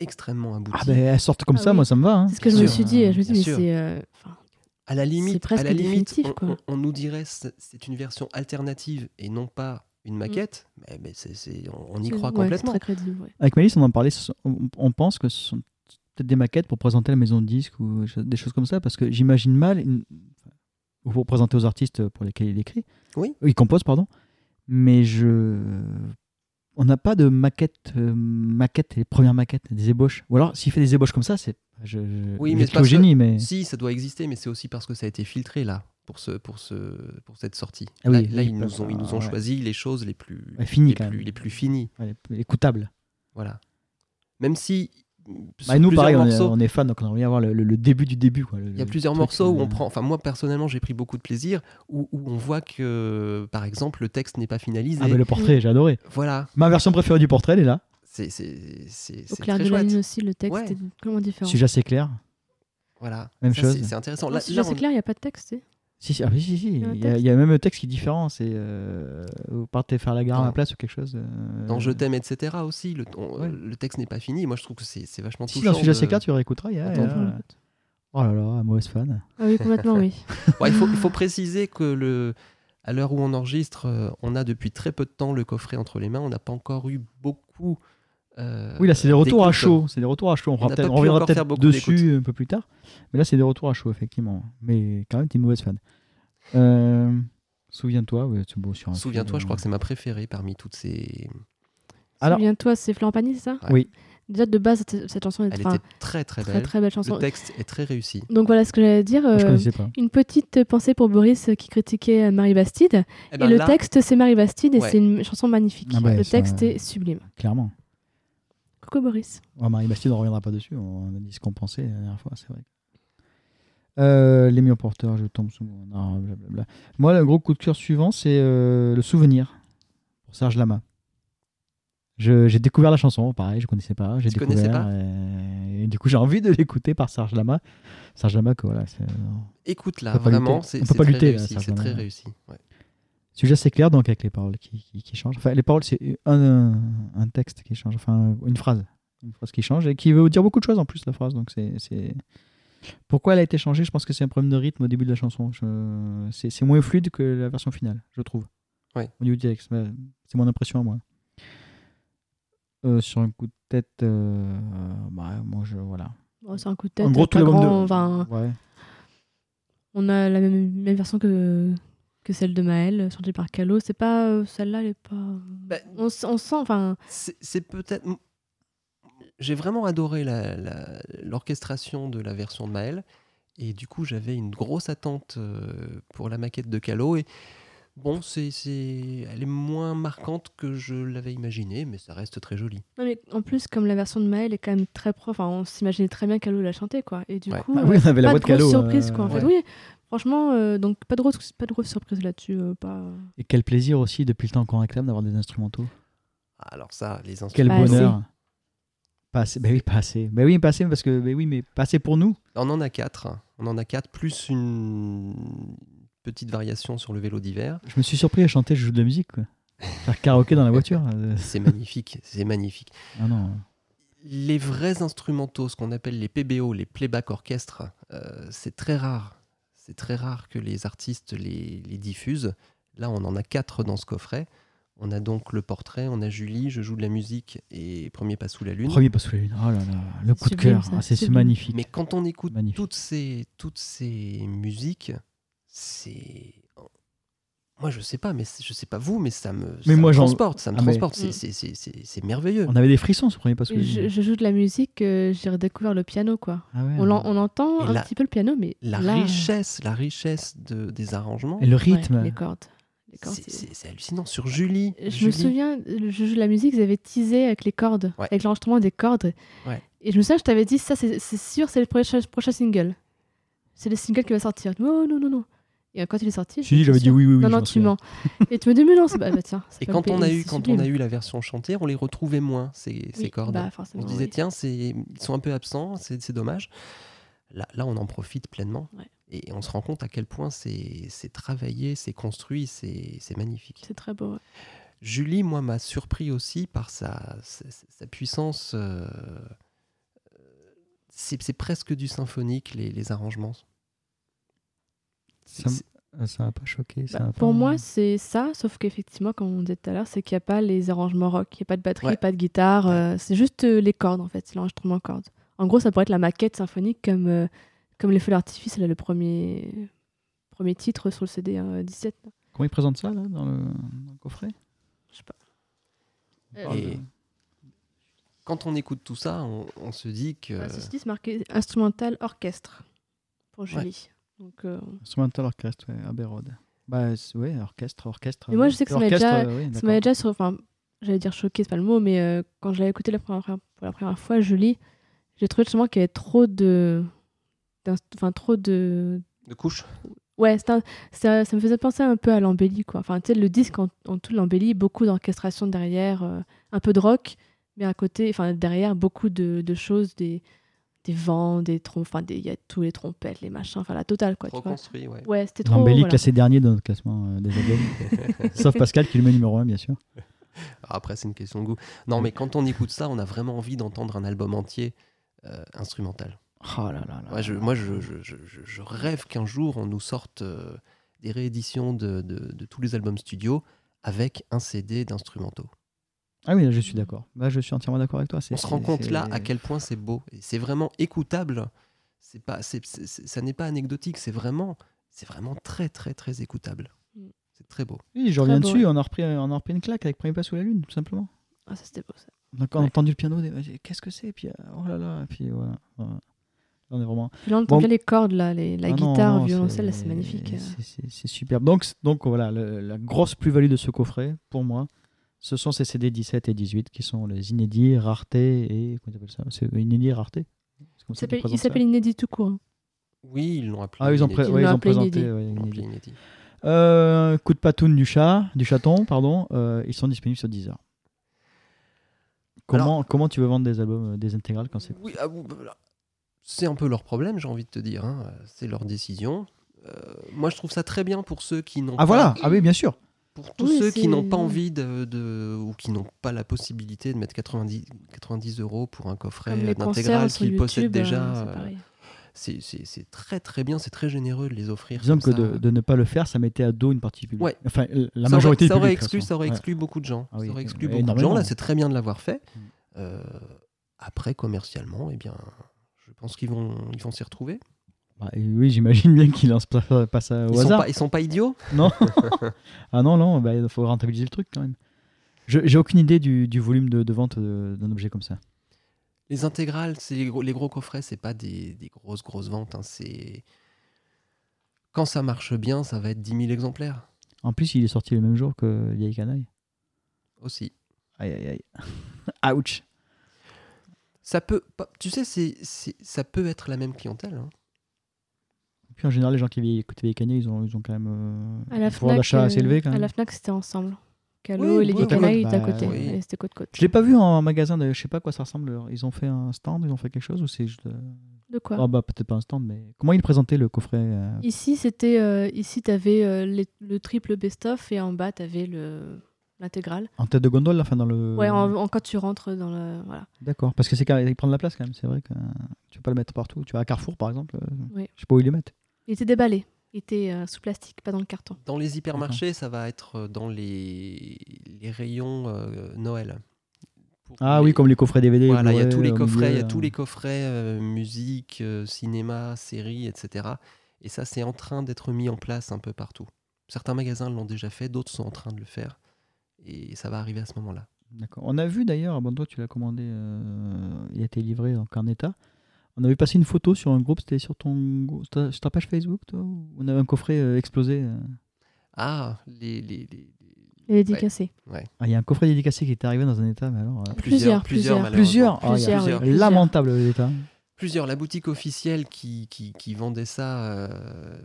[SPEAKER 3] extrêmement abouties.
[SPEAKER 1] Ah ben, elles sortent comme
[SPEAKER 4] Ah
[SPEAKER 1] ça,
[SPEAKER 4] oui.
[SPEAKER 1] moi ça me va. hein.
[SPEAKER 4] C'est ce que je
[SPEAKER 3] bien
[SPEAKER 4] me
[SPEAKER 3] sûr,
[SPEAKER 4] suis dit. Je me suis
[SPEAKER 3] bien
[SPEAKER 4] dit, mais
[SPEAKER 3] sûr.
[SPEAKER 4] c'est. euh, enfin,
[SPEAKER 3] À la limite,
[SPEAKER 4] presque
[SPEAKER 3] à la limite
[SPEAKER 4] définitif,
[SPEAKER 3] on,
[SPEAKER 4] quoi.
[SPEAKER 3] on- on nous dirait c'est c'est une version alternative et non pas une maquette, mais, mais c'est- c'est- on, on y
[SPEAKER 4] Mm. c'est-
[SPEAKER 3] croit
[SPEAKER 4] ouais,
[SPEAKER 3] complètement.
[SPEAKER 4] C'est très crédible, ouais.
[SPEAKER 1] Avec Malice, on en parlait. ce sont- On on pense que ce sont peut-être des maquettes pour présenter la maison de disque ou cho- des choses comme ça, parce que j'imagine mal, une- ou pour présenter aux artistes pour lesquels il écrit, Euh,
[SPEAKER 3] Oui.
[SPEAKER 1] il compose, pardon. Mais je, on n'a pas de maquette, euh, maquette les premières maquettes, des ébauches. Ou alors s'il fait des ébauches comme ça, c'est, je, je-
[SPEAKER 3] Oui,
[SPEAKER 1] je
[SPEAKER 3] mais
[SPEAKER 1] le trouve au
[SPEAKER 3] c'est parce que-
[SPEAKER 1] génie, mais
[SPEAKER 3] Si, ça doit exister, mais c'est aussi parce que ça a été filtré là pour ce pour ce pour cette sortie.
[SPEAKER 1] Ah oui,
[SPEAKER 3] là, là,
[SPEAKER 1] oui,
[SPEAKER 3] ils
[SPEAKER 1] bah,
[SPEAKER 3] nous ont ils nous ont
[SPEAKER 1] ouais.
[SPEAKER 3] choisi les choses les plus
[SPEAKER 1] Ouais, finies,
[SPEAKER 3] les
[SPEAKER 1] quand
[SPEAKER 3] plus,
[SPEAKER 1] même.
[SPEAKER 3] les plus finies.
[SPEAKER 1] ouais, écoutable.
[SPEAKER 3] Voilà. Même si mm, sur
[SPEAKER 1] Bah, nous,
[SPEAKER 3] plusieurs
[SPEAKER 1] pareil, on est,
[SPEAKER 3] morceaux,
[SPEAKER 1] on est fan, donc on aimerait avoir le, le- le début du début. quoi, le-
[SPEAKER 3] il y a
[SPEAKER 1] le
[SPEAKER 3] plusieurs
[SPEAKER 1] truc,
[SPEAKER 3] morceaux où
[SPEAKER 1] euh,
[SPEAKER 3] on prend. Enfin, moi personnellement, j'ai pris beaucoup de plaisir où, où on voit que, par exemple, le texte n'est pas finalisé.
[SPEAKER 1] Ah, mais le portrait, j'ai adoré.
[SPEAKER 3] Voilà,
[SPEAKER 1] Ma version préférée du portrait, elle est là.
[SPEAKER 3] c'est c'est c'est
[SPEAKER 4] Au
[SPEAKER 3] c'est
[SPEAKER 4] clair
[SPEAKER 3] très
[SPEAKER 4] de la
[SPEAKER 3] chouette.
[SPEAKER 4] lune aussi, le texte
[SPEAKER 3] Ouais.
[SPEAKER 4] est complètement différent.
[SPEAKER 1] Sujet assez clair.
[SPEAKER 3] Voilà.
[SPEAKER 1] Même
[SPEAKER 3] Ça,
[SPEAKER 1] chose.
[SPEAKER 3] c'est- C'est intéressant.
[SPEAKER 4] Non,
[SPEAKER 3] Là,
[SPEAKER 4] sujet,
[SPEAKER 3] là,
[SPEAKER 4] Ah, c'est
[SPEAKER 3] on-
[SPEAKER 4] clair, il n'y a pas de texte. c'est-
[SPEAKER 1] Si, si, ah oui, si, si.
[SPEAKER 4] y a un
[SPEAKER 1] Il y, a-
[SPEAKER 4] texte.
[SPEAKER 1] il y a même le texte qui est différent. C'est euh, vous partez faire la gare à
[SPEAKER 3] Dans-
[SPEAKER 1] ma place ou quelque chose. euh,
[SPEAKER 3] dans Je t'aime, etc. aussi, le, on-
[SPEAKER 1] Ouais.
[SPEAKER 3] le texte n'est pas fini. Moi, je trouve que c'est c'est vachement
[SPEAKER 1] Si,
[SPEAKER 3] touchant.
[SPEAKER 1] dans sujet
[SPEAKER 3] de-
[SPEAKER 1] assez clair, tu le réécouteras. il y a-
[SPEAKER 3] Attends, Euh,
[SPEAKER 1] il y a-
[SPEAKER 4] je l'écoute.
[SPEAKER 1] Oh là là, mauvaise fan.
[SPEAKER 4] Ah oui, complètement, oui.
[SPEAKER 3] Ouais, il, faut, il faut préciser que le, à l'heure où on enregistre, euh, on a depuis très peu de temps le coffret entre les mains. On n'a pas encore eu beaucoup. euh,
[SPEAKER 1] oui, là, c'est des retours à
[SPEAKER 3] d'écoute.
[SPEAKER 1] chaud. C'est des retours à chaud. On, fera
[SPEAKER 3] n'a
[SPEAKER 1] peut-être-
[SPEAKER 3] pas
[SPEAKER 1] on
[SPEAKER 3] pu
[SPEAKER 1] reviendra
[SPEAKER 3] encore faire
[SPEAKER 1] peut-être
[SPEAKER 3] beaucoup
[SPEAKER 1] dessus un peu plus tard. Mais là, c'est des retours à chaud, effectivement. Mais quand même, t'es une mauvaise fan. Euh, Souviens-toi, ouais, c'est beau sur un
[SPEAKER 3] Souviens-toi,
[SPEAKER 1] film,
[SPEAKER 3] je crois que c'est ma préférée parmi toutes ces.
[SPEAKER 1] Alors-
[SPEAKER 4] Souviens-toi, c'est Florent Pagny, c'est ça
[SPEAKER 3] c'est-
[SPEAKER 1] Oui,
[SPEAKER 4] Déjà, de base, cette, cette chanson est
[SPEAKER 3] Elle
[SPEAKER 4] enfin,
[SPEAKER 3] était très très
[SPEAKER 4] très
[SPEAKER 3] belle.
[SPEAKER 4] très belle chanson.
[SPEAKER 3] Le texte est très réussi.
[SPEAKER 4] Donc voilà ce que j'allais dire.
[SPEAKER 1] je
[SPEAKER 4] euh,
[SPEAKER 1] connaissais pas.
[SPEAKER 4] une petite pensée pour Boris euh, qui critiquait euh, Marie Bastide.
[SPEAKER 3] Eh
[SPEAKER 4] et
[SPEAKER 3] ben
[SPEAKER 4] le
[SPEAKER 3] là,
[SPEAKER 4] texte, c'est Marie Bastide et
[SPEAKER 3] Ouais.
[SPEAKER 4] c'est une chanson magnifique.
[SPEAKER 1] Ah ouais,
[SPEAKER 4] le
[SPEAKER 1] ça-
[SPEAKER 4] texte est sublime.
[SPEAKER 1] Clairement.
[SPEAKER 4] Coucou Boris.
[SPEAKER 1] Ouais, Ah, Marie Bastide, on ne reviendra pas dessus. On a dit ce qu'on pensait la dernière fois, c'est vrai. Euh, les meilleurs porteurs, je tombe sous mon arbre, blablabla. Moi, le gros coup de cœur suivant, c'est euh, le souvenir pour Serge Lama. Je- J'ai découvert la chanson, pareil, je connaissais pas. J'ai
[SPEAKER 3] Tu
[SPEAKER 1] découvert.
[SPEAKER 3] connaissais
[SPEAKER 1] euh, et du coup, j'ai envie de l'écouter par Serge Lama. Serge Lama, que voilà, c'est-
[SPEAKER 3] écoute
[SPEAKER 1] On
[SPEAKER 3] là,
[SPEAKER 1] peut pas
[SPEAKER 3] vraiment,
[SPEAKER 1] lutter.
[SPEAKER 3] c'est
[SPEAKER 1] On peut
[SPEAKER 3] c'est
[SPEAKER 1] pas
[SPEAKER 3] très
[SPEAKER 1] lutter, là,
[SPEAKER 3] réussi.
[SPEAKER 1] ça,
[SPEAKER 3] C'est très
[SPEAKER 1] vraiment.
[SPEAKER 3] réussi. ouais.
[SPEAKER 1] Sujet assez clair, donc, avec les paroles qui, qui- qui changent. Enfin, les paroles, c'est un, un texte qui change, enfin, une phrase. Une phrase qui change et qui veut dire beaucoup de choses en plus, la phrase. Donc, c'est. c'est- Pourquoi elle a été changée Je pense que c'est un problème de rythme au début de la chanson. Je- C'est c'est moins fluide que la version finale, je trouve.
[SPEAKER 3] Oui.
[SPEAKER 1] Au niveau du texte. mais C'est mon impression à moi. Euh, sur un coup de tête, euh, bah, moi, je. Voilà.
[SPEAKER 4] Bon, c'est un coup de tête.
[SPEAKER 1] en gros,
[SPEAKER 4] pas
[SPEAKER 1] tout l'album de.
[SPEAKER 4] grand, enfin,
[SPEAKER 1] Ouais.
[SPEAKER 4] On a la même, même version que, que celle de Maël, chantée par Calo. C'est pas euh, celle-là, elle est pas.
[SPEAKER 3] Bah,
[SPEAKER 4] On, s- on sent, enfin,
[SPEAKER 3] C'est c'est peut-être. J'ai vraiment adoré la- la- l'orchestration de la version de Maël. Et du coup, j'avais une grosse attente euh, pour la maquette de Calo. Et bon, c'est c'est- elle est moins marquante que je l'avais imaginé, mais ça reste très joli.
[SPEAKER 4] non, mais en plus comme la version de Maël est quand même très prof, enfin, on s'imaginait très bien Calo la chanter quoi. Et du
[SPEAKER 3] Ouais.
[SPEAKER 4] coup,
[SPEAKER 1] Ah
[SPEAKER 4] euh,
[SPEAKER 1] oui, on avait la
[SPEAKER 4] pas
[SPEAKER 1] voix
[SPEAKER 4] de
[SPEAKER 1] de Calo.
[SPEAKER 4] grosse surprise
[SPEAKER 1] euh,
[SPEAKER 4] quoi. En fait,
[SPEAKER 1] ouais.
[SPEAKER 4] oui, franchement, euh, donc pas de grosse, pas de grosse surprise là-dessus, euh, pas.
[SPEAKER 1] Et quel plaisir aussi, depuis le temps qu'on réclame, d'avoir des instrumentaux.
[SPEAKER 3] Alors, ça, les instruments.
[SPEAKER 1] Quel
[SPEAKER 4] Pas
[SPEAKER 1] bonheur. Pas assez. Ben oui, pas assez. Ben oui, pas assez, parce que, ben oui, mais pas assez pour nous.
[SPEAKER 3] On en a quatre. On en a quatre, plus une petite variation sur le vélo d'hiver.
[SPEAKER 1] Je me suis surpris à chanter, je joue de la musique, quoi. Faire karaoké dans la voiture. euh,
[SPEAKER 3] C'est magnifique. C'est magnifique.
[SPEAKER 1] Ah non.
[SPEAKER 3] Les vrais instrumentaux, ce qu'on appelle les PBO, les playback orchestres, euh, c'est très rare. C'est très rare que les artistes les, les diffusent. Là, on en a quatre dans ce coffret. On a donc le portrait, on a Julie, je joue de la musique et Premier pas sous la lune.
[SPEAKER 1] Premier pas sous la lune. Oh là là, le coup de
[SPEAKER 4] Sublime,
[SPEAKER 1] cœur.
[SPEAKER 4] ça,
[SPEAKER 1] Ah, c'est c'est
[SPEAKER 4] sublime.
[SPEAKER 1] magnifique.
[SPEAKER 3] Mais quand on écoute
[SPEAKER 1] Magnifique.
[SPEAKER 3] toutes ces, toutes ces musiques, c'est. Moi, je sais pas, mais c'est- je sais pas vous, mais ça me, ça
[SPEAKER 1] Mais moi,
[SPEAKER 3] me
[SPEAKER 1] j'en-
[SPEAKER 3] transporte. Ça me
[SPEAKER 1] Ah, mais-
[SPEAKER 3] transporte.
[SPEAKER 4] Mm.
[SPEAKER 3] C'est- c'est- C'est c'est- c'est merveilleux.
[SPEAKER 1] On avait des frissons ce premier pas sous la
[SPEAKER 4] Je,
[SPEAKER 1] lune.
[SPEAKER 4] je joue de la musique, euh, j'ai redécouvert le piano quoi.
[SPEAKER 1] Ah ouais.
[SPEAKER 4] On, l'en- on entend
[SPEAKER 3] Et
[SPEAKER 4] un
[SPEAKER 3] la-
[SPEAKER 4] petit peu le piano, mais
[SPEAKER 3] La
[SPEAKER 4] là,
[SPEAKER 3] richesse, la richesse de- des arrangements.
[SPEAKER 1] Et le
[SPEAKER 4] ouais,
[SPEAKER 1] rythme.
[SPEAKER 4] les cordes, les cordes.
[SPEAKER 3] C'est-
[SPEAKER 4] c'est-
[SPEAKER 3] C'est c'est hallucinant. Sur Julie.
[SPEAKER 4] Je me
[SPEAKER 3] Julie,
[SPEAKER 4] souviens, le jeu de la musique, ils avaient teasé avec les cordes,
[SPEAKER 3] Ouais.
[SPEAKER 4] avec l'enregistrement des cordes.
[SPEAKER 3] Ouais.
[SPEAKER 4] Et je me souviens, je t'avais dit, ça c'est c'est sûr, c'est le prochain, prochain single. C'est le single qui va sortir. Non, non, non, non. Et quand il est sorti,
[SPEAKER 1] Si, j'avais dit
[SPEAKER 4] suis sûre.
[SPEAKER 1] oui, oui, oui.
[SPEAKER 4] non,
[SPEAKER 1] je
[SPEAKER 4] non,
[SPEAKER 1] m'en
[SPEAKER 4] tu
[SPEAKER 1] souviens.
[SPEAKER 4] mens. Et tu me dis, mais non, c'est pas, bah, tiens. c'est
[SPEAKER 3] Et
[SPEAKER 4] pas
[SPEAKER 3] quand
[SPEAKER 4] le
[SPEAKER 3] on, a
[SPEAKER 4] pays,
[SPEAKER 3] eu,
[SPEAKER 4] c'est
[SPEAKER 3] quand on
[SPEAKER 4] sublime.
[SPEAKER 3] a eu la version chantée, on les retrouvait moins, ces, ces
[SPEAKER 4] Oui,
[SPEAKER 3] cordes.
[SPEAKER 4] bah,
[SPEAKER 3] on
[SPEAKER 4] forcément,
[SPEAKER 3] se disait,
[SPEAKER 4] oui.
[SPEAKER 3] tiens, c'est- ils sont un peu absents, c'est c'est dommage. Là, là, on en profite pleinement.
[SPEAKER 4] Ouais.
[SPEAKER 3] Et on se rend compte à quel point c'est c'est travaillé, c'est construit, c'est c'est magnifique.
[SPEAKER 4] C'est très beau. ouais.
[SPEAKER 3] Julie, moi, m'a surpris aussi par sa, sa, sa puissance. euh, euh, c'est c'est presque du symphonique, les, les arrangements.
[SPEAKER 1] Ça m- Ça m'a pas choqué. ça
[SPEAKER 4] Bah,
[SPEAKER 1] m'a pas-
[SPEAKER 4] pour moi, c'est ça, sauf qu'effectivement, comme on disait tout à l'heure, c'est qu'il n'y a pas les arrangements rock, il n'y a pas de batterie,
[SPEAKER 3] Ouais.
[SPEAKER 4] pas de guitare, euh, c'est juste euh, les cordes en fait, c'est l'enregistrement cordes. En gros, ça pourrait être la maquette symphonique comme, euh, comme les feux d'artifice, elle a le premier, premier titre sur le CD euh, 17. là.
[SPEAKER 1] Comment ils présentent ça, là, dans le, dans le coffret
[SPEAKER 4] Je sais pas. Euh,
[SPEAKER 1] Ils parlent
[SPEAKER 3] Et-
[SPEAKER 1] de-
[SPEAKER 3] Quand on écoute tout ça, on, on se dit que.
[SPEAKER 4] Ah, ceci dit, c'est marqué instrumental orchestre pour Julie. Donc, euh,
[SPEAKER 1] Instrumental orchestre, ouais, Abbey Road. Bah, c'est- ouais, orchestre, orchestre.
[SPEAKER 4] Mais moi, je sais que ça m'a
[SPEAKER 1] Orchestre,
[SPEAKER 4] déjà-
[SPEAKER 1] euh, oui,
[SPEAKER 4] Ça
[SPEAKER 1] d'accord.
[SPEAKER 4] m'avait déjà sur. Enfin, j'allais dire choqué, c'est pas le mot, mais euh, quand je l'avais écouté la première, pour la première fois, Julie, j'ai trouvé justement qu'il y avait trop de. d'inst- Enfin, trop de.
[SPEAKER 3] De couche
[SPEAKER 4] Ouais, c'est un- ça, ça me faisait penser un peu à l'embellie, quoi. Enfin, tu sais, le disque en, en tout l'embellie, beaucoup d'orchestration derrière, euh, un peu de rock, mais à côté, enfin, derrière, beaucoup de, de choses, des, des vents, des trompes, enfin, des- il y a tous les trompettes, les machins, enfin, la totale, quoi.
[SPEAKER 3] Trop
[SPEAKER 4] tu vois.
[SPEAKER 3] construit, ouais.
[SPEAKER 4] Ouais, c'était trop.
[SPEAKER 1] L'embellie
[SPEAKER 4] voilà.
[SPEAKER 1] classé dernier dans notre classement euh, des albums. Sauf Pascal qui le met numéro 1, bien sûr.
[SPEAKER 3] Alors Après, c'est une question de goût. Non, mais quand on écoute ça, on a vraiment envie d'entendre un album entier euh, instrumental.
[SPEAKER 1] Oh là là là.
[SPEAKER 3] Moi, je, moi, je, je- je- je- je rêve qu'un jour, on nous sorte euh, des rééditions de, de- de tous les albums studio avec un CD d'instrumentaux.
[SPEAKER 1] Ah oui, là, je suis d'accord. Là, je suis entièrement d'accord avec toi. c'est-
[SPEAKER 3] On se rend
[SPEAKER 1] c'est-
[SPEAKER 3] compte
[SPEAKER 1] c'est-
[SPEAKER 3] là à quel point c'est beau. Et c'est vraiment écoutable. C'est pas, c'est- c'est- c'est- ça n'est pas anecdotique. C'est vraiment, c'est vraiment très, très, très écoutable.
[SPEAKER 4] Mm.
[SPEAKER 3] C'est très beau.
[SPEAKER 1] Oui, je reviens
[SPEAKER 4] Très beau,
[SPEAKER 1] dessus. On a, repris, euh, on a repris une claque avec Premier Pas sous la Lune, tout simplement.
[SPEAKER 4] Ah, ça, c'était beau, ça.
[SPEAKER 1] On a encore
[SPEAKER 4] Ouais.
[SPEAKER 1] entendu le piano. des- Qu'est-ce que c'est Et puis, euh, oh là là. Et puis, voilà. voilà. Là, On est vraiment.
[SPEAKER 4] Puis là, on entend
[SPEAKER 1] Bon.
[SPEAKER 4] bien les cordes, là, les- la
[SPEAKER 1] Ah non,
[SPEAKER 4] guitare,
[SPEAKER 1] non,
[SPEAKER 4] le violoncelle, là, c'est
[SPEAKER 1] c'est-
[SPEAKER 4] magnifique. euh.
[SPEAKER 1] c'est- C'est c'est superbe. Donc, c'est- donc voilà, le- la grosse plus-value de ce coffret, pour moi, ce sont ces CD 17 et 18 qui sont les inédits, raretés et. Comment t'appelles ça C'est inédits, raretés C'est comme
[SPEAKER 4] Il
[SPEAKER 1] ça qu'ils
[SPEAKER 4] s'appelle- Il
[SPEAKER 1] présentent ça
[SPEAKER 4] s'appelle Inédit tout court. hein.
[SPEAKER 3] Oui, ils l'ont appelé.
[SPEAKER 1] Ah, ils ont, pré-
[SPEAKER 3] inédit.
[SPEAKER 4] Ils
[SPEAKER 1] ouais,
[SPEAKER 4] l'ont
[SPEAKER 1] ils ont
[SPEAKER 4] appelé
[SPEAKER 1] présenté.
[SPEAKER 4] inédit.
[SPEAKER 1] ouais,
[SPEAKER 3] Ils l'ont
[SPEAKER 1] inédit.
[SPEAKER 3] appelé inédit.
[SPEAKER 1] Euh, coup de patoune du chat, du chaton, pardon. euh, ils sont disponibles sur Deezer. Comment, comment tu veux vendre des albums, euh, des intégrales quand c'est
[SPEAKER 3] Oui, ah, bon, bah, voilà. c'est un peu leur problème, j'ai envie de te dire. hein. C'est leur décision. Euh, moi, je trouve ça très bien pour ceux qui n'ont
[SPEAKER 1] Ah
[SPEAKER 3] pas,
[SPEAKER 1] voilà, ah oui bien sûr.
[SPEAKER 3] pour tous
[SPEAKER 4] Oui,
[SPEAKER 3] ceux
[SPEAKER 4] c'est-
[SPEAKER 3] qui n'ont pas envie de, de- ou qui n'ont pas la possibilité de mettre 90, 90 euros pour un coffret
[SPEAKER 4] Comme les
[SPEAKER 3] d'intégrale
[SPEAKER 4] concerts sur
[SPEAKER 3] qu'ils
[SPEAKER 4] YouTube,
[SPEAKER 3] possèdent déjà.
[SPEAKER 4] euh,
[SPEAKER 3] euh,
[SPEAKER 4] c'est pareil.
[SPEAKER 3] C'est c'est- c'est très très bien, c'est très généreux de les offrir.
[SPEAKER 1] Disons que
[SPEAKER 3] comme
[SPEAKER 1] de,
[SPEAKER 3] ça.
[SPEAKER 1] de ne pas le faire, ça mettait à dos une partie publique.
[SPEAKER 3] Ouais.
[SPEAKER 1] Enfin, euh, la
[SPEAKER 3] Ça aurait-
[SPEAKER 1] majorité
[SPEAKER 3] ça
[SPEAKER 1] du public, de
[SPEAKER 3] aurait
[SPEAKER 1] toute
[SPEAKER 3] exclu,
[SPEAKER 1] façon.
[SPEAKER 3] ça aurait
[SPEAKER 1] Ouais.
[SPEAKER 3] exclu beaucoup de gens.
[SPEAKER 1] Ah oui,
[SPEAKER 3] ça aurait exclu
[SPEAKER 1] euh,
[SPEAKER 3] beaucoup de gens.
[SPEAKER 1] énormément.
[SPEAKER 3] Là, c'est très bien de l'avoir fait.
[SPEAKER 1] Mm.
[SPEAKER 3] Euh, après, commercialement, eh bien, je pense qu'ils vont ils vont s'y retrouver.
[SPEAKER 1] Bah, et oui, j'imagine bien qu'ils lancent pas, pas ça au
[SPEAKER 3] Ils sont
[SPEAKER 1] hasard.
[SPEAKER 3] pas ils sont pas idiots.
[SPEAKER 1] Non. ah non, non, bah, il faut rentabiliser le truc quand même. Je- J'ai aucune idée du, du volume de, de vente de- d'un objet comme ça.
[SPEAKER 3] Les intégrales, c'est les gros, les gros coffrets, c'est pas des, des grosses grosses ventes. hein, c'est quand ça marche bien, ça va être 10 000 exemplaires
[SPEAKER 1] En plus, il est sorti le même jour que Vieille Canaille.
[SPEAKER 3] aussi.
[SPEAKER 1] Aïe, aïe, aïe. Ouch.
[SPEAKER 3] Ça peut, pas- tu sais, c'est c'est- ça peut être la même clientèle. hein.
[SPEAKER 1] Puis en général, les gens qui vieillent- écoutent Vieille Canaille, ils ont, ils ont quand même euh,
[SPEAKER 4] À la
[SPEAKER 1] un pouvoir
[SPEAKER 4] Fnac,
[SPEAKER 1] d'achat assez
[SPEAKER 4] euh,
[SPEAKER 1] élevé quand
[SPEAKER 4] À
[SPEAKER 1] même.
[SPEAKER 4] la Fnac, c'était ensemble.
[SPEAKER 3] Oui,
[SPEAKER 4] Calo et
[SPEAKER 3] oui,
[SPEAKER 4] les Vieilles
[SPEAKER 3] oui.
[SPEAKER 4] Canailles étaient à
[SPEAKER 1] Bah,
[SPEAKER 4] côté.
[SPEAKER 3] oui.
[SPEAKER 4] et C'était côte côte.
[SPEAKER 1] Je l'ai pas vu en magasin de je sais pas à quoi ça ressemble. Ils ont fait un stand, ils ont fait quelque chose ou c'est juste euh,
[SPEAKER 4] De quoi
[SPEAKER 1] ah bah peut-être pas un stand mais comment ils présentaient le coffret euh,
[SPEAKER 4] Ici, c'était euh, ici, t'avais euh, les- le triple best-of et en bas, t'avais le l'intégrale.
[SPEAKER 1] en tête de gondole là, enfin dans le
[SPEAKER 4] Ouais, en, en- quand tu rentres dans le voilà.
[SPEAKER 1] D'accord, parce que c'est carré, il prend de la place quand même, c'est vrai que euh, tu peux pas le mettre partout. Tu vas à Carrefour par exemple, euh,
[SPEAKER 4] Oui.
[SPEAKER 1] je sais pas où ils les mettent.
[SPEAKER 4] Il était déballé, il était euh, sous plastique, pas dans le carton.
[SPEAKER 3] Dans les hypermarchés, ça va être euh, dans les, les rayons euh, Noël. Pour
[SPEAKER 1] Ah
[SPEAKER 3] les-
[SPEAKER 1] oui, comme les coffrets DVD.
[SPEAKER 3] Voilà, il y a
[SPEAKER 1] Blu-ray,
[SPEAKER 3] tous les
[SPEAKER 1] au
[SPEAKER 3] coffrets, il y
[SPEAKER 1] milieu,
[SPEAKER 3] a tous
[SPEAKER 1] euh,
[SPEAKER 3] les coffrets euh, musique, euh, cinéma, séries, etc. Et ça, c'est en train d'être mis en place un peu partout. Certains magasins l'ont déjà fait, d'autres sont en train de le faire. Et ça va arriver à ce moment-là.
[SPEAKER 1] D'accord. On a vu d'ailleurs, bon toi tu l'as commandé, euh, il a été livré donc en état. On avait passé une photo sur un groupe, c'était sur ton gro- sur ta- sur ta page Facebook, toi, où on avait un coffret euh, explosé. euh.
[SPEAKER 3] Ah, les, les- les- les-
[SPEAKER 4] Il est dédicacé.
[SPEAKER 1] Ah, il y a un coffret dédicacé qui était arrivé dans un état, mais alors. euh, Oh,
[SPEAKER 4] Plusieurs, plusieurs.
[SPEAKER 3] malheureusement.
[SPEAKER 1] Plusieurs,
[SPEAKER 4] Ah, il y a- Plusieurs, oui.
[SPEAKER 1] lamentable état.
[SPEAKER 3] plusieurs. La boutique officielle qui, qui, qui vendait ça euh,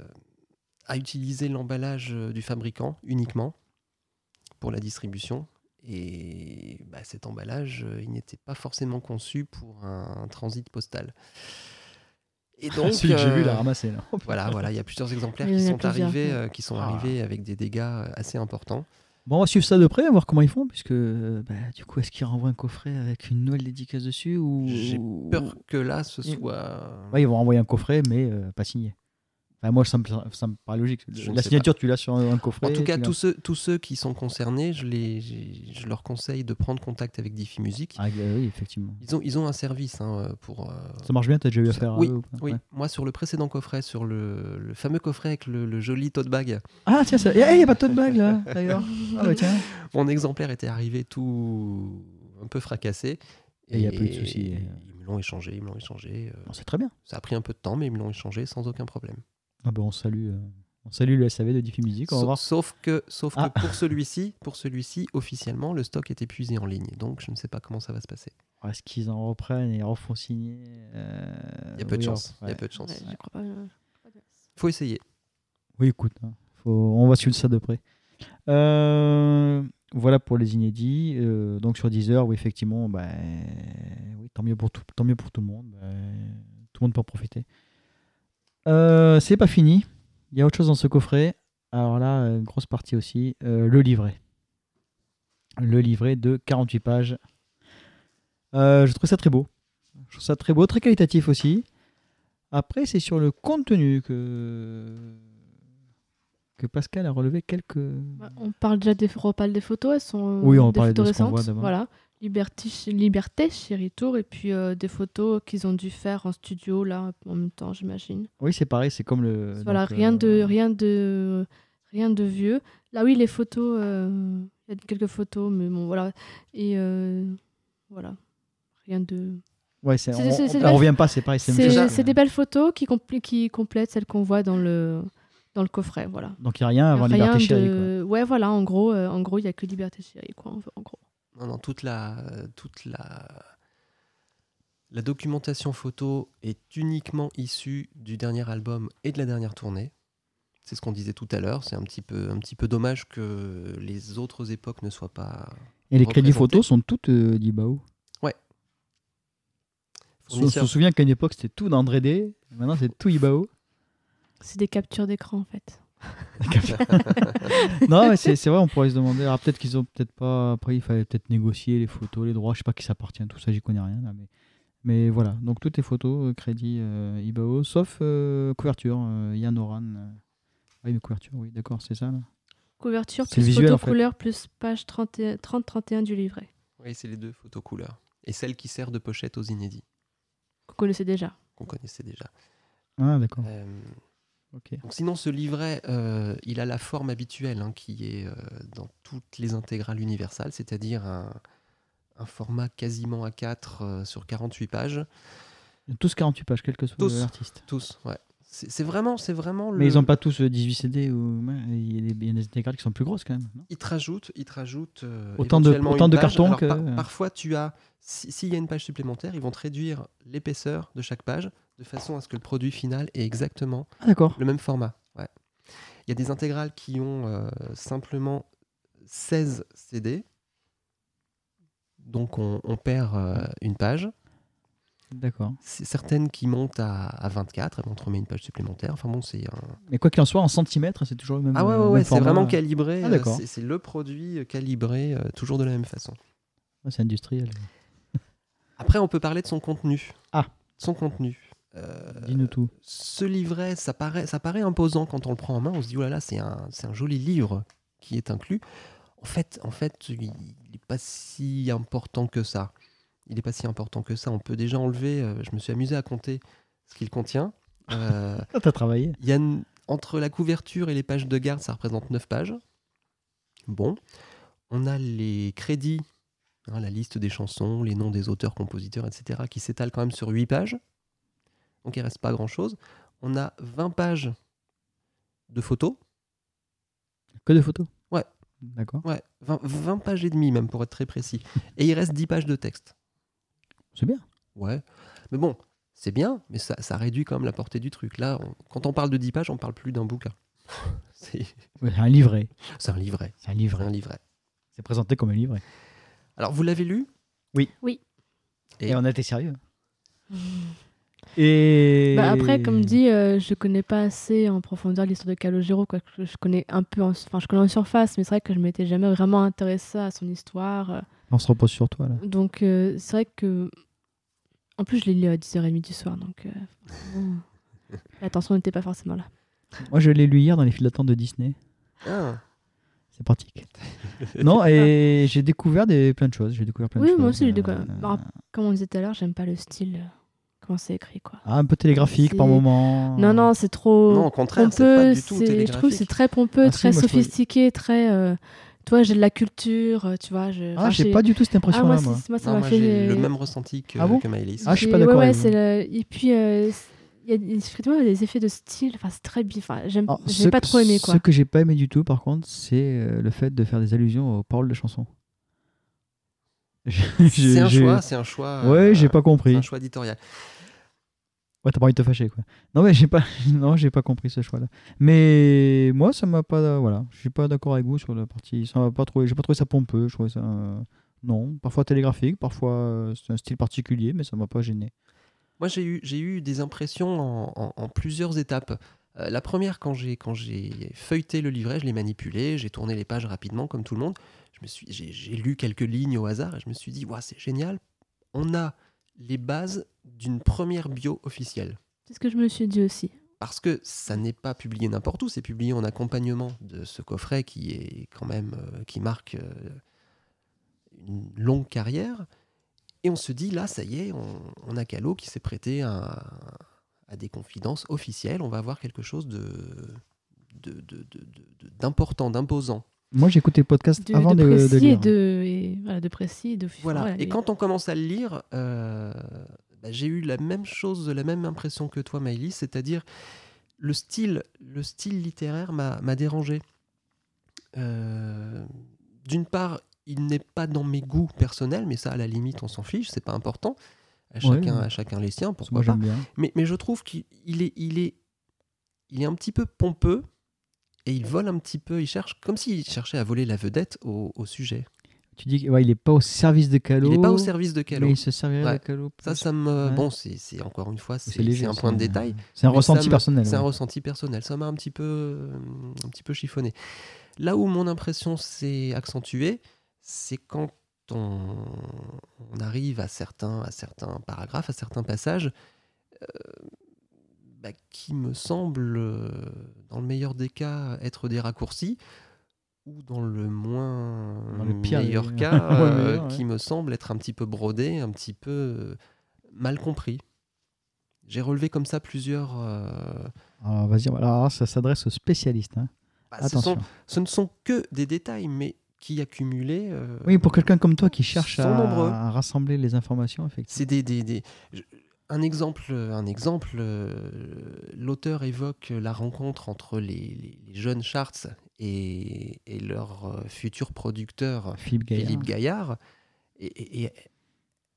[SPEAKER 3] a utilisé l'emballage euh, du fabricant uniquement pour la distribution. Et bah, cet emballage, euh, il n'était pas forcément conçu pour un, transit postal. Et donc,
[SPEAKER 1] Celui que j'ai vu
[SPEAKER 3] euh,
[SPEAKER 1] l'a ramassé là.
[SPEAKER 3] voilà, voilà, il y a plusieurs exemplaires
[SPEAKER 4] Il y
[SPEAKER 3] qui
[SPEAKER 4] en a
[SPEAKER 3] sont
[SPEAKER 4] plusieurs,
[SPEAKER 3] arrivés,
[SPEAKER 4] ouais.
[SPEAKER 3] euh, qui sont
[SPEAKER 1] Ah.
[SPEAKER 3] arrivés avec des dégâts euh, assez importants.
[SPEAKER 1] Bon, on va suivre ça de près, voir comment ils font, puisque euh, bah, du coup, est-ce qu'ils renvoient un coffret avec une Noël dédicace dessus ou
[SPEAKER 3] J'ai
[SPEAKER 1] ou-
[SPEAKER 3] Peur que là, ce
[SPEAKER 1] Il-
[SPEAKER 3] soit.
[SPEAKER 1] Ouais, ils vont renvoyer un coffret, mais euh, pas signé. Enfin, moi, ça me, ça me paraît logique.
[SPEAKER 3] Je ne
[SPEAKER 1] La
[SPEAKER 3] sais
[SPEAKER 1] signature, tu l'as sur un un coffret.
[SPEAKER 3] En tout cas,
[SPEAKER 1] tu l'as-
[SPEAKER 3] tous ceux, tous ceux qui sont concernés, je, les, j'ai- je leur conseille de prendre contact avec Diffie Music.
[SPEAKER 1] Ah, euh, oui, effectivement.
[SPEAKER 3] Ils ont, ils ont un service hein, euh, pour. euh,
[SPEAKER 1] Ça marche bien, t'as déjà eu
[SPEAKER 3] Ça-
[SPEAKER 1] affaire
[SPEAKER 3] oui,
[SPEAKER 1] à eux ou pas
[SPEAKER 3] Oui,
[SPEAKER 1] Ouais.
[SPEAKER 3] moi sur le précédent coffret, sur le, le fameux coffret avec le, le joli tote bag,
[SPEAKER 1] Ah, tiens, ça... il n'y a pas de tote bag là, d'ailleurs. Ah, bah tiens.
[SPEAKER 3] mon exemplaire était arrivé tout un peu fracassé.
[SPEAKER 1] Et il y a plus de soucis. euh.
[SPEAKER 3] Ils me l'ont échangé, ils me l'ont échangé. euh,
[SPEAKER 1] Bon, c'est très bien.
[SPEAKER 3] Ça a pris un peu de temps, mais ils me l'ont échangé sans aucun problème.
[SPEAKER 1] Ah, bah, on salue. euh, On salue le SAV de Diffie Music, on va
[SPEAKER 3] Sa-
[SPEAKER 1] voir.
[SPEAKER 3] Sauf que, sauf
[SPEAKER 1] Ah.
[SPEAKER 3] que pour celui-ci, pour celui-ci, officiellement, le stock est épuisé en ligne. Donc je ne sais pas comment ça va se passer.
[SPEAKER 1] Est-ce qu'ils en reprennent et refont signer euh,
[SPEAKER 3] Il y a peu de
[SPEAKER 1] oui,
[SPEAKER 3] chance. Il
[SPEAKER 1] ouais.
[SPEAKER 3] y a peu de chance.
[SPEAKER 4] Ouais, je crois pas, euh,
[SPEAKER 3] Faut essayer.
[SPEAKER 1] Oui, écoute, hein, faut- on va suivre ça de près. Euh, voilà pour les inédits. Euh, donc sur Deezer, oui, effectivement, bah, oui, tant, mieux pour tout, tant mieux pour tout le monde. Bah, tout le monde peut en profiter. Euh, C'est pas fini. Il y a autre chose dans ce coffret. Alors là, euh, grosse partie aussi, euh, le livret. Le livret de 48 pages. Euh, je trouve ça très beau. Je trouve ça très beau, très qualitatif aussi. Après, c'est sur le contenu que, que Pascal a relevé quelques.
[SPEAKER 4] bah, on parle déjà des, on parle des photos, elles sont euh,
[SPEAKER 1] Oui, on va
[SPEAKER 4] des
[SPEAKER 1] parler
[SPEAKER 4] photos
[SPEAKER 1] de ce qu'on
[SPEAKER 4] récentes.
[SPEAKER 1] voit d'abord.
[SPEAKER 4] voilà. Liberté, ch- Liberté chez Retour, et puis euh, des photos qu'ils ont dû faire en studio, là, en même temps, j'imagine.
[SPEAKER 1] Oui, c'est pareil, c'est comme le.
[SPEAKER 4] voilà,
[SPEAKER 1] Euh, donc, euh,
[SPEAKER 4] rien, de, rien, de, rien de vieux. Là, oui, les photos, euh, il y a quelques photos, mais bon, voilà. Et euh, voilà, rien de.
[SPEAKER 1] Ouais, c'est-
[SPEAKER 4] c'est-
[SPEAKER 1] on,
[SPEAKER 4] c'est-
[SPEAKER 1] on-
[SPEAKER 4] c'est
[SPEAKER 1] on
[SPEAKER 4] pas-
[SPEAKER 1] revient pas, c'est pareil, c'est la même
[SPEAKER 4] C'est
[SPEAKER 1] chose.
[SPEAKER 4] c'est des belles photos qui, compl- qui complètent celles qu'on voit dans le, dans le coffret, voilà.
[SPEAKER 1] Donc il n'y a rien Ah, avant
[SPEAKER 4] Rien
[SPEAKER 1] Liberté Chérie. quoi.
[SPEAKER 4] de- Ouais, voilà, en gros, euh, en gros, il y a que Liberté Chérie, quoi, en, en gros.
[SPEAKER 3] Non, non, toute la, toute la, la documentation photo est uniquement issue du dernier album et de la dernière tournée. C'est ce qu'on disait tout à l'heure. C'est un petit peu, un petit peu dommage que les autres époques ne soient pas
[SPEAKER 1] Et les crédits
[SPEAKER 3] représenté.
[SPEAKER 1] photos sont toutes euh, d'Ibao. On se
[SPEAKER 3] fournisseurs.
[SPEAKER 1] souvient qu'à une époque, c'était tout d'André D. Maintenant, c'est tout Ibao.
[SPEAKER 4] C'est des captures d'écran, en fait.
[SPEAKER 1] non, mais c'est c'est vrai, on pourrait se demander. Alors peut-être qu'ils ont peut-être pas. Après, il fallait peut-être négocier les photos, les droits. Je sais pas qui s'appartient, tout ça, j'y connais rien. là, mais... mais voilà, donc toutes les photos, euh, crédit, euh, IBAO, sauf euh, couverture, euh, Yann Oran. euh. Ah, une couverture, oui, d'accord, c'est ça. Là.
[SPEAKER 4] Couverture
[SPEAKER 1] C'est
[SPEAKER 4] plus
[SPEAKER 1] visuel,
[SPEAKER 4] photo
[SPEAKER 1] en fait.
[SPEAKER 4] couleur plus page 30-31 du livret.
[SPEAKER 3] Oui, c'est les deux photos couleurs. Et celle qui sert de pochette aux inédits,
[SPEAKER 4] Vous connaissez déjà.
[SPEAKER 3] qu'on connaissait déjà.
[SPEAKER 1] Ah, d'accord,
[SPEAKER 3] Euh,
[SPEAKER 1] ok.
[SPEAKER 3] donc sinon, ce livret, euh, il a la forme habituelle hein, qui est euh, dans toutes les intégrales universales, c'est-à-dire un, un format quasiment A4 euh, sur 48 pages.
[SPEAKER 1] Tous 48 pages, quel que soit
[SPEAKER 3] Tous.
[SPEAKER 1] l'artiste.
[SPEAKER 3] Tous, ouais. C'est c'est vraiment, c'est vraiment le.
[SPEAKER 1] Mais ils n'ont pas tous euh, 18 CD ou. ouais, Il y a des- il y a des intégrales qui sont plus grosses quand même. non
[SPEAKER 3] Il te rajoute, il te rajoute euh,
[SPEAKER 1] Autant de-
[SPEAKER 3] éventuellement
[SPEAKER 1] autant
[SPEAKER 3] une
[SPEAKER 1] de
[SPEAKER 3] page.
[SPEAKER 1] cartons
[SPEAKER 3] Alors,
[SPEAKER 1] que-
[SPEAKER 3] par- parfois, tu as, si- s'il y a une page supplémentaire, ils vont te réduire l'épaisseur de chaque page de façon à ce que le produit final ait exactement
[SPEAKER 1] ah, d'accord.
[SPEAKER 3] le même format. Ouais. Il y a des intégrales qui ont euh, simplement 16 CD, donc on, on perd euh, une page.
[SPEAKER 1] D'accord.
[SPEAKER 3] C'est certaines qui montent à, à 24, elles vont te remettre une page supplémentaire. Enfin bon, c'est un,
[SPEAKER 1] Mais quoi qu'il en soit, en centimètres, c'est toujours le même.
[SPEAKER 3] Ah ouais,
[SPEAKER 1] euh,
[SPEAKER 3] ouais,
[SPEAKER 1] même
[SPEAKER 3] ouais, c'est
[SPEAKER 1] format.
[SPEAKER 3] vraiment calibré.
[SPEAKER 1] Ah,
[SPEAKER 3] euh,
[SPEAKER 1] d'accord.
[SPEAKER 3] c'est- c'est le produit euh, calibré euh, toujours de la même façon.
[SPEAKER 1] Ouais, C'est industriel.
[SPEAKER 3] Après, on peut parler de son contenu.
[SPEAKER 1] Ah.
[SPEAKER 3] Son contenu. Euh,
[SPEAKER 1] Dis-nous tout.
[SPEAKER 3] ce livret, ça paraît, ça paraît imposant quand on le prend en main. On se dit, oh là là, c'est un, c'est un joli livre qui est inclus. En fait, en fait il n'est pas si important que ça. Il n'est pas si important que ça. On peut déjà enlever. euh, je me suis amusé à compter ce qu'il contient. Euh,
[SPEAKER 1] Ah, t'as travaillé.
[SPEAKER 3] Il y a une- entre la couverture et les pages de garde, ça représente 9 pages. Bon. On a les crédits, hein, la liste des chansons, les noms des auteurs, compositeurs, etc., qui s'étalent quand même sur 8 pages. Donc il reste pas grand-chose. On a 20 pages de photos.
[SPEAKER 1] Que de photos
[SPEAKER 3] Ouais.
[SPEAKER 1] D'accord.
[SPEAKER 3] Ouais, 20, 20 pages et demie même pour être très précis. Et il reste 10 pages de texte.
[SPEAKER 1] C'est bien.
[SPEAKER 3] Ouais. Mais bon, c'est bien, mais ça, ça réduit quand même la portée du truc. Là, on- quand on parle de 10 pages, on parle plus d'un bouquin. c'est
[SPEAKER 1] Ouais, c'est un livret.
[SPEAKER 3] c'est un livret.
[SPEAKER 1] C'est un
[SPEAKER 3] un
[SPEAKER 1] livret.
[SPEAKER 3] livret.
[SPEAKER 1] C'est présenté comme un livret.
[SPEAKER 3] Alors, vous l'avez lu Et-
[SPEAKER 1] Et, on a été sérieux. Et.
[SPEAKER 4] Bah, après, comme dit, euh, je connais pas assez en profondeur l'histoire de Calogero. Quoi. que Je connais un peu, en- enfin, je connais en surface, mais c'est vrai que je m'étais jamais vraiment intéressée à son histoire. euh.
[SPEAKER 1] On se repose sur toi, là.
[SPEAKER 4] Donc, euh, c'est vrai que. En plus, je l'ai lu à 10h30 du soir, donc. euh, bon, L'attention n'était pas forcément là.
[SPEAKER 1] Moi, je l'ai lu hier dans les files d'attente de Disney.
[SPEAKER 3] Ah,
[SPEAKER 1] C'est pratique. non, et j'ai découvert des, plein de choses. J'ai découvert plein de
[SPEAKER 4] Oui,
[SPEAKER 1] choses.
[SPEAKER 4] moi aussi, j'ai
[SPEAKER 1] euh,
[SPEAKER 4] découvert. Bah, Comme on disait tout à l'heure, j'aime pas le style. euh, Comment c'est écrit, quoi.
[SPEAKER 1] ah, un peu télégraphique par
[SPEAKER 4] C'est-
[SPEAKER 1] moment.
[SPEAKER 4] Non, non, c'est trop.
[SPEAKER 3] non, au contraire, c'est pas
[SPEAKER 4] pompeux,
[SPEAKER 3] du tout
[SPEAKER 4] c'est- je trouve que c'est
[SPEAKER 3] télégraphique.
[SPEAKER 4] très pompeux,
[SPEAKER 1] Ah si,
[SPEAKER 4] très
[SPEAKER 1] moi, je trouve-
[SPEAKER 4] sophistiqué, très. euh, toi, j'ai de la culture, euh, tu vois. Je,
[SPEAKER 1] Ah, j'ai pas du tout cette
[SPEAKER 4] ah, moi,
[SPEAKER 1] impression-là,
[SPEAKER 4] c'est-
[SPEAKER 1] moi.
[SPEAKER 4] moi, ça
[SPEAKER 3] Non,
[SPEAKER 4] m'a
[SPEAKER 3] moi,
[SPEAKER 4] fait.
[SPEAKER 3] j'ai le
[SPEAKER 4] euh,
[SPEAKER 3] même ressenti que,
[SPEAKER 1] Ah bon
[SPEAKER 3] que Maëlys.
[SPEAKER 1] Ah, je suis pas
[SPEAKER 4] j'ai-
[SPEAKER 1] d'accord
[SPEAKER 4] ouais,
[SPEAKER 1] avec
[SPEAKER 4] ouais,
[SPEAKER 1] vous.
[SPEAKER 4] c'est le- Et puis, euh, c'est- il y a des- effectivement, il y a des effets de style, enfin, c'est très bi- Enfin, j'aime-
[SPEAKER 1] Alors,
[SPEAKER 4] j'ai
[SPEAKER 1] ce-
[SPEAKER 4] pas trop aimé, quoi.
[SPEAKER 1] Ce que j'ai pas aimé du tout, par contre, c'est euh, le fait de faire des allusions aux paroles de chansons. Je-
[SPEAKER 3] C'est un
[SPEAKER 1] j'ai-
[SPEAKER 3] choix, c'est un choix.
[SPEAKER 1] Ouais,
[SPEAKER 3] euh,
[SPEAKER 1] j'ai pas
[SPEAKER 3] c'est
[SPEAKER 1] compris.
[SPEAKER 3] un choix éditorial.
[SPEAKER 1] Ouais, t'as pas envie de te fâcher, quoi. Non, mais j'ai pas, non, j'ai pas compris ce choix-là. Mais moi, ça m'a pas, voilà, je suis pas d'accord avec vous sur la partie. Ça m'a pas trouvé, j'ai pas trouvé ça pompeux. Je trouvais ça, euh, non, parfois télégraphique, parfois euh, c'est un style particulier, mais ça m'a pas gêné.
[SPEAKER 3] Moi, j'ai eu, j'ai eu des impressions en, en- en plusieurs étapes. Euh, la première, quand j'ai, quand j'ai feuilleté le livret, je l'ai manipulé, j'ai tourné les pages rapidement, comme tout le monde. Je me suis, j'ai, j'ai lu quelques lignes au hasard et je me suis dit, Ouah, c'est génial. On a les bases d'une première bio officielle.
[SPEAKER 4] C'est ce que je me suis dit aussi.
[SPEAKER 3] parce que ça n'est pas publié n'importe où, c'est publié en accompagnement de ce coffret qui est quand même euh, qui marque euh, une longue carrière. Et on se dit là, ça y est, on, on a Calo qui s'est prêté à, à des confidences officielles. On va avoir quelque chose de de- de- de- de- d'important, d'imposant.
[SPEAKER 1] Moi, j'écoutais le podcast
[SPEAKER 4] De,
[SPEAKER 1] avant
[SPEAKER 4] de
[SPEAKER 1] de, de
[SPEAKER 4] précis et
[SPEAKER 1] lire.
[SPEAKER 4] de. et- voilà, de précis et de.
[SPEAKER 3] Voilà.
[SPEAKER 4] ouais,
[SPEAKER 3] Et quand on commence à le lire, euh, bah, j'ai eu la même chose, la même impression que toi, Maëlys, c'est-à-dire le style, le style littéraire m'a m'a dérangé. Euh, D'une part, il n'est pas dans mes goûts personnels, mais ça, à la limite, on s'en fiche, c'est pas important. À
[SPEAKER 1] Ouais,
[SPEAKER 3] chacun,
[SPEAKER 1] ouais.
[SPEAKER 3] à chacun les siens,
[SPEAKER 1] Moi,
[SPEAKER 3] pourquoi pas.
[SPEAKER 1] j'aime bien.
[SPEAKER 3] Mais, mais je trouve qu'il il est, il est, il est un petit peu pompeux et il vole un petit peu, il cherche comme s'il cherchait à voler la vedette au, au sujet.
[SPEAKER 1] Tu dis qu'il ouais, il est pas au service de Calo.
[SPEAKER 3] Il n'est pas au service de Calo.
[SPEAKER 1] Mais il se servirait
[SPEAKER 3] Ouais.
[SPEAKER 1] de Calo. plus.
[SPEAKER 3] Ça, ça me.
[SPEAKER 1] Ouais.
[SPEAKER 3] Bon, c'est c'est- encore une fois, c'est
[SPEAKER 1] C'est léger,
[SPEAKER 3] c'est un point de
[SPEAKER 1] c'est-
[SPEAKER 3] détail.
[SPEAKER 1] C'est un
[SPEAKER 3] Mais
[SPEAKER 1] ressenti
[SPEAKER 3] ça me-
[SPEAKER 1] personnel.
[SPEAKER 3] C'est un
[SPEAKER 1] ouais.
[SPEAKER 3] ressenti personnel. Ça m'a un petit peu, euh, un petit peu chiffonné. Là où mon impression s'est accentuée, c'est quand on, on arrive à certains, à certains paragraphes, à certains passages, euh, bah, qui me semblent, euh, dans le meilleur des cas, être des raccourcis, ou dans le moins
[SPEAKER 1] Dans le pire des-
[SPEAKER 3] meilleur
[SPEAKER 1] Ouais,
[SPEAKER 3] cas,
[SPEAKER 1] le
[SPEAKER 3] euh,
[SPEAKER 1] meilleur, ouais.
[SPEAKER 3] qui me semblent être un petit peu brodés, un petit peu euh, mal compris. J'ai relevé comme ça plusieurs, euh,
[SPEAKER 1] Alors, Ah, vas-y, alors, ça s'adresse aux spécialistes. hein.
[SPEAKER 3] bah, ce,
[SPEAKER 1] Attention.
[SPEAKER 3] sont- ce ne sont que des détails, mais qui accumulés. euh,
[SPEAKER 1] Oui, pour quelqu'un comme toi qui cherche
[SPEAKER 3] sont
[SPEAKER 1] à,
[SPEAKER 3] nombreux.
[SPEAKER 1] à rassembler les informations, effectivement.
[SPEAKER 3] C'est des, des- des- je- un exemple. Un exemple. euh, L'auteur évoque la rencontre entre les, les- les jeunes Charts et, et leur euh, futur producteur
[SPEAKER 1] Philippe Gaillard.
[SPEAKER 3] Philippe Gaillard. Et, et- et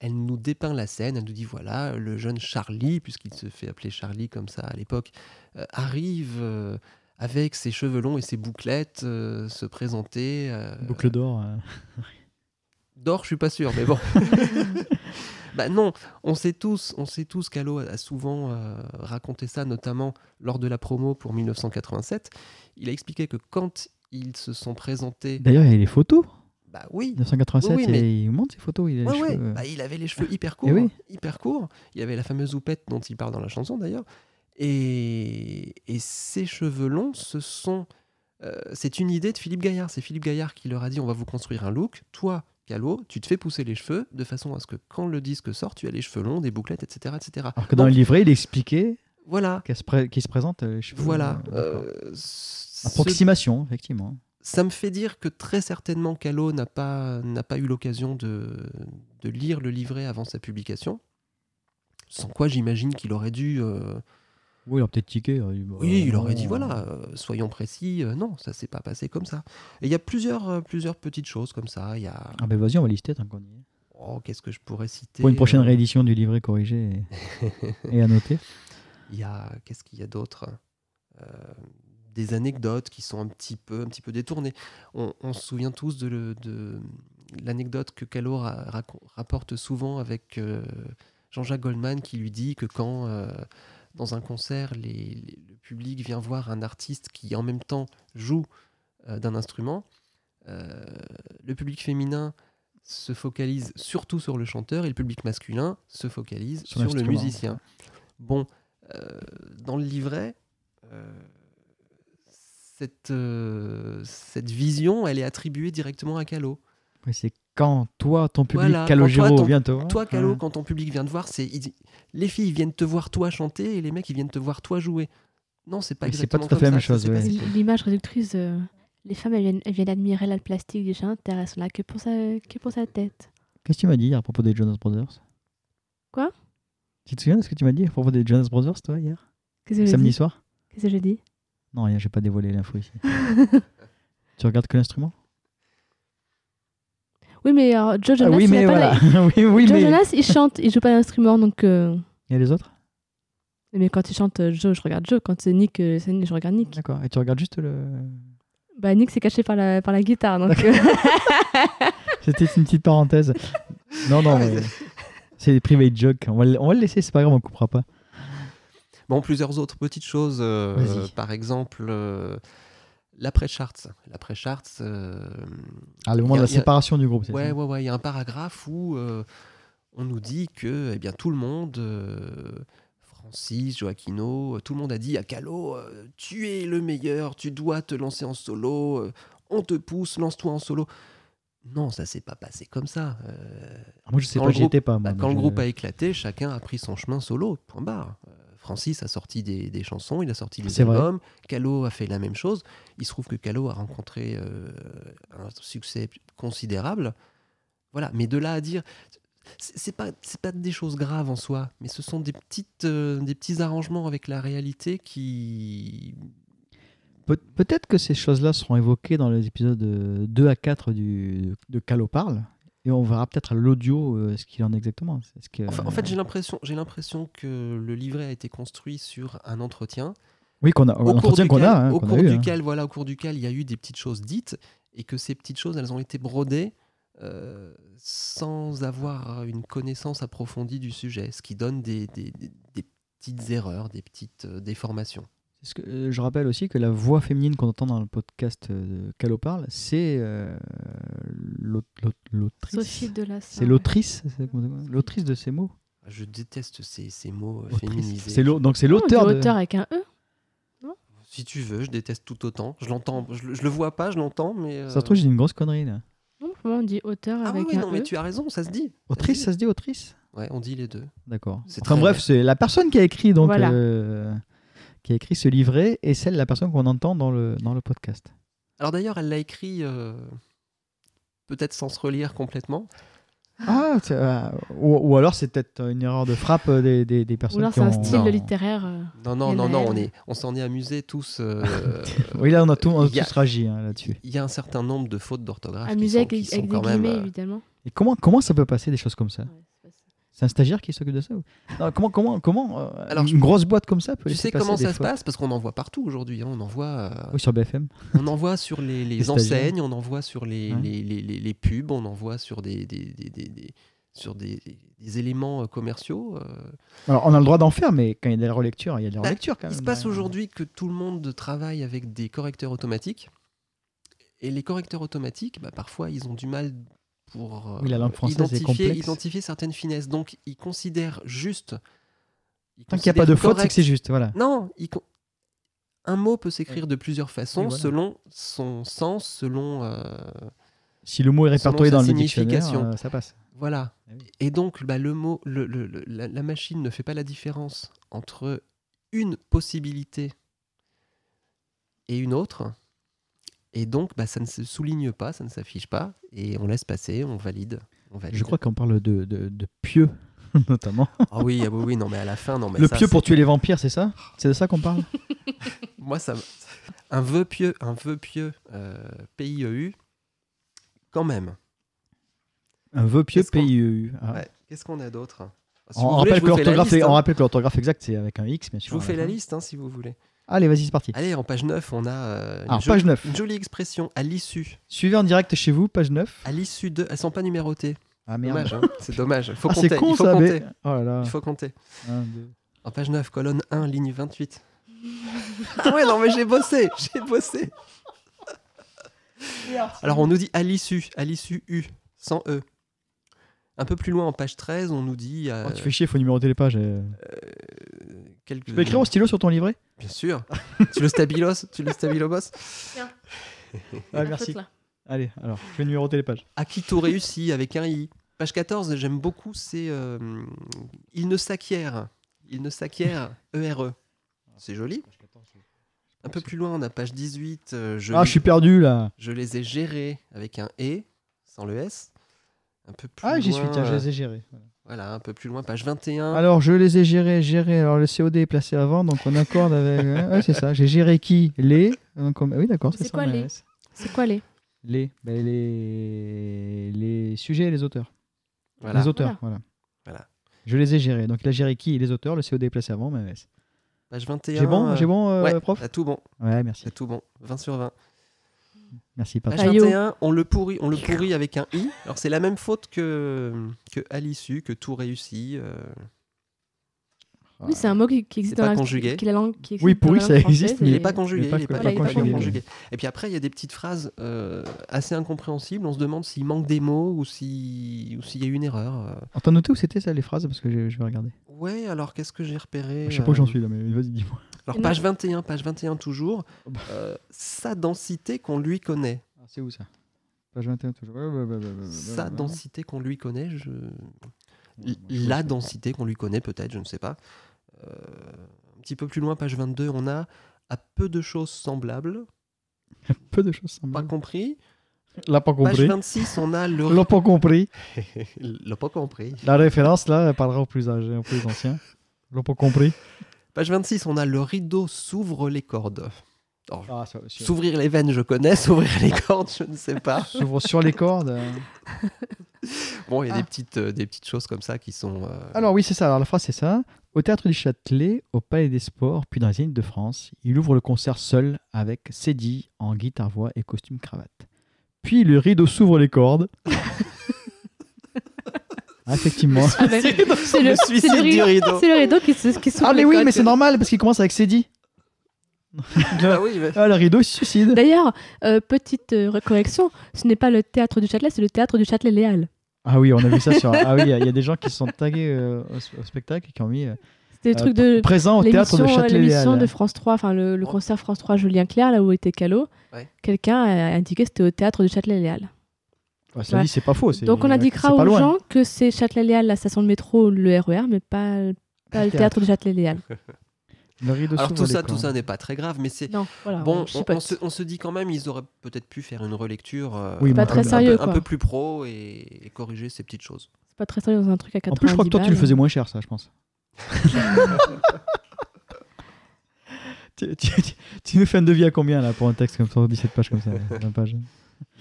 [SPEAKER 3] elle nous dépeint la scène, elle nous dit voilà, le jeune Charlie, puisqu'il se fait appeler Charlie comme ça à l'époque, euh, arrive euh, avec ses cheveux longs et ses bouclettes euh, se présenter. euh,
[SPEAKER 1] Boucle d'or. euh.
[SPEAKER 3] D'or, je suis pas sûr, mais bon. bah non, on sait tous, on sait tous qu'Allo a souvent euh, raconté ça, notamment lors de la promo pour 1987. Il a expliqué que quand ils se sont présentés,
[SPEAKER 1] D'ailleurs, il y a les photos.
[SPEAKER 3] bah oui,
[SPEAKER 1] 1987,
[SPEAKER 3] Oui, oui, mais-
[SPEAKER 1] et il monte ses photos. Il a
[SPEAKER 3] Ouais,
[SPEAKER 1] les
[SPEAKER 3] ouais,
[SPEAKER 1] cheveux. euh.
[SPEAKER 3] bah, il avait les cheveux hyper courts,
[SPEAKER 1] Eh oui.
[SPEAKER 3] hyper courts. Il avait la fameuse houppette dont il parle dans la chanson d'ailleurs. Et, et ces cheveux longs, ce sont, euh, c'est une idée de Philippe Gaillard. C'est Philippe Gaillard qui leur a dit on va vous construire un look. Toi, Calo, tu te fais pousser les cheveux de façon à ce que quand le disque sort, tu as les cheveux longs, des bouclettes, etc., etc.
[SPEAKER 1] Alors que dans
[SPEAKER 3] Donc,
[SPEAKER 1] le livret, il expliquait
[SPEAKER 3] Voilà,
[SPEAKER 1] qu'il se, pré- qu'il se présente euh, les cheveux.
[SPEAKER 3] voilà.
[SPEAKER 1] euh, d'accord.
[SPEAKER 3] Euh, ce-
[SPEAKER 1] Approximation, effectivement.
[SPEAKER 3] ça me fait dire que très certainement Calo n'a pas, n'a pas eu l'occasion de, de lire le livret avant sa publication. Sans quoi j'imagine qu'il aurait dû. euh,
[SPEAKER 1] Oui, il a peut-être tiqué. euh, bah,
[SPEAKER 3] oui, il
[SPEAKER 1] non,
[SPEAKER 3] aurait dit
[SPEAKER 1] euh,
[SPEAKER 3] voilà, euh, soyons précis, euh, non, ça s'est pas passé comme ça. Et il y a plusieurs, euh, plusieurs petites choses comme ça. Il y a.
[SPEAKER 1] Ah ben vas-y, on va lister tant qu'on y est.
[SPEAKER 3] Oh, qu'est-ce que je pourrais citer
[SPEAKER 1] Pour une prochaine
[SPEAKER 3] euh,
[SPEAKER 1] réédition du livret corrigé et, et à noter.
[SPEAKER 3] Il y a. Qu'est-ce qu'il y a d'autre Euh, Des anecdotes qui sont un petit peu, un petit peu détournées. On, on se souvient tous de, le- de l'anecdote que Calo ra- raco- rapporte souvent avec euh, Jean-Jacques Goldman qui lui dit que quand euh, dans un concert les- les- le public vient voir un artiste qui en même temps joue euh, d'un instrument, euh, le public féminin se focalise surtout sur le chanteur et le public masculin se focalise
[SPEAKER 1] Sur
[SPEAKER 3] sur le
[SPEAKER 1] l'instrument.
[SPEAKER 3] musicien. Bon, euh, dans le livret, euh, cette, euh, cette vision, elle est attribuée directement à Calo.
[SPEAKER 1] Oui, c'est quand toi, ton public,
[SPEAKER 3] Voilà,
[SPEAKER 1] Calogero,
[SPEAKER 3] quand toi, ton-
[SPEAKER 1] vient te voir.
[SPEAKER 3] Toi, Calo,
[SPEAKER 1] Ouais.
[SPEAKER 3] quand ton public vient te voir, c'est il dit, les filles viennent te voir toi chanter et les mecs ils viennent te voir toi jouer. Non, c'est pas
[SPEAKER 1] Oui, c'est pas
[SPEAKER 3] exactement
[SPEAKER 1] tout à fait la
[SPEAKER 3] comme
[SPEAKER 1] même
[SPEAKER 3] ça, ça
[SPEAKER 1] chose,
[SPEAKER 3] s'est
[SPEAKER 1] ouais.
[SPEAKER 3] passé.
[SPEAKER 1] Parce que-
[SPEAKER 4] L'image réductrice, euh, les femmes, elles viennent, elles viennent admirer la plastique des chanteurs, elles sont là que pour sa, que pour sa tête.
[SPEAKER 1] Qu'est-ce que tu m'as dit hier à propos des Jonas Brothers
[SPEAKER 4] Quoi
[SPEAKER 1] Tu te souviens de ce que tu m'as dit à propos des Jonas Brothers, toi, hier
[SPEAKER 4] Qu'est-ce que je
[SPEAKER 1] Samedi
[SPEAKER 4] dis
[SPEAKER 1] soir
[SPEAKER 4] Qu'est-ce que je dis
[SPEAKER 1] Non, rien, j'ai pas dévoilé l'info ici. tu regardes que l'instrument
[SPEAKER 4] Oui, mais alors, Joe Jonas,
[SPEAKER 1] Ah Oui,
[SPEAKER 4] il a
[SPEAKER 1] mais
[SPEAKER 4] pas la-
[SPEAKER 1] voilà. oui, oui,
[SPEAKER 4] Joe
[SPEAKER 1] mais.
[SPEAKER 4] Jonas, il chante, il joue pas d'instrument, donc. euh,
[SPEAKER 1] Et les autres
[SPEAKER 4] Mais quand il chante euh, Joe, je regarde Joe. Quand c'est Nick, euh, c'est Nick, je regarde Nick.
[SPEAKER 1] D'accord. Et tu regardes juste le.
[SPEAKER 4] Bah, Nick, c'est caché par la, par la guitare, donc. euh,
[SPEAKER 1] C'était une petite parenthèse. Non, non, mais c'est des private jokes. On va, le- on va le laisser, c'est pas grave, on coupera pas.
[SPEAKER 3] Bon, plusieurs autres petites choses. euh,
[SPEAKER 1] Vas-y.
[SPEAKER 3] par exemple, euh, l'après-charts. L'après-charts, euh,
[SPEAKER 1] Ah, le moment
[SPEAKER 3] Il y
[SPEAKER 1] de
[SPEAKER 3] a-
[SPEAKER 1] la
[SPEAKER 3] il y a-
[SPEAKER 1] séparation du groupe, c'est
[SPEAKER 3] Ouais,
[SPEAKER 1] ça
[SPEAKER 3] ouais, ouais. Il y a un paragraphe où euh, on nous dit que eh bien, tout le monde, euh, Francis, Joaquino, euh, tout le monde a dit à Calo euh, Tu es le meilleur, tu dois te lancer en solo, euh, on te pousse, lance-toi en solo. Non, ça s'est pas passé comme ça. Euh,
[SPEAKER 1] Ah, Moi, je sais
[SPEAKER 3] Quand
[SPEAKER 1] pas,
[SPEAKER 3] le
[SPEAKER 1] j'y
[SPEAKER 3] groupe-
[SPEAKER 1] étais pas. moi,
[SPEAKER 3] bah, quand
[SPEAKER 1] mais
[SPEAKER 3] le
[SPEAKER 1] je-
[SPEAKER 3] groupe a éclaté, chacun a pris son chemin solo, point barre. Euh, Francis a sorti des, des chansons, il a sorti des
[SPEAKER 1] Ah, C'est vrai.
[SPEAKER 3] albums, Calo a fait la même chose. Il se trouve que Calo a rencontré euh, un succès considérable. Voilà, mais de là à dire, c'est c'est pas c'est pas des choses graves en soi, mais ce sont des petites euh, des petits arrangements avec la réalité qui
[SPEAKER 1] Pe- Peut-être que ces choses-là seront évoquées dans les épisodes euh, 2 à 4 du, de Calo Parle. Et on verra peut-être à l'audio euh, ce qu'il en est exactement. Est-ce que,
[SPEAKER 3] Enfin, en fait, j'ai l'impression j'ai l'impression que le livret a été construit sur un entretien
[SPEAKER 1] oui, qu'on a,
[SPEAKER 3] au cours
[SPEAKER 1] l'entretien qu'on
[SPEAKER 3] duquel-
[SPEAKER 1] a, hein,
[SPEAKER 3] au
[SPEAKER 1] qu'on a
[SPEAKER 3] cours
[SPEAKER 1] eu, hein.
[SPEAKER 3] duquel, voilà, au cours duquel, il y a eu des petites choses dites et que ces petites choses, elles ont été brodées euh, sans avoir une connaissance approfondie du sujet, ce qui donne des, des- des- des petites erreurs, des petites euh, déformations.
[SPEAKER 1] C'est ce que, euh, je rappelle aussi que la voix féminine qu'on entend dans le podcast euh, Calo parle, c'est euh, l'aut- l'aut- l'autrice.
[SPEAKER 4] Sophie de la
[SPEAKER 1] C'est l'autrice, c'est- comment on dit l'autrice de ces mots.
[SPEAKER 3] Je déteste ces, ces mots euh,
[SPEAKER 1] Autrice.
[SPEAKER 3] féminisés.
[SPEAKER 1] C'est l'au- donc Ah, c'est l'auteur. de-
[SPEAKER 4] avec un E.
[SPEAKER 3] Si tu veux, je déteste tout autant. Je l'entends, je, le- je le vois pas, je l'entends, mais. euh,
[SPEAKER 1] Ça se trouve j'ai dit une grosse connerie là.
[SPEAKER 4] Non, pour moi, on dit auteur
[SPEAKER 3] Ah oui,
[SPEAKER 4] avec
[SPEAKER 3] oui,
[SPEAKER 4] un
[SPEAKER 3] non,
[SPEAKER 4] E.
[SPEAKER 3] mais tu as raison, ça se dit.
[SPEAKER 1] Autrice, ça se dit autrice.
[SPEAKER 3] Ouais, on dit les deux.
[SPEAKER 1] D'accord.
[SPEAKER 3] C'est
[SPEAKER 1] Enfin
[SPEAKER 3] très
[SPEAKER 1] bref,
[SPEAKER 3] bien.
[SPEAKER 1] c'est la personne qui a écrit donc
[SPEAKER 4] Voilà.
[SPEAKER 1] euh, qui a écrit ce livret et celle la personne qu'on entend dans le dans le podcast.
[SPEAKER 3] Alors d'ailleurs, elle l'a écrit euh, peut-être sans se relire complètement.
[SPEAKER 1] Ah, c'est- euh, ou, ou alors c'est peut-être une erreur de frappe euh, des, des, des
[SPEAKER 4] Ou
[SPEAKER 1] personnes
[SPEAKER 4] alors
[SPEAKER 1] qui
[SPEAKER 4] c'est
[SPEAKER 1] ont.
[SPEAKER 4] un style
[SPEAKER 3] Non.
[SPEAKER 4] littéraire. euh,
[SPEAKER 3] Non, non,
[SPEAKER 4] Il y en
[SPEAKER 3] non,
[SPEAKER 4] a
[SPEAKER 3] non,
[SPEAKER 4] elle.
[SPEAKER 3] on est, on s'en est amusés tous. euh,
[SPEAKER 1] Oui, là on a, tout, on a
[SPEAKER 3] Il y a-
[SPEAKER 1] tous réagi hein, là-dessus.
[SPEAKER 3] Il y a un certain nombre de fautes
[SPEAKER 1] Ah,
[SPEAKER 3] d'orthographe. qui
[SPEAKER 4] amusé
[SPEAKER 3] sont-
[SPEAKER 4] avec,
[SPEAKER 3] qui sont
[SPEAKER 4] avec des
[SPEAKER 3] quand même,
[SPEAKER 4] guillemets,
[SPEAKER 3] euh,
[SPEAKER 4] évidemment.
[SPEAKER 1] Et comment comment ça peut passer des choses comme ça
[SPEAKER 4] Ouais, c'est pas ça.
[SPEAKER 1] C'est un stagiaire qui s'occupe de ça ou- Non, Comment comment comment euh,
[SPEAKER 3] Alors,
[SPEAKER 1] une grosse boîte comme ça peut
[SPEAKER 3] Tu
[SPEAKER 1] laisser
[SPEAKER 3] sais
[SPEAKER 1] passer
[SPEAKER 3] comment
[SPEAKER 1] des
[SPEAKER 3] ça se
[SPEAKER 1] fois
[SPEAKER 3] passe Parce qu'on en voit partout aujourd'hui. hein. On en voit, euh,
[SPEAKER 1] Oui, sur BFM.
[SPEAKER 3] on en voit sur les, les
[SPEAKER 1] Les stagiaires.
[SPEAKER 3] enseignes, on en voit sur les,
[SPEAKER 1] Ouais.
[SPEAKER 3] les, les- les- les pubs, on en voit sur des, des- des- des- des- sur des, des éléments euh, commerciaux. euh.
[SPEAKER 1] Alors on a le droit d'en faire, mais quand il y a des relectures, il y a des
[SPEAKER 3] Bah,
[SPEAKER 1] relectures quand
[SPEAKER 3] Il
[SPEAKER 1] même. Euh,
[SPEAKER 3] se passe
[SPEAKER 1] derrière.
[SPEAKER 3] aujourd'hui que tout le monde travaille avec des correcteurs automatiques. Et les correcteurs automatiques, bah, parfois, ils ont du mal pour euh,
[SPEAKER 1] Oui, la langue française est
[SPEAKER 3] identifier,
[SPEAKER 1] complexe.
[SPEAKER 3] identifier certaines finesses. Donc, ils considèrent juste. ils
[SPEAKER 1] Tant qu'il n'y a pas de
[SPEAKER 3] considèrent
[SPEAKER 1] faute, c'est que
[SPEAKER 3] correct-
[SPEAKER 1] c'est juste. Voilà.
[SPEAKER 3] Non, il con- un mot peut s'écrire de plusieurs façons
[SPEAKER 1] Oui, voilà.
[SPEAKER 3] selon son sens, selon euh,
[SPEAKER 1] Si le mot est
[SPEAKER 3] Selon
[SPEAKER 1] répertorié
[SPEAKER 3] sa
[SPEAKER 1] dans le dictionnaire,
[SPEAKER 3] signification.
[SPEAKER 1] euh, ça passe.
[SPEAKER 3] voilà.
[SPEAKER 1] Ah oui.
[SPEAKER 3] Et donc bah, le mot, le- le- le- la, la machine ne fait pas la différence entre une possibilité et une autre. Et donc bah, ça ne se souligne pas, ça ne s'affiche pas, et on laisse passer, on valide. On valide.
[SPEAKER 1] Je crois qu'on parle de, de, de pieux, notamment.
[SPEAKER 3] Ah oui, ah oui, oui, non mais à la fin, non mais
[SPEAKER 1] le
[SPEAKER 3] ça,
[SPEAKER 1] pieux
[SPEAKER 3] c'est-
[SPEAKER 1] pour tuer les vampires, c'est ça C'est de ça qu'on parle
[SPEAKER 3] Moi, ça me- un vœu pieux, un vœu pieux, euh, PIEU, quand même.
[SPEAKER 1] Un vœu pieux,
[SPEAKER 3] Qu'est-ce qu'on-
[SPEAKER 1] PIEU. Ah.
[SPEAKER 3] Ouais. Qu'est-ce qu'on a d'autre Si
[SPEAKER 1] On,
[SPEAKER 3] vous
[SPEAKER 1] on
[SPEAKER 3] voulez,
[SPEAKER 1] rappelle
[SPEAKER 3] je
[SPEAKER 1] que
[SPEAKER 3] vous fais la
[SPEAKER 1] l'orthographe
[SPEAKER 3] liste,
[SPEAKER 1] est- on
[SPEAKER 3] hein.
[SPEAKER 1] rappelle que l'orthographe exacte, c'est avec un X, bien
[SPEAKER 3] Je
[SPEAKER 1] sûr.
[SPEAKER 3] vous
[SPEAKER 1] à
[SPEAKER 3] fais la
[SPEAKER 1] fin.
[SPEAKER 3] liste Ah, hein, si vous voulez.
[SPEAKER 1] Allez, vas-y, c'est parti.
[SPEAKER 3] Allez, en page 9, on a euh, une,
[SPEAKER 1] Alors,
[SPEAKER 3] jolie,
[SPEAKER 1] page 9.
[SPEAKER 3] une jolie expression à l'issue.
[SPEAKER 1] Suivez en direct chez vous, page 9.
[SPEAKER 3] À l'issue de. Elles sont pas numérotées.
[SPEAKER 1] Ah merde.
[SPEAKER 3] Dommage, hein. c'est dommage. Faut
[SPEAKER 1] Ah,
[SPEAKER 3] compter.
[SPEAKER 1] c'est con
[SPEAKER 3] il faut
[SPEAKER 1] ça,
[SPEAKER 3] compter.
[SPEAKER 1] mais. Oh là là.
[SPEAKER 3] Il faut compter.
[SPEAKER 1] Un, deux.
[SPEAKER 3] En page 9, colonne 1, ligne 28. Ah ouais, non, mais j'ai bossé. J'ai bossé.
[SPEAKER 1] Ah,
[SPEAKER 3] Alors, on nous dit à l'issue. À l'issue U, sans E. Un peu plus loin, en page 13, on nous dit. euh,
[SPEAKER 1] Oh, tu fais chier, faut numéroter les pages. euh.
[SPEAKER 3] euh, quelques-
[SPEAKER 1] Tu peux écrire au stylo sur ton livret
[SPEAKER 3] Bien sûr. tu le stabilos Tu le stabilobos
[SPEAKER 1] Ah,
[SPEAKER 4] La
[SPEAKER 1] merci.
[SPEAKER 4] faute, là.
[SPEAKER 1] Allez, alors, je vais numéroter les pages.
[SPEAKER 3] À qui tout réussit avec un i. Page 14, j'aime beaucoup, c'est euh, Il ne s'acquiert. Il ne s'acquiert ERE. C'est joli. Un peu plus loin, on a page 18. euh, je,
[SPEAKER 1] Ah, je suis perdu là.
[SPEAKER 3] je les ai gérés avec un E, sans le S. Un peu plus
[SPEAKER 1] Ah, j'y
[SPEAKER 3] loin,
[SPEAKER 1] suis, tiens, je
[SPEAKER 3] euh,
[SPEAKER 1] les ai gérés.
[SPEAKER 3] Voilà, un peu plus loin, page 21.
[SPEAKER 1] Alors, je les ai gérés, gérés. Alors, le COD est placé avant, donc on accorde avec. Ouais, ouais, c'est ça. J'ai géré qui Les. Donc, on- Oui, d'accord, c'est
[SPEAKER 4] C'est
[SPEAKER 1] ça.
[SPEAKER 4] quoi,
[SPEAKER 1] on a
[SPEAKER 4] les
[SPEAKER 1] S.
[SPEAKER 4] C'est quoi les
[SPEAKER 1] Les. Ben, les... les sujets et les auteurs.
[SPEAKER 3] Voilà.
[SPEAKER 1] Les auteurs, voilà.
[SPEAKER 3] Voilà.
[SPEAKER 1] Je les ai gérés. Donc, il a géré qui et les auteurs. Le COD est placé avant, mais S.
[SPEAKER 3] Page 21.
[SPEAKER 1] J'ai bon,
[SPEAKER 3] euh,
[SPEAKER 1] j'ai bon euh,
[SPEAKER 3] ouais,
[SPEAKER 1] prof
[SPEAKER 3] t'as tout bon,
[SPEAKER 1] Ouais, merci.
[SPEAKER 3] t'as tout bon. 20 sur 20.
[SPEAKER 1] Merci,
[SPEAKER 3] Page
[SPEAKER 1] pardon.
[SPEAKER 4] Aïe, oh.
[SPEAKER 3] 21, on le pourrit, on le pourrit avec un i. Alors c'est la même faute que, que à l'issue, que tout réussit. euh,
[SPEAKER 4] Oui, c'est un mot qui, qui existe
[SPEAKER 3] C'est
[SPEAKER 4] dans
[SPEAKER 3] pas
[SPEAKER 4] la
[SPEAKER 3] conjugué.
[SPEAKER 4] qui est la langue qui existe
[SPEAKER 1] Oui,
[SPEAKER 4] dans
[SPEAKER 1] pourri,
[SPEAKER 4] la
[SPEAKER 1] ça
[SPEAKER 4] langue française,
[SPEAKER 1] existe,
[SPEAKER 4] et-
[SPEAKER 1] mais
[SPEAKER 3] il n'est pas conjugué.
[SPEAKER 1] il est pas-
[SPEAKER 3] il est pas-
[SPEAKER 1] voilà,
[SPEAKER 3] il est pas
[SPEAKER 1] conjugué.
[SPEAKER 3] conjugué. Et puis après, il y a des petites phrases euh, assez incompréhensibles. On se demande s'il manque des mots ou si- ou s'il y a eu une erreur. euh.
[SPEAKER 1] On t'a noté où c'était ça, les phrases Parce que je, je vais regarder.
[SPEAKER 3] Ouais, alors qu'est-ce que j'ai repéré
[SPEAKER 1] Je sais pas où j'en
[SPEAKER 3] euh,
[SPEAKER 1] suis là, mais vas-y, dis-moi.
[SPEAKER 3] Alors
[SPEAKER 4] Non.
[SPEAKER 3] page 21, page 21 toujours.
[SPEAKER 1] Oh bah.
[SPEAKER 3] Euh, sa densité qu'on lui connaît.
[SPEAKER 1] Ah, c'est où ça Page 21, toujours. Mmh,
[SPEAKER 3] Sa densité qu'on lui connaît. Je... La densité qu'on lui connaît peut-être, je ne sais pas. Euh, un petit peu plus loin, page 22, on a à peu de choses semblables.
[SPEAKER 1] Peu de choses
[SPEAKER 3] Pas
[SPEAKER 1] semblables.
[SPEAKER 3] compris.
[SPEAKER 1] L'a pas
[SPEAKER 3] Page
[SPEAKER 1] Mmh. compris.
[SPEAKER 3] 26, on a le...
[SPEAKER 1] L'a pas compris.
[SPEAKER 3] L'a pas compris.
[SPEAKER 1] La référence, là, elle parlera aux plus âgés, aux plus anciens. Ils l'ont pas compris.
[SPEAKER 3] Page 26, on a le rideau s'ouvre les cordes.
[SPEAKER 1] Ah,
[SPEAKER 3] S'ouvrir les veines, je connais. S'ouvrir les cordes, je ne sais pas.
[SPEAKER 1] S'ouvre sur les cordes. euh.
[SPEAKER 3] Bon, il y a
[SPEAKER 1] Ah.
[SPEAKER 3] des, petites, euh, des petites choses comme ça qui sont... euh,
[SPEAKER 1] Alors oui, c'est ça. Alors la phrase, c'est ça. Au théâtre du Châtelet, au Palais des Sports, puis dans les îles de France, il ouvre le concert seul avec Cédi en guitare-voix et costume-cravate. Puis le rideau s'ouvre les cordes. Ah, effectivement.
[SPEAKER 4] Ah ben,
[SPEAKER 3] C'est le
[SPEAKER 4] c'est le,
[SPEAKER 3] suicide
[SPEAKER 4] c'est le
[SPEAKER 3] du
[SPEAKER 4] rideau-
[SPEAKER 3] rideau.
[SPEAKER 4] c'est le rideau qui, se- qui s'ouvre
[SPEAKER 1] Ah, mais
[SPEAKER 4] le
[SPEAKER 1] oui,
[SPEAKER 4] code,
[SPEAKER 1] mais c'est
[SPEAKER 4] quoi.
[SPEAKER 1] normal parce qu'il commence avec Cédie.
[SPEAKER 3] Ah oui, mais-
[SPEAKER 1] Ah, le rideau, il se suicide.
[SPEAKER 4] D'ailleurs, euh, petite euh, correction, ce n'est pas le théâtre du Châtelet, c'est le théâtre du Châtelet-Léal.
[SPEAKER 1] Ah oui, on a vu ça sur. Ah oui, il y, a- il y a des gens qui se sont tagués euh, au, au spectacle et qui ont mis euh,
[SPEAKER 4] C'était le
[SPEAKER 1] Euh,
[SPEAKER 4] truc de
[SPEAKER 1] présent au théâtre
[SPEAKER 4] l'émission,
[SPEAKER 1] de
[SPEAKER 4] euh,
[SPEAKER 1] Châtelet.
[SPEAKER 4] l'émission de France 3, enfin le, le concert France 3 Julien Clerc, là où était Calo.
[SPEAKER 3] Ouais.
[SPEAKER 4] Quelqu'un a indiqué que c'était au théâtre du Châtelet-Léal.
[SPEAKER 1] Ah, ça dit, c'est pas faux. c'est-
[SPEAKER 4] Donc on
[SPEAKER 1] c'est
[SPEAKER 4] indiquera
[SPEAKER 1] pas
[SPEAKER 4] aux
[SPEAKER 1] loin.
[SPEAKER 4] gens que c'est Châtelet-Léal, la station de métro, le RER, mais pas, pas le théâtre du Châtelet-Léal.
[SPEAKER 1] Le rideau
[SPEAKER 3] Alors
[SPEAKER 1] s'ouvre
[SPEAKER 3] tout
[SPEAKER 1] les
[SPEAKER 3] ça,
[SPEAKER 1] cornes.
[SPEAKER 3] tout ça n'est pas très grave, mais c'est
[SPEAKER 4] Non, voilà.
[SPEAKER 3] bon.
[SPEAKER 4] Ah je sais
[SPEAKER 3] On,
[SPEAKER 4] pas.
[SPEAKER 3] on se, on se dit quand même, ils auraient peut-être pu faire une relecture. euh,
[SPEAKER 1] Oui, mais
[SPEAKER 3] un
[SPEAKER 1] Pas très
[SPEAKER 3] peu- un peu-
[SPEAKER 4] sérieux,
[SPEAKER 3] Un
[SPEAKER 4] quoi.
[SPEAKER 3] peu plus pro et, et corriger ces petites choses.
[SPEAKER 4] C'est pas très sérieux dans un truc à 90
[SPEAKER 1] En plus, je crois que toi, tu le
[SPEAKER 4] balles.
[SPEAKER 1] faisais moins cher, ça, je pense. tu, tu- tu- tu nous fais un devis à combien, là, pour un texte comme ça, 17 pages comme ça 20 pages.
[SPEAKER 3] mais,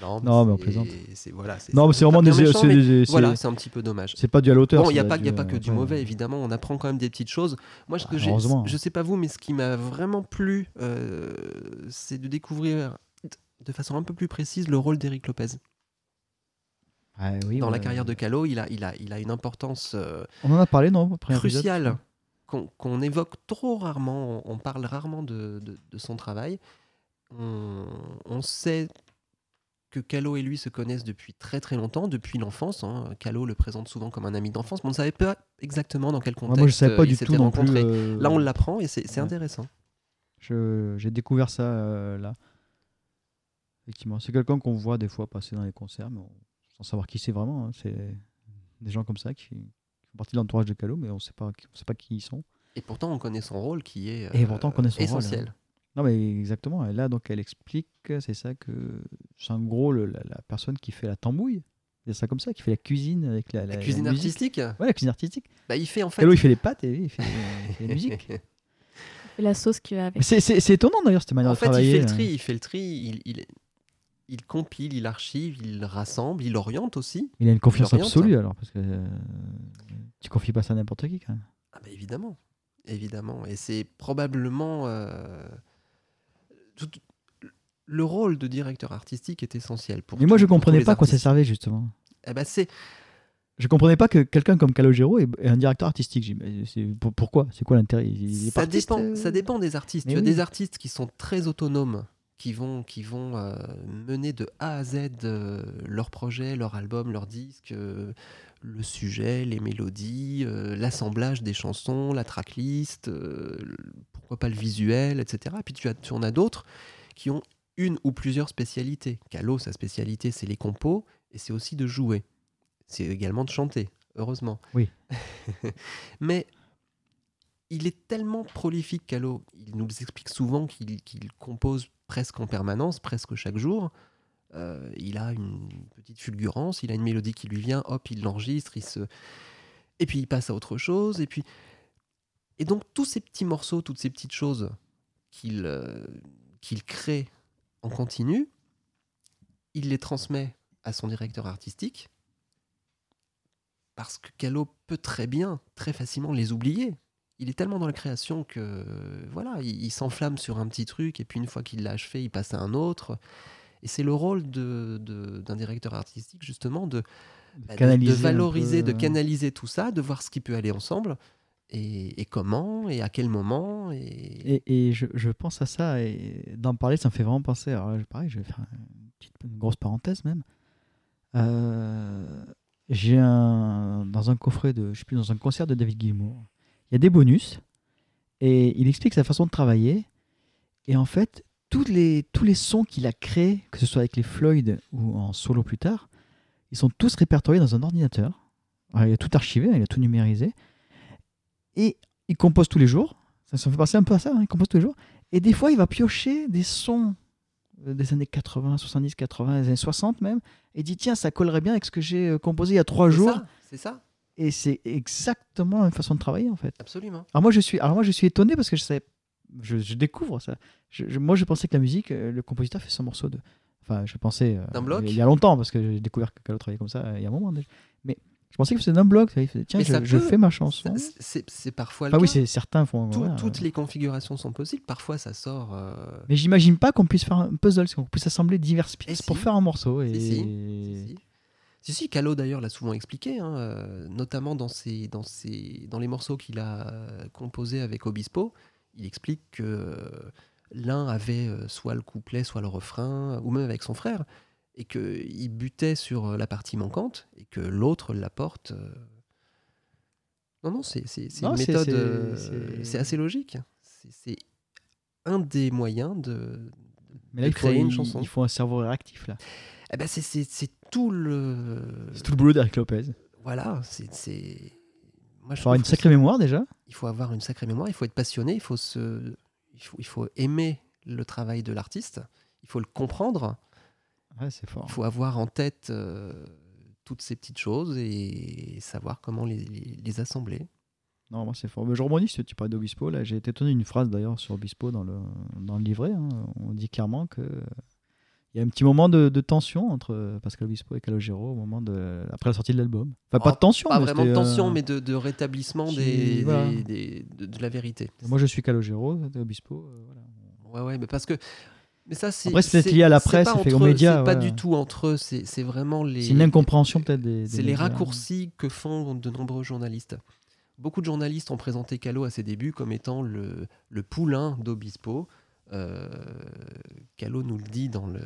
[SPEAKER 1] Non, mais on
[SPEAKER 3] c'est-
[SPEAKER 1] plaisante.
[SPEAKER 3] C'est voilà. c'est-
[SPEAKER 1] Non, mais c'est vraiment
[SPEAKER 3] pas
[SPEAKER 1] des.
[SPEAKER 3] bien méchant,
[SPEAKER 1] c'est
[SPEAKER 3] mais
[SPEAKER 1] des- c'est-
[SPEAKER 3] Voilà, c'est un petit peu dommage.
[SPEAKER 1] c'est pas dû à l'auteur.
[SPEAKER 3] Bon, il n'y a,
[SPEAKER 1] ça
[SPEAKER 3] pas-
[SPEAKER 1] dû
[SPEAKER 3] y a
[SPEAKER 1] à-
[SPEAKER 3] pas que du
[SPEAKER 1] ouais.
[SPEAKER 3] mauvais, évidemment, on apprend quand même des petites choses. Moi, ce
[SPEAKER 1] Bah,
[SPEAKER 3] que j'ai,
[SPEAKER 1] heureusement.
[SPEAKER 3] je sais pas vous, mais ce qui m'a vraiment plu, euh, c'est de découvrir de façon un peu plus précise le rôle d'Éric Lopez.
[SPEAKER 1] Ah oui,
[SPEAKER 3] Dans
[SPEAKER 1] ouais.
[SPEAKER 3] la carrière de Calo, il a, il a, il a une importance euh,
[SPEAKER 1] On en a parlé, non au premier épisode
[SPEAKER 3] cruciale qu'on qu'on évoque trop rarement, on, on parle rarement de, de- de son travail. On, on sait que Calo et lui se connaissent depuis très très longtemps, depuis l'enfance. hein. Calo le présente souvent comme un ami d'enfance, mais on ne savait pas exactement dans quel
[SPEAKER 1] Ouais,
[SPEAKER 3] contexte
[SPEAKER 1] Moi, je savais pas
[SPEAKER 3] euh, ils
[SPEAKER 1] du
[SPEAKER 3] s'étaient
[SPEAKER 1] tout non plus.
[SPEAKER 3] rencontrés.
[SPEAKER 1] euh,
[SPEAKER 3] Là, on l'apprend et c'est c'est
[SPEAKER 1] Ouais.
[SPEAKER 3] intéressant.
[SPEAKER 1] Je- J'ai découvert ça euh, là. Effectivement, c'est quelqu'un qu'on voit des fois passer dans les concerts, mais on- sans savoir qui c'est vraiment. hein. C'est des gens comme ça qui, qui font partie de l'entourage de Calo, mais on sait pas, on sait pas qui ils sont.
[SPEAKER 3] Et pourtant, on connaît son rôle qui est euh,
[SPEAKER 1] Et pourtant, on connaît son rôle, hein.
[SPEAKER 3] essentiel.
[SPEAKER 1] Non, mais exactement. Et là, donc, elle explique, c'est ça que c'est en gros le- la, la personne qui fait la tambouille. C'est ça comme ça, qui fait la cuisine avec la,
[SPEAKER 3] La cuisine
[SPEAKER 1] musique.
[SPEAKER 3] artistique,
[SPEAKER 1] Ouais, la cuisine artistique.
[SPEAKER 3] bah, il fait en fait.
[SPEAKER 1] Calo, il fait les pâtes et lui, il fait, il fait la musique.
[SPEAKER 4] Et la sauce qui va avec.
[SPEAKER 1] Mais c'est- C'est c'est étonnant d'ailleurs cette manière
[SPEAKER 3] en
[SPEAKER 1] de
[SPEAKER 3] fait, il
[SPEAKER 1] travailler.
[SPEAKER 3] fait le
[SPEAKER 1] euh.
[SPEAKER 3] tri, il fait le tri, il, il, il compile, il archive, il rassemble, il oriente aussi.
[SPEAKER 1] Il a une confiance
[SPEAKER 3] l'oriente,
[SPEAKER 1] absolue alors, parce que euh, tu confies pas ça à n'importe qui quand même.
[SPEAKER 3] Ah bah évidemment, évidemment. Et c'est probablement euh, tout- le rôle de directeur artistique est essentiel pour.
[SPEAKER 1] Mais moi,
[SPEAKER 3] tous-
[SPEAKER 1] je
[SPEAKER 3] pour tous
[SPEAKER 1] comprenais
[SPEAKER 3] les
[SPEAKER 1] pas à quoi ça
[SPEAKER 3] artistes.
[SPEAKER 1] servait justement.
[SPEAKER 3] Eh bah, c'est
[SPEAKER 1] Je comprenais pas que quelqu'un comme Calogero est est un directeur artistique. J'ai dit, mais c'est- pour- Pourquoi C'est quoi l'intérêt Il- il est pas
[SPEAKER 3] ça
[SPEAKER 1] artiste,
[SPEAKER 3] dépend,
[SPEAKER 1] euh
[SPEAKER 3] ça dépend des artistes.
[SPEAKER 1] Mais
[SPEAKER 3] tu
[SPEAKER 1] oui.
[SPEAKER 3] as des artistes qui sont très autonomes, qui vont, qui vont euh, mener de A à Z euh, leur projet, leur album, leur disque, euh, le sujet, les mélodies, euh, l'assemblage des chansons, la tracklist, euh, le- pourquoi pas le visuel, etc. Et puis tu, as, tu en as d'autres qui ont une ou plusieurs spécialités. Calo, sa spécialité, c'est les compos et c'est aussi de jouer. C'est également de chanter, heureusement.
[SPEAKER 1] Oui.
[SPEAKER 3] Mais il est tellement prolifique, Calo. Il nous explique souvent qu'il qu'il compose presque en permanence, presque chaque jour. Euh, il a une petite fulgurance, il a une mélodie qui lui vient, hop, il l'enregistre, il se... Et puis il passe à autre chose, et puis... Et donc tous ces petits morceaux, toutes ces petites choses qu'il euh, qu'il crée en continu, il les transmet à son directeur artistique, parce que Calo peut très bien, très facilement les oublier il est tellement dans la création que euh, voilà, il, il s'enflamme sur un petit truc et puis une fois qu'il l'a achevé, il passe à un autre. Et c'est le rôle de- de- d'un directeur artistique justement de, bah, de-
[SPEAKER 1] canaliser
[SPEAKER 3] de
[SPEAKER 1] un peu,
[SPEAKER 3] valoriser, de
[SPEAKER 1] euh.
[SPEAKER 3] canaliser tout ça, de voir ce qui peut aller ensemble et, et comment et à quel moment. Et,
[SPEAKER 1] Et, et je, je pense à ça, et d'en parler, ça me fait vraiment penser. Alors là, pareil, je vais faire une, petite- une grosse parenthèse même. Euh, J'ai un. Dans un coffret de. Je sais plus, dans un concert de David Gilmour, il y a des bonus, et il explique sa façon de travailler. Et en fait, tous les, tous les sons qu'il a créés, que ce soit avec les Floyd ou en solo plus tard, ils sont tous répertoriés dans un ordinateur. Alors, il a tout archivé, il a tout numérisé. Et il compose tous les jours. Ça se fait penser un peu à ça, hein, il compose tous les jours. Et des fois, il va piocher des sons euh, des années 80, 70, 80, des années 60 même, et dit tiens, ça collerait bien avec ce que j'ai euh, composé il y a trois
[SPEAKER 3] c'est
[SPEAKER 1] jours.
[SPEAKER 3] ça, c'est ça,
[SPEAKER 1] Et c'est exactement la même façon de travailler en fait.
[SPEAKER 3] absolument.
[SPEAKER 1] Alors moi je suis, alors moi je suis étonné parce que je savais, je, je découvre ça. Je- je- moi je pensais que la musique, euh, le compositeur fait son morceau de, enfin je pensais euh,
[SPEAKER 3] D'un bloc
[SPEAKER 1] il y a longtemps parce que j'ai découvert que Calo travaillait comme ça euh, il y a un moment déjà. Mais je pensais que c'était d'un bloc. Il faisait, tiens,
[SPEAKER 3] Mais
[SPEAKER 1] je,
[SPEAKER 3] ça
[SPEAKER 1] je
[SPEAKER 3] peut-
[SPEAKER 1] fais ma chanson.
[SPEAKER 3] Ça, c'est- C'est c'est parfois le
[SPEAKER 1] Enfin Bah oui,
[SPEAKER 3] cas.
[SPEAKER 1] c'est certains font.
[SPEAKER 3] Tout-
[SPEAKER 1] voilà.
[SPEAKER 3] toutes les configurations sont possibles. Parfois, ça sort. euh,
[SPEAKER 1] Mais j'imagine pas qu'on puisse faire un puzzle, qu'on puisse assembler diverses
[SPEAKER 3] Eh
[SPEAKER 1] pièces
[SPEAKER 3] si.
[SPEAKER 1] pour faire un morceau. Et...
[SPEAKER 3] Si, si. Si, si. Si, si, Calo d'ailleurs l'a souvent expliqué, hein, euh, notamment dans, ses, dans, ses, dans les morceaux qu'il a euh, composés avec Obispo. Il explique que euh, l'un avait euh, soit le couplet, soit le refrain, ou même avec son frère, et qu'il butait sur euh, la partie manquante, et que l'autre l'apporte. euh. Non, non, c'est c'est- c'est
[SPEAKER 1] Non,
[SPEAKER 3] une
[SPEAKER 1] c'est-
[SPEAKER 3] méthode.
[SPEAKER 1] c'est-
[SPEAKER 3] euh,
[SPEAKER 1] c'est-
[SPEAKER 3] C'est assez logique. C'est- C'est un des moyens de,
[SPEAKER 1] Mais là,
[SPEAKER 3] de
[SPEAKER 1] il faut,
[SPEAKER 3] créer une
[SPEAKER 1] il-
[SPEAKER 3] chanson.
[SPEAKER 1] il faut un cerveau réactif. là.
[SPEAKER 3] Eh ben, c'est- c'est c'est tout le.
[SPEAKER 1] C'est tout le boulot d'Eric Lopez.
[SPEAKER 3] Voilà, c'est- c'est. Moi,
[SPEAKER 1] Il faut avoir
[SPEAKER 3] trouve
[SPEAKER 1] une
[SPEAKER 3] que
[SPEAKER 1] sacrée mémoire déjà.
[SPEAKER 3] il faut avoir une sacrée mémoire, il faut être passionné, il faut, se, il faut, il faut aimer le travail de l'artiste, il faut le comprendre,
[SPEAKER 1] Ouais, c'est fort.
[SPEAKER 3] il faut avoir en tête euh, toutes ces petites choses et savoir comment les, les- les assembler.
[SPEAKER 1] Non, moi c'est fort. Mais je rebondis sur tu parles d'Obispo. Là, j'ai été étonné d'une phrase d'ailleurs sur Obispo dans le, dans le livret. hein. On dit clairement que euh, il y a un petit moment de, de tension entre euh, Pascal Obispo et Calogero au moment de après la sortie de l'album. Enfin, pas
[SPEAKER 3] Oh,
[SPEAKER 1] de tension.
[SPEAKER 3] Pas
[SPEAKER 1] mais
[SPEAKER 3] vraiment de
[SPEAKER 1] c'était, euh,
[SPEAKER 3] tension, mais de, de rétablissement
[SPEAKER 1] qui-
[SPEAKER 3] des,
[SPEAKER 1] voilà.
[SPEAKER 3] des- des- de, de la vérité.
[SPEAKER 1] Moi, je suis Calogero, t'es Obispo. euh, voilà.
[SPEAKER 3] Ouais, ouais, mais parce que. Mais ça, c'est.
[SPEAKER 1] Après, c'est peut-être
[SPEAKER 3] c'est-
[SPEAKER 1] lié à la
[SPEAKER 3] c'est
[SPEAKER 1] presse,
[SPEAKER 3] pas
[SPEAKER 1] c'est fait aux
[SPEAKER 3] entre eux,
[SPEAKER 1] médias,
[SPEAKER 3] C'est pas
[SPEAKER 1] ouais.
[SPEAKER 3] du tout entre eux, c'est c'est vraiment les.
[SPEAKER 1] C'est une incompréhension peut-être des. des hein.
[SPEAKER 3] C'est les
[SPEAKER 1] médias.
[SPEAKER 3] raccourcis que font de nombreux journalistes. Beaucoup de journalistes ont présenté Callot à ses débuts comme étant le, le poulain d'Obispo. Euh, Callot nous le dit dans, le,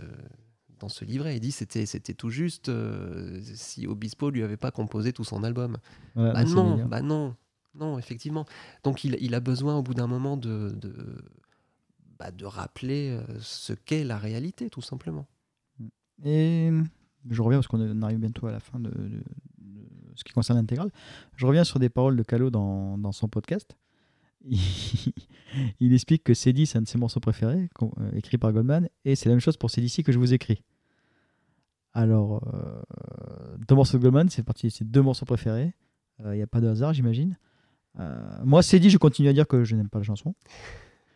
[SPEAKER 3] dans ce livret. Il dit c'était c'était tout juste euh, si Obispo lui avait pas composé tout son album.
[SPEAKER 1] Voilà,
[SPEAKER 3] Bah
[SPEAKER 1] Ah, c'est
[SPEAKER 3] non,
[SPEAKER 1] délire.
[SPEAKER 3] bah non, non, effectivement. Donc il, il a besoin au bout d'un moment de, de, bah, de rappeler euh, ce qu'est la réalité, tout simplement.
[SPEAKER 1] Et je reviens parce qu'on arrive bientôt à la fin de, de- de ce qui concerne l'intégrale. Je reviens sur des paroles de Calo dans, dans son podcast. Il, il explique que Cédis, c'est un de ses morceaux préférés, qu'on- euh, écrit par Goldman, et c'est la même chose pour Cédici que je vous écris. Alors, euh, deux morceaux de Goldman, c'est parti de ses deux morceaux préférés. Euh, Il n'y a pas de hasard, j'imagine. Euh, moi, Cédis, je continue à dire que je n'aime pas la chanson.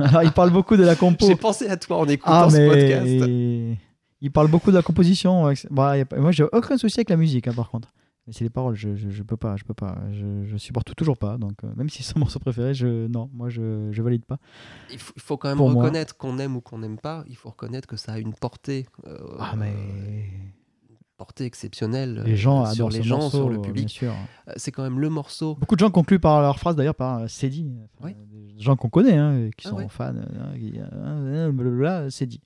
[SPEAKER 1] Alors, il parle beaucoup de la compo.
[SPEAKER 3] J'ai pensé à toi en écoutant
[SPEAKER 1] Ah,
[SPEAKER 3] ce
[SPEAKER 1] mais
[SPEAKER 3] podcast.
[SPEAKER 1] il parle beaucoup de la composition. avec- Bah, y a pas- Moi, j'ai aucun souci avec la musique, hein, par contre. Mais c'est les paroles, je, je, je peux pas, je peux pas, je, je supporte toujours pas. Donc, euh, même si c'est son morceau préféré, je non, moi, je, je valide pas.
[SPEAKER 3] Il faut, il faut quand même
[SPEAKER 1] Pour moi.
[SPEAKER 3] reconnaître qu'on aime ou qu'on n'aime pas. Il faut reconnaître que ça a une portée, euh,
[SPEAKER 1] Ah, mais
[SPEAKER 3] euh, portée exceptionnelle
[SPEAKER 1] les gens
[SPEAKER 3] euh, sur
[SPEAKER 1] adorent
[SPEAKER 3] les
[SPEAKER 1] ce
[SPEAKER 3] gens,
[SPEAKER 1] morceau,
[SPEAKER 3] sur le
[SPEAKER 1] Bien
[SPEAKER 3] public.
[SPEAKER 1] sûr.
[SPEAKER 3] Euh, C'est quand même le morceau.
[SPEAKER 1] Beaucoup de gens concluent par leur phrase d'ailleurs par euh, c'est dit. Enfin,
[SPEAKER 3] Oui.
[SPEAKER 1] Des gens qu'on connaît, hein, et qui
[SPEAKER 3] Ah
[SPEAKER 1] sont
[SPEAKER 3] ouais.
[SPEAKER 1] fans, hein, qui, euh, blablabla, c'est dit.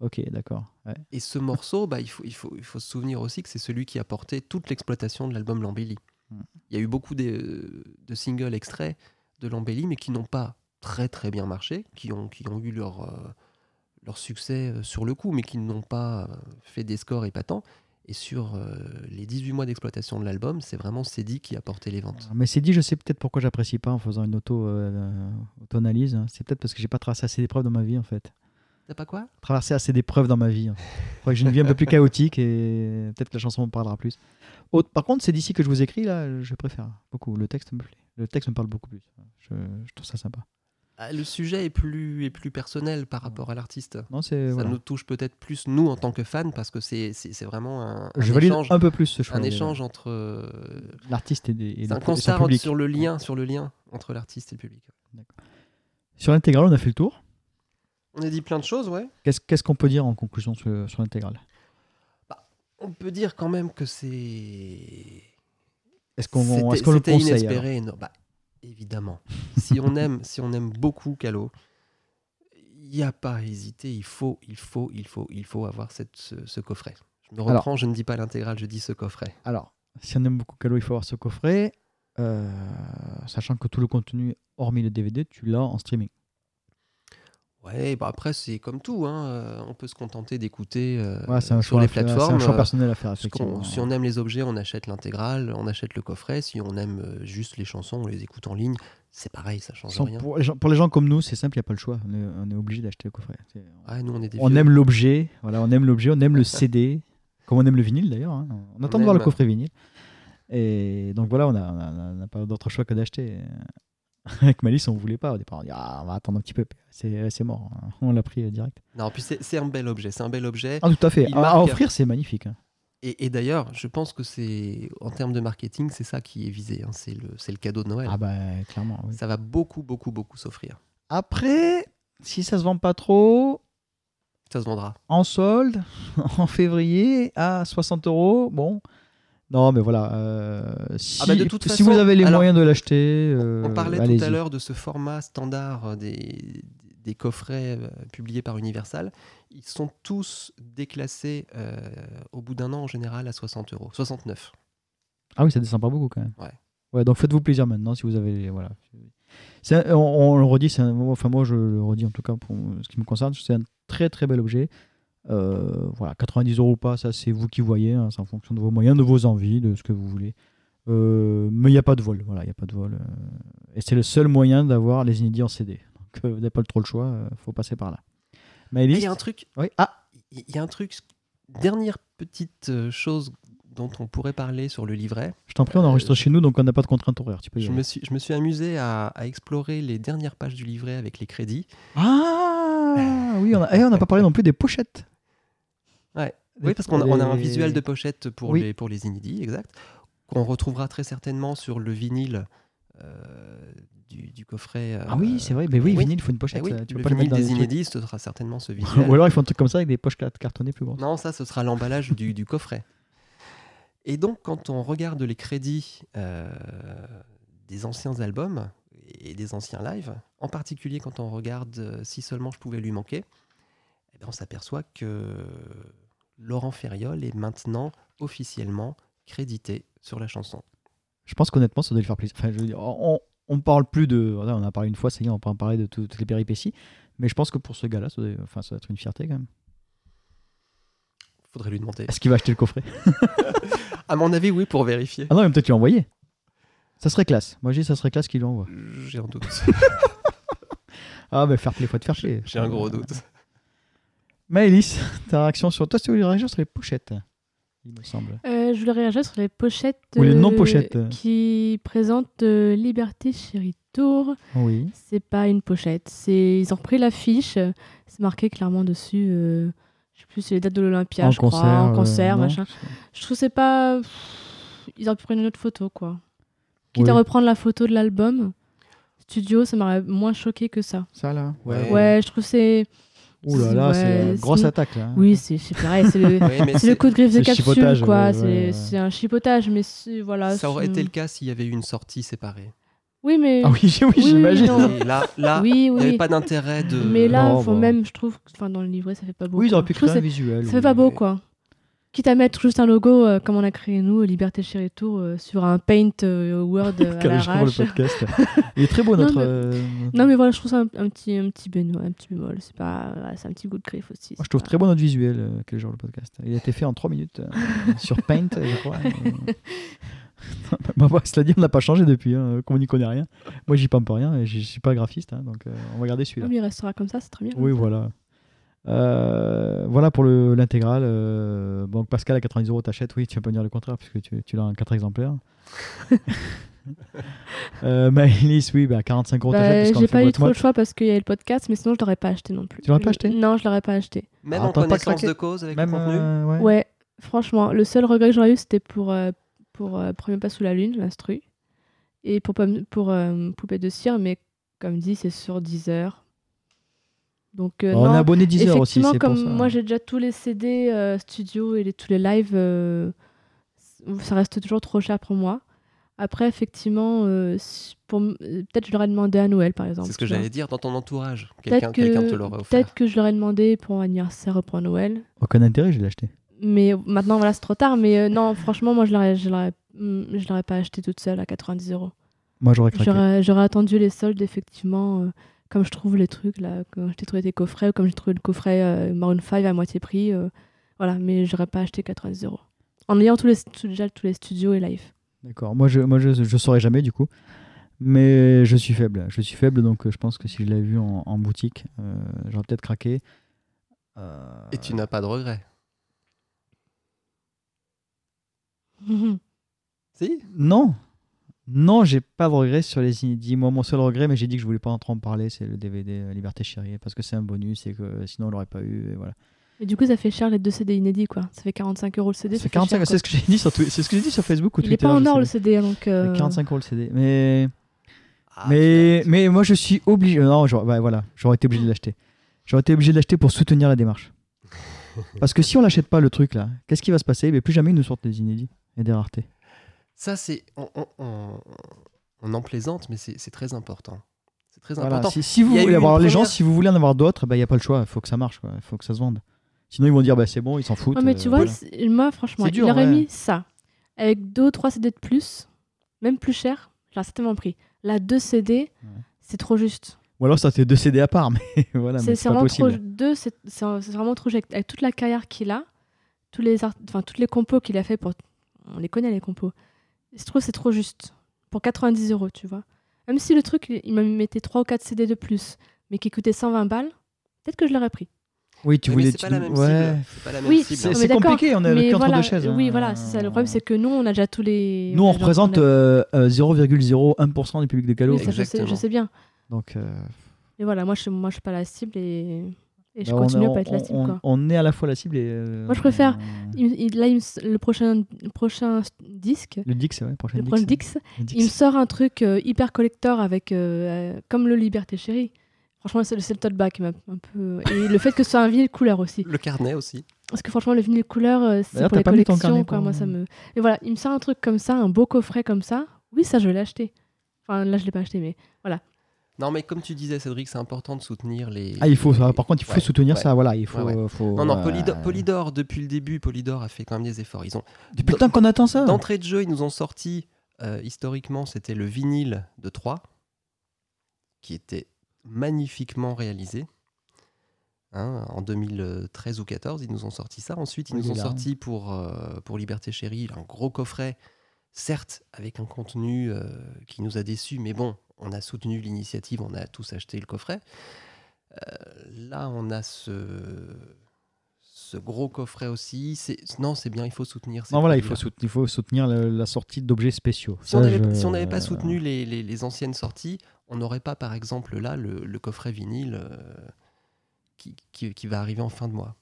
[SPEAKER 1] Ok, d'accord. Ouais.
[SPEAKER 3] Et ce morceau, bah, il, faut, il, faut, il faut se souvenir aussi que c'est celui qui a porté toute l'exploitation de l'album L'Embellie.
[SPEAKER 1] Mm.
[SPEAKER 3] Il y a eu beaucoup de, de singles extraits de L'Embellie, mais qui n'ont pas très très bien marché, qui ont, qui ont eu leur, euh, leur succès euh, sur le coup, mais qui n'ont pas euh, fait des scores épatants. Et sur euh, les 18 mois d'exploitation de l'album, c'est vraiment Cédi qui a porté les ventes.
[SPEAKER 1] Mais c'est dit, je sais peut-être pourquoi j'apprécie pas en faisant une auto, euh, auto-analyse. hein. C'est peut-être parce que j'ai pas tracé assez d'épreuves dans ma vie en fait.
[SPEAKER 3] T'as pas quoi
[SPEAKER 1] traversé assez d'épreuves dans ma vie. hein. Je crois que j'ai une vie un peu plus chaotique et peut-être que la chanson me parlera plus. Autre- par contre, c'est d'ici que je vous écris, là, je préfère beaucoup. Le texte me plaît. Le texte me parle beaucoup plus. Je, je trouve ça sympa.
[SPEAKER 3] Ah, Le sujet est plus, est plus personnel par rapport à l'artiste.
[SPEAKER 1] Non, c'est.
[SPEAKER 3] Ça
[SPEAKER 1] voilà.
[SPEAKER 3] nous touche peut-être plus, nous, en tant que fans, parce que c'est c'est- c'est vraiment un, un
[SPEAKER 1] Je valide
[SPEAKER 3] échange,
[SPEAKER 1] un peu plus ce choix.
[SPEAKER 3] un
[SPEAKER 1] mais,
[SPEAKER 3] échange entre. euh,
[SPEAKER 1] euh, L'artiste et, des- et
[SPEAKER 3] c'est
[SPEAKER 1] le-
[SPEAKER 3] un
[SPEAKER 1] et son
[SPEAKER 3] constat entre-
[SPEAKER 1] public.
[SPEAKER 3] sur le lien, sur le lien entre l'artiste et le public.
[SPEAKER 1] Sur l'intégrale, on a fait le tour.
[SPEAKER 3] On a dit plein de choses, ouais.
[SPEAKER 1] Qu'est-ce qu'est-ce qu'on peut dire en conclusion sur, sur l'intégrale
[SPEAKER 3] On peut dire quand même que c'est.
[SPEAKER 1] Est-ce qu'on
[SPEAKER 3] C'était-
[SPEAKER 1] est qu'on le
[SPEAKER 3] c'était
[SPEAKER 1] conseille alors
[SPEAKER 3] inespéré. non. Bah, évidemment. si on aime, si on aime beaucoup Calo, il n'y a pas à hésiter. Il faut, il faut, il faut, il faut avoir cette, ce, ce coffret. Je me reprends,
[SPEAKER 1] Alors-
[SPEAKER 3] je ne dis pas l'intégrale, je dis ce coffret.
[SPEAKER 1] Alors, si on aime beaucoup Calo, il faut avoir ce coffret. euh, sachant que tout le contenu, hormis le DVD, tu l'as en streaming.
[SPEAKER 3] Ouais, bah après c'est comme tout, hein, euh, on peut se contenter d'écouter euh,
[SPEAKER 1] Ouais, c'est un
[SPEAKER 3] sur
[SPEAKER 1] choix
[SPEAKER 3] les
[SPEAKER 1] à faire,
[SPEAKER 3] plateformes.
[SPEAKER 1] C'est un choix
[SPEAKER 3] euh,
[SPEAKER 1] personnel à faire,
[SPEAKER 3] parce qu'on-
[SPEAKER 1] effectivement.
[SPEAKER 3] si on aime les objets, on achète l'intégrale, on achète le coffret. Si on aime euh, juste les chansons, on les écoute en ligne. C'est pareil, ça change
[SPEAKER 1] Sans-
[SPEAKER 3] rien.
[SPEAKER 1] pour, les gens, pour les gens comme nous, c'est simple, il n'y a pas le choix. On est, on est obligé d'acheter le coffret. C'est-
[SPEAKER 3] Ouais, nous on est des
[SPEAKER 1] On
[SPEAKER 3] vieux.
[SPEAKER 1] aime l'objet, voilà, on aime l'objet, on aime le CD, comme on aime le vinyle d'ailleurs. hein. On attend de voir
[SPEAKER 3] aime.
[SPEAKER 1] le coffret vinyle. Et donc voilà, on n'a on a- on a- on a pas d'autre choix que d'acheter. Avec Malice, on voulait pas au départ. On dit, ah, on va attendre un petit peu. C'est c'est mort. On l'a pris euh, direct.
[SPEAKER 3] Non, puis c'est c'est un bel objet, c'est un bel objet.
[SPEAKER 1] Ah, tout à fait.
[SPEAKER 3] Il
[SPEAKER 1] À, à
[SPEAKER 3] marque.
[SPEAKER 1] offrir, c'est magnifique. hein.
[SPEAKER 3] Et, et d'ailleurs, je pense que c'est en termes de marketing, c'est ça qui est visé. hein, C'est le, c'est le cadeau de Noël.
[SPEAKER 1] Ah, bah, clairement. oui.
[SPEAKER 3] Ça va beaucoup, beaucoup, beaucoup s'offrir.
[SPEAKER 1] Après, si ça se vend pas trop,
[SPEAKER 3] Ça se vendra.
[SPEAKER 1] en solde en février à 60 euros. Bon. Non, mais voilà. euh, si
[SPEAKER 3] bah, de toute
[SPEAKER 1] si
[SPEAKER 3] façon,
[SPEAKER 1] vous avez les
[SPEAKER 3] alors,
[SPEAKER 1] moyens de l'acheter,
[SPEAKER 3] On
[SPEAKER 1] euh,
[SPEAKER 3] parlait tout
[SPEAKER 1] allez-y.
[SPEAKER 3] à l'heure de ce format standard euh, des, des coffrets euh, publiés par Universal. Ils sont tous déclassés euh, au bout d'un an en général à 60 euros. 69.
[SPEAKER 1] Ah oui, ça descend pas beaucoup quand même.
[SPEAKER 3] Ouais.
[SPEAKER 1] Ouais, donc faites-vous plaisir maintenant si vous avez. Voilà. C'est un- on, on le redit, c'est un- enfin moi je le redis en tout cas pour ce qui me concerne, c'est un très très bel objet. Euh, voilà, 90 euros ou pas, ça c'est vous qui voyez, hein, c'est en fonction de vos moyens, de vos envies, de ce que vous voulez. Euh, mais il n'y a pas de vol, voilà, il n'y a pas de vol. euh, et c'est le seul moyen d'avoir les inédits en CD. Donc euh, vous n'avez pas trop le choix, euh, faut passer par là. Mais
[SPEAKER 3] Et Il y a un truc,
[SPEAKER 1] Oui. Ah,
[SPEAKER 3] il y a un truc, dernière petite euh, chose dont on pourrait parler sur le livret.
[SPEAKER 1] je t'en prie, on enregistre chez nous, donc on n'a pas de contrainte horaire. Tu peux y
[SPEAKER 3] Je
[SPEAKER 1] aller.
[SPEAKER 3] me suis, je me suis amusé à, à explorer les dernières pages du livret avec les crédits.
[SPEAKER 1] Ah oui, on a- eh, on n'a pas parlé non plus des pochettes.
[SPEAKER 3] Ouais.
[SPEAKER 1] Des-
[SPEAKER 3] Oui, parce qu'on a, on a un
[SPEAKER 1] des-
[SPEAKER 3] visuel de pochette pour,
[SPEAKER 1] Oui.
[SPEAKER 3] les, pour les inédits, exact, qu'on retrouvera très certainement sur le vinyle euh, du, du coffret.
[SPEAKER 1] Ah oui, c'est vrai. Mais oui, vinyle, il faut une pochette.
[SPEAKER 3] Eh oui,
[SPEAKER 1] ça, tu peux
[SPEAKER 3] le
[SPEAKER 1] pas le
[SPEAKER 3] vinyle
[SPEAKER 1] mettre dans
[SPEAKER 3] des
[SPEAKER 1] les trucs.
[SPEAKER 3] inédits, ce sera certainement ce vinyle.
[SPEAKER 1] Ou alors ils font un truc comme ça avec des poches cart- cartonnées plus grandes.
[SPEAKER 3] Non, ça, ce sera l'emballage du, du coffret. Et donc, quand on regarde les crédits euh, des anciens albums et des anciens lives, en particulier quand on regarde euh, Si seulement je pouvais lui manquer, eh ben, on s'aperçoit que Laurent Ferriol est maintenant officiellement crédité sur la chanson.
[SPEAKER 1] Je pense qu'honnêtement, ça doit lui faire plaisir. Enfin, je veux dire, on, on parle plus de. voilà, on en a parlé une fois, ça y est, on peut en parler de tout- toutes les péripéties. Mais je pense que pour ce gars-là, ça, doit- enfin, ça doit être une fierté quand même.
[SPEAKER 3] Faudrait lui demander.
[SPEAKER 1] Est-ce qu'il va acheter le coffret
[SPEAKER 3] À mon avis, oui, pour vérifier.
[SPEAKER 1] Ah non, mais peut-être lui envoyer. Ça serait classe. Moi, je dis, ça serait classe qu'il lui envoie.
[SPEAKER 3] J'ai un doute.
[SPEAKER 1] Ah, mais faire les fois de faire chier.
[SPEAKER 3] J'ai un gros doute.
[SPEAKER 1] Maëlys, ta réaction sur toi, si tu voulais réagir sur les pochettes, il me semble.
[SPEAKER 4] Euh, je voulais réagir sur les pochettes.
[SPEAKER 1] Ou les
[SPEAKER 4] euh,
[SPEAKER 1] non-pochettes.
[SPEAKER 4] Qui présentent euh, Liberté Chérie Tour.
[SPEAKER 1] Oui.
[SPEAKER 4] C'est pas une pochette. c'est- Ils ont repris l'affiche. euh, C'est marqué clairement dessus. euh, Je sais plus, c'est les dates de l'Olympia, je crois. En
[SPEAKER 1] euh,
[SPEAKER 4] concert,
[SPEAKER 1] non,
[SPEAKER 4] machin.
[SPEAKER 1] c'est-
[SPEAKER 4] Je trouve que c'est pas. pff, Ils auraient pu prendre une autre photo, quoi. Quitte à
[SPEAKER 1] Oui.
[SPEAKER 4] reprendre la photo de l'album. Studio, ça m'aurait moins choqué que ça.
[SPEAKER 1] Ça là
[SPEAKER 3] Ouais.
[SPEAKER 4] Ouais, je trouve que c'est.
[SPEAKER 1] Ouh là là,
[SPEAKER 4] Ouais,
[SPEAKER 1] c'est une
[SPEAKER 4] c'est-
[SPEAKER 1] grosse attaque là.
[SPEAKER 4] Oui, c'est c'est pareil, c'est
[SPEAKER 3] Ouais,
[SPEAKER 4] le.
[SPEAKER 3] mais
[SPEAKER 4] C'est le
[SPEAKER 3] c'est-
[SPEAKER 4] coup de griffe
[SPEAKER 1] Ah. c'est
[SPEAKER 4] des
[SPEAKER 1] le
[SPEAKER 4] capsules,
[SPEAKER 1] chipotage,
[SPEAKER 4] quoi.
[SPEAKER 1] ouais,
[SPEAKER 4] c'est
[SPEAKER 1] ouais, ouais.
[SPEAKER 4] c'est un chipotage, mais c'est- voilà.
[SPEAKER 3] ça aurait
[SPEAKER 4] c'est-
[SPEAKER 3] été le cas s'il y avait eu une sortie séparée.
[SPEAKER 4] Oui, mais.
[SPEAKER 1] Ah oui, oui,
[SPEAKER 4] oui,
[SPEAKER 1] j'imagine.
[SPEAKER 4] non.
[SPEAKER 3] Et là, là,
[SPEAKER 4] oui,
[SPEAKER 3] Ah, Il n'y avait
[SPEAKER 4] oui.
[SPEAKER 3] pas d'intérêt de.
[SPEAKER 4] Mais là,
[SPEAKER 1] Non,
[SPEAKER 4] faut
[SPEAKER 1] bon.
[SPEAKER 4] même, je trouve, que- enfin, dans le livret, ça fait pas beau.
[SPEAKER 1] Oui, ils
[SPEAKER 4] quoi.
[SPEAKER 1] auraient pu
[SPEAKER 4] Je trouve
[SPEAKER 1] créer un
[SPEAKER 4] que
[SPEAKER 1] visuel.
[SPEAKER 4] c'est- Ça
[SPEAKER 1] oui.
[SPEAKER 4] fait pas beau, quoi. Quitte à mettre juste un logo, euh, comme on a créé nous, Liberté Chérie Tour, euh, sur un paint euh, Word euh,
[SPEAKER 1] Calé, je
[SPEAKER 4] à
[SPEAKER 1] comprends
[SPEAKER 4] l'arrache.
[SPEAKER 1] le podcast. Il est très beau
[SPEAKER 4] Non,
[SPEAKER 1] notre.
[SPEAKER 4] mais-
[SPEAKER 1] euh, notre-
[SPEAKER 4] Non, mais voilà, je trouve ça un, un petit, un petit bémol. Un petit bémol. C'est pas, voilà, c'est un petit coup de griffe aussi.
[SPEAKER 1] Moi, je
[SPEAKER 4] c'est
[SPEAKER 1] trouve
[SPEAKER 4] pas-
[SPEAKER 1] très beau notre visuel, euh, quel genre le podcast. Il a été fait en 3 minutes euh, sur Paint, je crois. euh. Non, bah, bah, bah, cela dit, on n'a pas changé depuis, hein, comme on n'y connaît rien. Moi, j'y pompe rien et je je suis pas graphiste, hein, donc euh, on va garder celui-là.
[SPEAKER 4] Non, mais il restera comme ça, c'est très bien.
[SPEAKER 1] Oui, voilà. Euh, voilà pour le- l'intégrale. euh, donc Pascal à 90 euros, t'achètes. Oui, tu vas pas me dire le contraire puisque tu, tu l'as en 4 exemplaires. euh, Maëlys, oui, bah 45 euros,
[SPEAKER 4] Bah,
[SPEAKER 1] t'achètes. puisqu'on
[SPEAKER 4] J'ai
[SPEAKER 1] fait
[SPEAKER 4] pas eu
[SPEAKER 1] boîte
[SPEAKER 4] trop le
[SPEAKER 1] moite.
[SPEAKER 4] choix parce qu'il y avait le podcast, mais sinon je l'aurais pas acheté non plus.
[SPEAKER 1] Tu l'aurais pas acheté
[SPEAKER 4] Je- Non, je l'aurais pas acheté.
[SPEAKER 3] Même
[SPEAKER 1] Ah,
[SPEAKER 3] en
[SPEAKER 1] t'as pas
[SPEAKER 3] connaissance
[SPEAKER 1] craqué.
[SPEAKER 3] de cause avec
[SPEAKER 1] Même,
[SPEAKER 3] le contenu.
[SPEAKER 1] euh, ouais.
[SPEAKER 4] Ouais, franchement, le seul regret que j'aurais eu, c'était pour, euh, pour euh, Premier Pas sous la Lune, l'instru, et pour, Pomme- pour euh, Poupée de cire, mais comme dit, c'est sur 10 heures. Donc, euh,
[SPEAKER 1] Bah, on
[SPEAKER 4] non,
[SPEAKER 1] est abonné 10 heures aussi,
[SPEAKER 4] effectivement,
[SPEAKER 1] c'est pour
[SPEAKER 4] comme
[SPEAKER 1] ça.
[SPEAKER 4] moi j'ai déjà tous les CD euh, studio et les- tous les lives, euh, ça reste toujours trop cher pour moi. Après, effectivement, euh, si- pour m- euh, peut-être je leur ai demandé à Noël, par exemple.
[SPEAKER 3] C'est ce que
[SPEAKER 4] tu vois.
[SPEAKER 3] j'allais dire dans ton entourage. Quelqu'un
[SPEAKER 4] Peut-être que,
[SPEAKER 3] quelqu'un te l'aurait offert.
[SPEAKER 4] peut-être que je leur ai demandé pour un anniversaire ou pour Noël.
[SPEAKER 1] Aucun intérêt, je l'ai acheté.
[SPEAKER 4] Mais maintenant, voilà, c'est trop tard. Mais euh, non, franchement, moi, je l'aurais, je l'aurais, mm, je l'aurais pas acheté toute seule à 90 euros.
[SPEAKER 1] Moi, j'aurais craqué.
[SPEAKER 4] J'aurais, j'aurais attendu les soldes, effectivement, euh, comme je trouve les trucs, là, quand j'ai trouvé des coffrets ou comme j'ai trouvé le coffret euh, Maroon 5 à moitié prix. euh, voilà, mais j'aurais pas acheté 90 euros. En ayant tous les, tous- déjà tous les studios et live.
[SPEAKER 1] D'accord. Moi, je, moi, je, je saurais jamais du coup. Mais je suis faible. Je suis faible, donc euh, je pense que si je l'avais vu en, en boutique, euh, j'aurais peut-être craqué. Euh,
[SPEAKER 3] Et tu n'as pas de regret. Si
[SPEAKER 1] Non. Non, j'ai pas de regret sur les inédits. Moi, mon seul regret, mais j'ai dit que je voulais pas en trop en parler, c'est le DVD euh, Liberté Chérie, parce que c'est un bonus et que euh, sinon on l'aurait pas eu. Et voilà.
[SPEAKER 4] Et du coup, ça fait cher les deux CD inédits, quoi. Ça fait 45 euros le CD. ça
[SPEAKER 1] C'est
[SPEAKER 4] fait
[SPEAKER 1] 45
[SPEAKER 4] cher,
[SPEAKER 1] c'est ce que j'ai dit sur Twi- c'est ce que j'ai dit sur Facebook ou
[SPEAKER 4] quoi. Il est
[SPEAKER 1] Twitter.
[SPEAKER 4] pas en
[SPEAKER 1] je
[SPEAKER 4] or le
[SPEAKER 1] sais
[SPEAKER 4] CD, donc.
[SPEAKER 1] pas.
[SPEAKER 4] euh,
[SPEAKER 1] 45 euros le CD. Mais
[SPEAKER 3] Ah,
[SPEAKER 1] mais
[SPEAKER 3] putain.
[SPEAKER 1] euh, mais moi je suis obligé. Non, j'aurais- bah, voilà, j'aurais été obligé de l'acheter. J'aurais été obligé de l'acheter pour soutenir la démarche. Parce que si on l'achète pas le truc là, qu'est-ce qui va se passer Mais plus jamais ils nous sortent des inédits et des raretés.
[SPEAKER 3] Ça, c'est. On, on- on- on en plaisante, mais c'est c'est très important. C'est très
[SPEAKER 1] Voilà,
[SPEAKER 3] important.
[SPEAKER 1] si, si vous
[SPEAKER 3] Il y a
[SPEAKER 1] voulez
[SPEAKER 3] eu
[SPEAKER 1] avoir
[SPEAKER 3] une
[SPEAKER 1] les gens,
[SPEAKER 3] première-
[SPEAKER 1] si vous voulez en avoir d'autres, bah, il n'y a pas le choix. Il faut que ça marche, quoi. il faut que ça se vende. Sinon, ils vont dire bah, c'est bon, ils s'en foutent.
[SPEAKER 4] Ouais, mais
[SPEAKER 1] euh,
[SPEAKER 4] tu vois,
[SPEAKER 1] voilà.
[SPEAKER 4] c'est- moi, franchement,
[SPEAKER 1] C'est dur,
[SPEAKER 4] il aurait
[SPEAKER 1] ouais.
[SPEAKER 4] mis ça. Avec 2 3 CD de plus, même plus cher, je l'aurais certainement pris. Là, 2 CD,
[SPEAKER 1] Ouais.
[SPEAKER 4] c'est trop juste.
[SPEAKER 1] Ou alors ça fait deux CD à part, mais voilà, mais
[SPEAKER 4] c'est
[SPEAKER 1] c'est
[SPEAKER 4] c'est
[SPEAKER 1] pas
[SPEAKER 4] vraiment, trop
[SPEAKER 1] possible.
[SPEAKER 4] ju- deux, c'est- c'est- c'est vraiment trop juste. Avec toute la carrière qu'il a, tous les art- enfin, toutes les compos qu'il a fait, pour... on les connaît les compos, je trouve que c'est trop juste. Pour 90 euros, tu vois. Même si le truc, il- il me mettait 3 ou 4 CD de plus, mais qui coûtait 120 balles, peut-être que je l'aurais pris.
[SPEAKER 1] Oui, tu
[SPEAKER 3] Oui, mais
[SPEAKER 1] voulais.
[SPEAKER 3] c'est
[SPEAKER 1] tu-
[SPEAKER 3] pas la même
[SPEAKER 1] ouais.
[SPEAKER 3] cible. C'est pas la même
[SPEAKER 4] Oui,
[SPEAKER 3] cible. hein.
[SPEAKER 1] C'est
[SPEAKER 4] Non,
[SPEAKER 1] c'est
[SPEAKER 4] mais d'accord,
[SPEAKER 1] compliqué, on est
[SPEAKER 4] Mais
[SPEAKER 1] avec entre
[SPEAKER 4] voilà,
[SPEAKER 1] deux chaises.
[SPEAKER 4] Oui,
[SPEAKER 1] hein.
[SPEAKER 4] voilà, c'est ça. Le problème, c'est que nous, on a déjà tous les.
[SPEAKER 1] Nous, on
[SPEAKER 4] les gens qu'on
[SPEAKER 1] représente
[SPEAKER 4] aime.
[SPEAKER 1] euh, euh, 0,01% du public de Calo.
[SPEAKER 4] Oui, ça, je, sais,
[SPEAKER 3] Exactement.
[SPEAKER 4] je sais bien.
[SPEAKER 1] Donc, euh,
[SPEAKER 4] Mais voilà, moi, je moi, je suis pas la cible et, et je
[SPEAKER 1] bah, on-
[SPEAKER 4] continue à
[SPEAKER 1] on-
[SPEAKER 4] pas être la cible.
[SPEAKER 1] on-
[SPEAKER 4] quoi.
[SPEAKER 1] On est à la fois la cible et. euh,
[SPEAKER 4] Moi, je préfère-
[SPEAKER 1] on-
[SPEAKER 4] Il- il- là, il me s- le prochain, le prochain s- disque,
[SPEAKER 1] Le Dix, ouais, prochaine
[SPEAKER 4] le prochain
[SPEAKER 1] Dix.
[SPEAKER 4] Dix,
[SPEAKER 1] Le
[SPEAKER 4] il me
[SPEAKER 1] Dix.
[SPEAKER 4] sort un truc euh, hyper collector avec euh, euh, comme le Liberté Chérie. Franchement, c'est le c'est le tote bag qui m'a un peu. Et le fait que ce soit un vinyle couleur aussi.
[SPEAKER 3] Le carnet aussi.
[SPEAKER 4] Parce que franchement, le vinyle couleur, euh, c'est
[SPEAKER 1] D'ailleurs,
[SPEAKER 4] pour
[SPEAKER 1] t'as
[SPEAKER 4] les
[SPEAKER 1] pas mis ton
[SPEAKER 4] collections.
[SPEAKER 1] carnet
[SPEAKER 4] quoi.
[SPEAKER 1] pour-
[SPEAKER 4] Moi, ça me. Et voilà, il me sort un truc comme ça, un beau coffret comme ça. Oui, ça, je vais l'acheter. Enfin, là, je l'ai pas acheté, mais
[SPEAKER 3] Non, mais comme tu disais, Cédric, c'est important de soutenir les.
[SPEAKER 1] Ah, il faut, ça, par contre, il faut
[SPEAKER 3] Ouais,
[SPEAKER 1] soutenir
[SPEAKER 3] ouais.
[SPEAKER 1] ça. Voilà, il faut.
[SPEAKER 3] Ouais,
[SPEAKER 1] euh, faut,
[SPEAKER 3] Non, non,
[SPEAKER 1] euh,
[SPEAKER 3] Polydor, Polydor, depuis le début, Polydor a fait quand même des efforts. Ils ont
[SPEAKER 1] Depuis le temps qu'on attend ça.
[SPEAKER 3] D'entrée de jeu, ils nous ont sorti, euh, historiquement, c'était le vinyle de 3, qui était magnifiquement réalisé. Hein, en 2013 ou 14, ils nous ont sorti ça. Ensuite, ils
[SPEAKER 1] Oui,
[SPEAKER 3] nous ont
[SPEAKER 1] là.
[SPEAKER 3] sorti pour, euh, pour Liberté Chérie un gros coffret, certes avec un contenu euh, qui nous a déçus, mais bon, on a soutenu l'initiative, on a tous acheté le coffret. Euh, là, on a ce, ce gros coffret aussi. C'est- Non, c'est bien, il faut soutenir. ces
[SPEAKER 1] Non, voilà, il faut
[SPEAKER 3] produits-là.
[SPEAKER 1] soutenir, il faut soutenir le- la sortie d'objets spéciaux.
[SPEAKER 3] Si
[SPEAKER 1] Ça,
[SPEAKER 3] on n'avait
[SPEAKER 1] je- euh,
[SPEAKER 3] si on n'avait pas soutenu les, les- les anciennes sorties, on n'aurait pas, par exemple, là, le, le coffret vinyle euh, qui, qui- qui va arriver en fin de mois.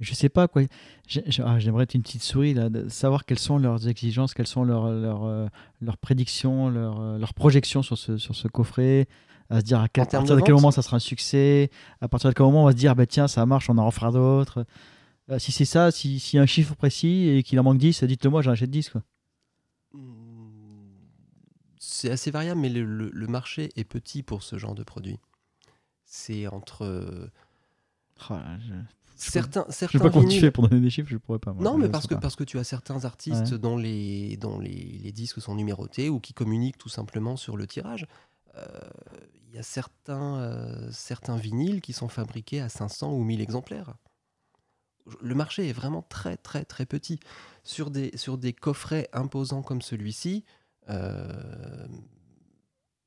[SPEAKER 1] Je sais pas quoi. j'ai- j'ai- ah, J'aimerais être une petite souris là, de savoir quelles sont leurs exigences, quelles sont leurs leurs, euh, leurs prédictions, leurs euh, leurs projections sur ce sur ce coffret. À se dire à, quel,
[SPEAKER 3] En
[SPEAKER 1] à
[SPEAKER 3] termes
[SPEAKER 1] partir
[SPEAKER 3] de
[SPEAKER 1] de quel
[SPEAKER 3] vente
[SPEAKER 1] moment ça sera un succès, à partir de quel moment on va se dire bah tiens ça marche, on en refera d'autres. Euh, si c'est ça, si, si y a un chiffre précis et qu'il en manque 10, dites-le-moi, j'en achète 10 quoi.
[SPEAKER 3] Mmh, C'est assez variable, mais le, le- le marché est petit pour ce genre de produit. C'est entre. euh,
[SPEAKER 1] Oh là, je,
[SPEAKER 3] Certains,
[SPEAKER 1] je sais
[SPEAKER 3] certains
[SPEAKER 1] pas comment tu
[SPEAKER 3] vinyles-
[SPEAKER 1] fais pour donner des chiffres, je pourrais pas. moi.
[SPEAKER 3] Non,
[SPEAKER 1] Je
[SPEAKER 3] mais
[SPEAKER 1] sais
[SPEAKER 3] parce que,
[SPEAKER 1] pas.
[SPEAKER 3] parce que tu as certains artistes dont, les, dont les, les disques sont numérotés ou qui communiquent tout simplement sur le tirage. Euh, Il y a certains, euh, certains vinyles qui sont fabriqués à 500 ou 1000 exemplaires. Le marché est vraiment très très très petit. Sur des, sur des coffrets imposants comme celui-ci, euh,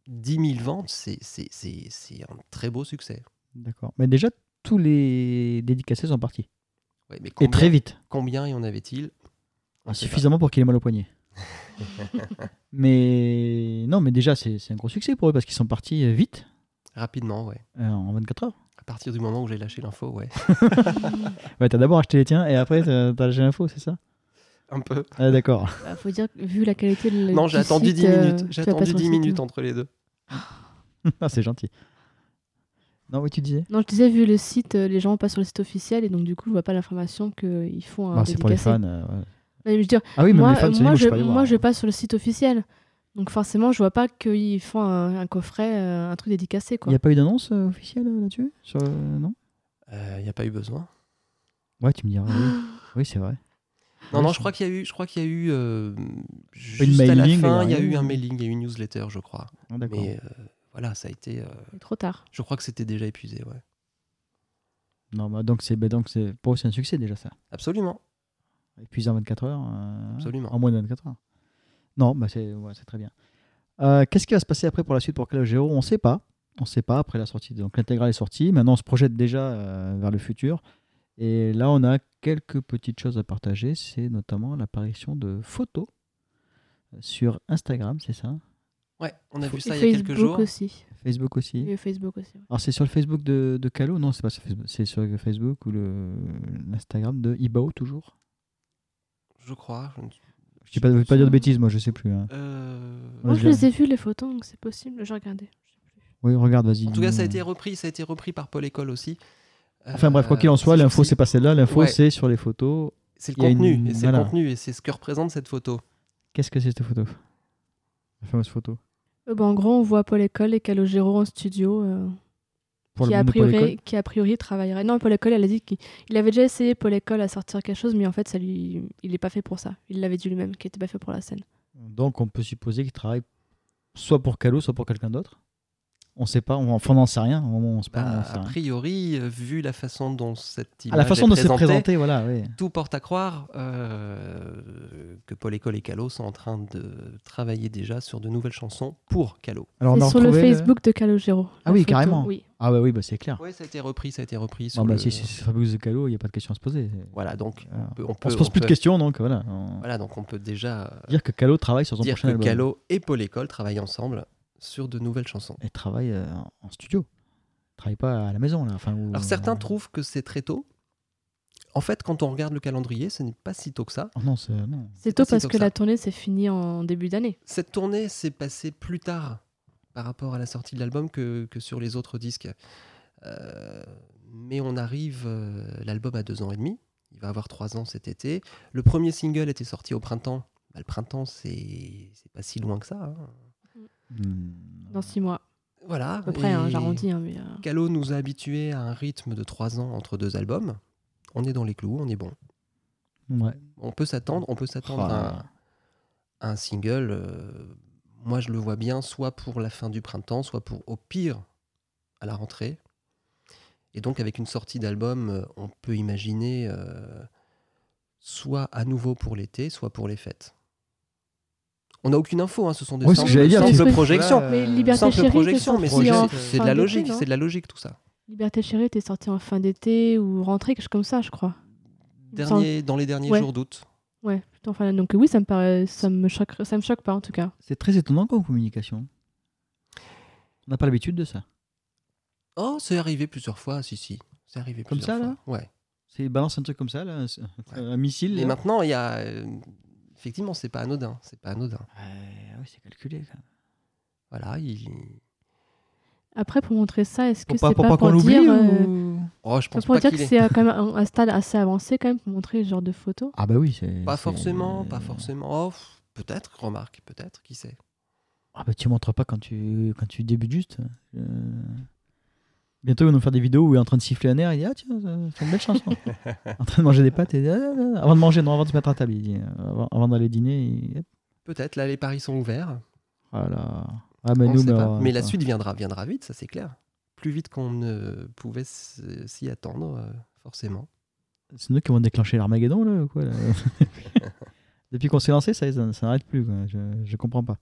[SPEAKER 3] 10 000 ventes, c'est c'est- c'est- c'est un très beau succès.
[SPEAKER 1] D'accord. Mais déjà tous les dédicacés sont partis.
[SPEAKER 3] Ouais, mais
[SPEAKER 1] Et
[SPEAKER 3] combien,
[SPEAKER 1] très vite.
[SPEAKER 3] combien y en avait-il On
[SPEAKER 1] Ah,
[SPEAKER 3] sait pas.
[SPEAKER 1] suffisamment pour qu'il ait mal au poignet. mais non, mais déjà, c'est c'est un gros succès pour eux parce qu'ils sont partis euh, vite,
[SPEAKER 3] Rapidement, ouais.
[SPEAKER 1] euh, en 24 heures.
[SPEAKER 3] À partir du moment où j'ai lâché l'info, ouais.
[SPEAKER 1] Ouais, t'as d'abord acheté les tiens et après t'as t'as lâché l'info, c'est ça
[SPEAKER 3] Un peu.
[SPEAKER 1] Ah, D'accord.
[SPEAKER 4] bah, faut dire, que vu la qualité de la-
[SPEAKER 3] Non, j'ai
[SPEAKER 4] du
[SPEAKER 3] attendu
[SPEAKER 4] site,
[SPEAKER 3] 10
[SPEAKER 4] euh,
[SPEAKER 3] minutes.
[SPEAKER 4] tu
[SPEAKER 3] J'ai
[SPEAKER 4] vas pas
[SPEAKER 3] attendu
[SPEAKER 4] sur
[SPEAKER 3] 10
[SPEAKER 4] le site,
[SPEAKER 3] minutes
[SPEAKER 4] hein.
[SPEAKER 3] entre les deux.
[SPEAKER 1] Ah, c'est gentil. Non, oui, tu disais
[SPEAKER 4] Non, je disais, vu le site, euh, les gens passent sur le site officiel et donc du coup, je vois pas l'information qu'ils font un
[SPEAKER 1] Non, C'est pour les
[SPEAKER 4] dédicacé.
[SPEAKER 1] fans. euh, ouais.
[SPEAKER 4] Non, mais je veux dire,
[SPEAKER 1] Ah oui, mais
[SPEAKER 4] moi,
[SPEAKER 1] les fans,
[SPEAKER 4] euh,
[SPEAKER 1] c'est
[SPEAKER 4] moi,
[SPEAKER 1] moi,
[SPEAKER 4] je,
[SPEAKER 1] je peux aller voir.
[SPEAKER 4] moi, je passe sur le site officiel. Donc forcément, je vois pas qu'ils font un, un coffret, euh, un truc dédicacé.
[SPEAKER 1] Il
[SPEAKER 4] Quoi.
[SPEAKER 1] n'y a pas eu d'annonce euh, officielle euh, là-dessus Sur, euh, Non
[SPEAKER 3] Il n'y Euh, a pas eu besoin.
[SPEAKER 1] Ouais, tu me diras. Oui, Oui, c'est vrai.
[SPEAKER 3] Non,
[SPEAKER 1] Ouais,
[SPEAKER 3] non,
[SPEAKER 1] c'est-
[SPEAKER 3] je crois qu'il y a eu, je crois qu'il y a eu euh, juste à la
[SPEAKER 1] mailing,
[SPEAKER 3] fin,
[SPEAKER 1] il y
[SPEAKER 3] il y
[SPEAKER 1] a
[SPEAKER 3] a
[SPEAKER 1] rien.
[SPEAKER 3] eu un mailing, il y a eu une newsletter, je crois.
[SPEAKER 1] Ah, D'accord.
[SPEAKER 3] Mais euh, voilà, ça a été. euh,
[SPEAKER 4] C'est Trop tard.
[SPEAKER 3] je crois que c'était déjà épuisé, ouais.
[SPEAKER 1] Non, bah, donc, c'est bah, donc, c'est- pour eux, c'est un succès déjà ça.
[SPEAKER 3] Absolument.
[SPEAKER 1] Et puis en 24 heures. euh,
[SPEAKER 3] Absolument.
[SPEAKER 1] En moins de 24 heures. Non, bah c'est ouais, c'est très bien. Euh, Qu'est-ce qui va se passer après pour la suite pour Calogero On ne sait pas. On ne sait pas après la sortie. Donc l'intégrale est sortie. Maintenant, on se projette déjà euh, vers le futur. Et là, on a quelques petites choses à partager. C'est notamment l'apparition de photos euh, sur Instagram, c'est ça
[SPEAKER 3] Ouais, on a vu
[SPEAKER 4] Et
[SPEAKER 3] ça il y a
[SPEAKER 4] Facebook
[SPEAKER 3] quelques jours.
[SPEAKER 4] aussi.
[SPEAKER 1] Facebook aussi.
[SPEAKER 4] Et Facebook aussi. ouais.
[SPEAKER 1] Alors c'est sur le Facebook de, de Calo Non, c'est pas sur Facebook. C'est sur le Facebook ou le- l'Instagram de Ibao toujours.
[SPEAKER 3] Je crois. je ne-
[SPEAKER 1] Je ne veux pas dire de bêtises, moi, je sais plus. hein.
[SPEAKER 3] Euh,
[SPEAKER 1] Ouais,
[SPEAKER 4] Moi,
[SPEAKER 1] je
[SPEAKER 4] je
[SPEAKER 1] l'ai-
[SPEAKER 4] les ai vus les photos, donc c'est possible. J'ai regardé.
[SPEAKER 1] Oui, regarde, vas-y.
[SPEAKER 3] En tout cas,
[SPEAKER 1] dis-nous.
[SPEAKER 3] ça a été repris, ça a été repris par Paul École aussi.
[SPEAKER 1] Enfin bref, quoi qu'il en soit,
[SPEAKER 3] Euh, c'est-
[SPEAKER 1] l'info c'est pas celle-là, l'info
[SPEAKER 3] Ouais.
[SPEAKER 1] c'est sur les photos.
[SPEAKER 3] C'est le
[SPEAKER 1] il y a
[SPEAKER 3] contenu,
[SPEAKER 1] une-
[SPEAKER 3] et c'est
[SPEAKER 1] voilà.
[SPEAKER 3] le contenu, et c'est ce que représente cette photo.
[SPEAKER 1] Qu'est-ce que c'est cette photo La fameuse photo.
[SPEAKER 4] Euh, bah, en gros, on voit Paul École et Calogero en studio. euh,
[SPEAKER 1] Pour
[SPEAKER 4] qui,
[SPEAKER 1] le
[SPEAKER 4] a
[SPEAKER 1] monde de Paul École.
[SPEAKER 4] priori, qui a priori travaillerait. Non, Paul École, elle a dit qu'il il avait déjà essayé Paul École à sortir quelque chose, mais en fait, ça lui, il n'est pas fait pour ça. Il l'avait dit lui-même, qu'il n'était pas fait pour la scène.
[SPEAKER 1] Donc on peut supposer qu'il travaille soit pour Calo, soit pour quelqu'un d'autre. On sait pas, on, enfin on n'en sait rien. On, on sait pas, on
[SPEAKER 3] Bah,
[SPEAKER 1] en sait
[SPEAKER 3] a
[SPEAKER 1] rien.
[SPEAKER 3] priori, euh, vu la façon dont cette image
[SPEAKER 1] À Ah, la façon
[SPEAKER 3] est
[SPEAKER 1] dont c'est
[SPEAKER 3] présentée,
[SPEAKER 1] présenté, voilà. oui.
[SPEAKER 3] tout porte à croire euh, que Paul École et Calo sont en train de travailler déjà sur de nouvelles chansons pour Calo.
[SPEAKER 1] Alors on
[SPEAKER 4] C'est
[SPEAKER 1] a
[SPEAKER 4] sur le
[SPEAKER 1] retrouvé euh,
[SPEAKER 4] Facebook de Calogero.
[SPEAKER 1] Ah
[SPEAKER 4] la
[SPEAKER 1] oui,
[SPEAKER 4] photo,
[SPEAKER 1] carrément.
[SPEAKER 4] Oui.
[SPEAKER 1] Ah ouais, oui, bah, c'est clair.
[SPEAKER 3] Oui, ça a été repris, ça a été repris.
[SPEAKER 1] Bon,
[SPEAKER 3] sur
[SPEAKER 1] bah,
[SPEAKER 3] le-
[SPEAKER 1] si, si c'est Fabrice de Calo, il n'y a pas de question à se poser.
[SPEAKER 3] Voilà, donc
[SPEAKER 1] Voilà.
[SPEAKER 3] on peut, on
[SPEAKER 1] On
[SPEAKER 3] peut-
[SPEAKER 1] se pose
[SPEAKER 3] on
[SPEAKER 1] plus de
[SPEAKER 3] peut-
[SPEAKER 1] questions, donc voilà. on-
[SPEAKER 3] Voilà, donc on peut déjà euh,
[SPEAKER 1] Dire que Calo travaille sur son
[SPEAKER 3] dire
[SPEAKER 1] prochain
[SPEAKER 3] que
[SPEAKER 1] album.
[SPEAKER 3] Calo et Paul École travaillent ensemble sur de nouvelles chansons.
[SPEAKER 1] Et travaille euh, en studio. Travaille pas à la maison, là. Enfin, ou- euh,
[SPEAKER 3] Alors certains
[SPEAKER 1] Mmh.
[SPEAKER 3] trouvent que c'est très tôt. En fait, quand on regarde le calendrier, ce n'est pas si tôt que ça.
[SPEAKER 1] Oh non, c'est- non.
[SPEAKER 4] C'est
[SPEAKER 3] pas
[SPEAKER 4] tôt
[SPEAKER 3] si
[SPEAKER 4] parce
[SPEAKER 3] tôt
[SPEAKER 4] que
[SPEAKER 3] que ça.
[SPEAKER 4] la tournée s'est finie en début d'année.
[SPEAKER 3] Cette tournée s'est passée plus tard par rapport à la sortie de l'album que, que sur les autres disques. Euh, mais on arrive, euh, l'album a deux ans et demi, il va avoir trois ans cet été. Le premier single était sorti au printemps. Bah, le printemps, c'est c'est pas si loin que ça. hein.
[SPEAKER 1] Hmm.
[SPEAKER 4] Dans six mois.
[SPEAKER 3] Voilà.
[SPEAKER 4] À peu près, hein,
[SPEAKER 3] et-
[SPEAKER 4] j'arrondis. hein, mais, euh,
[SPEAKER 3] Calo nous a habitués à un rythme de trois ans entre deux albums. On est dans les clous, on est bon.
[SPEAKER 1] Ouais.
[SPEAKER 3] On peut s'attendre, on peut s'attendre
[SPEAKER 1] Oh là
[SPEAKER 3] à,
[SPEAKER 1] là.
[SPEAKER 3] à un single. euh, moi, je le vois bien, soit pour la fin du printemps, soit pour au pire à la rentrée. Et donc, avec une sortie d'album, euh, on peut imaginer euh, soit à nouveau pour l'été, soit pour les fêtes. On n'a aucune info, hein, ce sont des
[SPEAKER 1] Ouais, ce que
[SPEAKER 3] simples,
[SPEAKER 1] j'allais dire,
[SPEAKER 3] simples
[SPEAKER 4] c'est- Oui.
[SPEAKER 1] euh,
[SPEAKER 3] projections.
[SPEAKER 4] Mais Liberté
[SPEAKER 3] Simples
[SPEAKER 4] Chérie, c'est
[SPEAKER 3] projections, mais
[SPEAKER 4] sorti
[SPEAKER 3] c'est-
[SPEAKER 4] en
[SPEAKER 3] c'est de
[SPEAKER 4] fin
[SPEAKER 3] la
[SPEAKER 4] d'été,
[SPEAKER 3] logique,
[SPEAKER 4] non
[SPEAKER 3] c'est de la logique tout ça.
[SPEAKER 4] Liberté Chérie était sortie en fin d'été ou rentrée, quelque chose comme ça, je crois. me semble.
[SPEAKER 3] Dernier, dans les derniers
[SPEAKER 4] Ouais.
[SPEAKER 3] jours d'août.
[SPEAKER 4] Ouais, plutôt en fin d'année. Donc oui, ça me, paraît, ça, me choque, ça me choque pas en tout cas.
[SPEAKER 1] C'est très étonnant comme communication. On n'a pas l'habitude de ça.
[SPEAKER 3] Oh, c'est arrivé plusieurs fois, si, si. C'est arrivé
[SPEAKER 1] Comme
[SPEAKER 3] plusieurs
[SPEAKER 1] ça, là
[SPEAKER 3] fois. Ouais.
[SPEAKER 1] C'est balance un truc comme ça, là, c'est- un missile.
[SPEAKER 4] Hein.
[SPEAKER 3] Et
[SPEAKER 1] là.
[SPEAKER 3] maintenant, il y a. euh, effectivement, c'est pas anodin. C'est pas anodin.
[SPEAKER 1] Euh, ouais, c'est calculé. ça.
[SPEAKER 3] Voilà, il.
[SPEAKER 4] Après, pour montrer ça, est-ce que
[SPEAKER 1] Pour
[SPEAKER 4] c'est pas,
[SPEAKER 1] pas, pour pas
[SPEAKER 4] pour
[SPEAKER 1] qu'on l'oublie.
[SPEAKER 4] dire, euh,
[SPEAKER 1] ou-
[SPEAKER 3] Oh, je pense
[SPEAKER 4] pour
[SPEAKER 3] pas
[SPEAKER 4] dire
[SPEAKER 3] qu'il
[SPEAKER 4] que
[SPEAKER 3] est.
[SPEAKER 4] c'est euh, quand même un, un stade assez avancé quand même pour montrer ce genre de photos
[SPEAKER 1] Ah bah oui, c'est.
[SPEAKER 3] Pas
[SPEAKER 1] c'est- euh,
[SPEAKER 3] forcément, pas forcément. Oh, pff, peut-être, remarque, peut-être, qui sait.
[SPEAKER 1] Ah bah tu montres pas quand tu quand tu débutes juste. Euh, Bientôt ils vont nous faire des vidéos où il est en train de siffler un air, il dit ah tiens euh, c'est une belle chanson. en train de manger des pâtes et il dit, Ah, là, là, là. avant de manger non avant de se mettre à table il dit, euh, avant, avant d'aller dîner. il- hop.
[SPEAKER 3] Peut-être, là, les paris sont ouverts.
[SPEAKER 1] Voilà. Ah mais
[SPEAKER 3] on
[SPEAKER 1] nous
[SPEAKER 3] sait
[SPEAKER 1] mais,
[SPEAKER 3] pas.
[SPEAKER 1] alors,
[SPEAKER 3] Mais la
[SPEAKER 1] euh,
[SPEAKER 3] suite viendra, viendra vite, ça c'est clair. Plus vite qu'on ne pouvait s- s'y attendre, euh, forcément.
[SPEAKER 1] c'est nous qui vont déclencher l'Armageddon là ou quoi là Depuis qu'on s'est lancé ça ça, ça n'arrête plus quoi. Je, je comprends pas.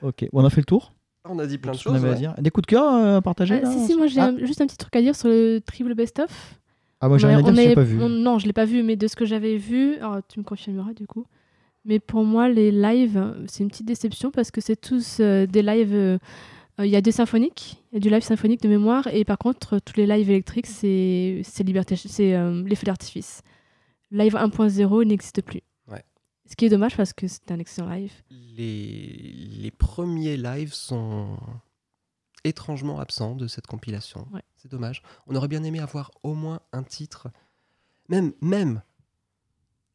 [SPEAKER 1] Ok on a fait le tour.
[SPEAKER 3] On a dit plein de
[SPEAKER 1] ce qu'on
[SPEAKER 3] choses.
[SPEAKER 1] avait à
[SPEAKER 3] ouais.
[SPEAKER 1] dire. Des coups de cœur euh, à partager
[SPEAKER 4] Ah,
[SPEAKER 1] là,
[SPEAKER 4] Si,
[SPEAKER 1] on
[SPEAKER 4] si,
[SPEAKER 1] s-
[SPEAKER 4] moi j'ai
[SPEAKER 1] Ah,
[SPEAKER 4] un- juste un petit truc à dire sur le triple best-of.
[SPEAKER 1] ah, moi j'ai
[SPEAKER 4] On
[SPEAKER 1] rien
[SPEAKER 4] a-
[SPEAKER 1] à dire
[SPEAKER 4] on
[SPEAKER 1] je l'ai
[SPEAKER 4] avait-
[SPEAKER 1] pas vu.
[SPEAKER 4] on- non, je l'ai pas vu, mais de ce que j'avais vu, alors, tu me confirmeras du coup. Mais pour moi, les lives, c'est une petite déception parce que c'est tous euh, des lives. euh, euh, Il y a des symphoniques, il y a du live symphonique de mémoire, et par contre, euh, tous les lives électriques, c'est c'est liberté, c'est euh, les feux d'artifice. Live 1.0 n'existe plus.
[SPEAKER 3] Ouais.
[SPEAKER 4] Ce qui est dommage parce que c'est un excellent live.
[SPEAKER 3] les, les premiers lives sont étrangement absents de cette compilation.
[SPEAKER 4] Ouais.
[SPEAKER 3] C'est dommage. On aurait bien aimé avoir au moins un titre, même, même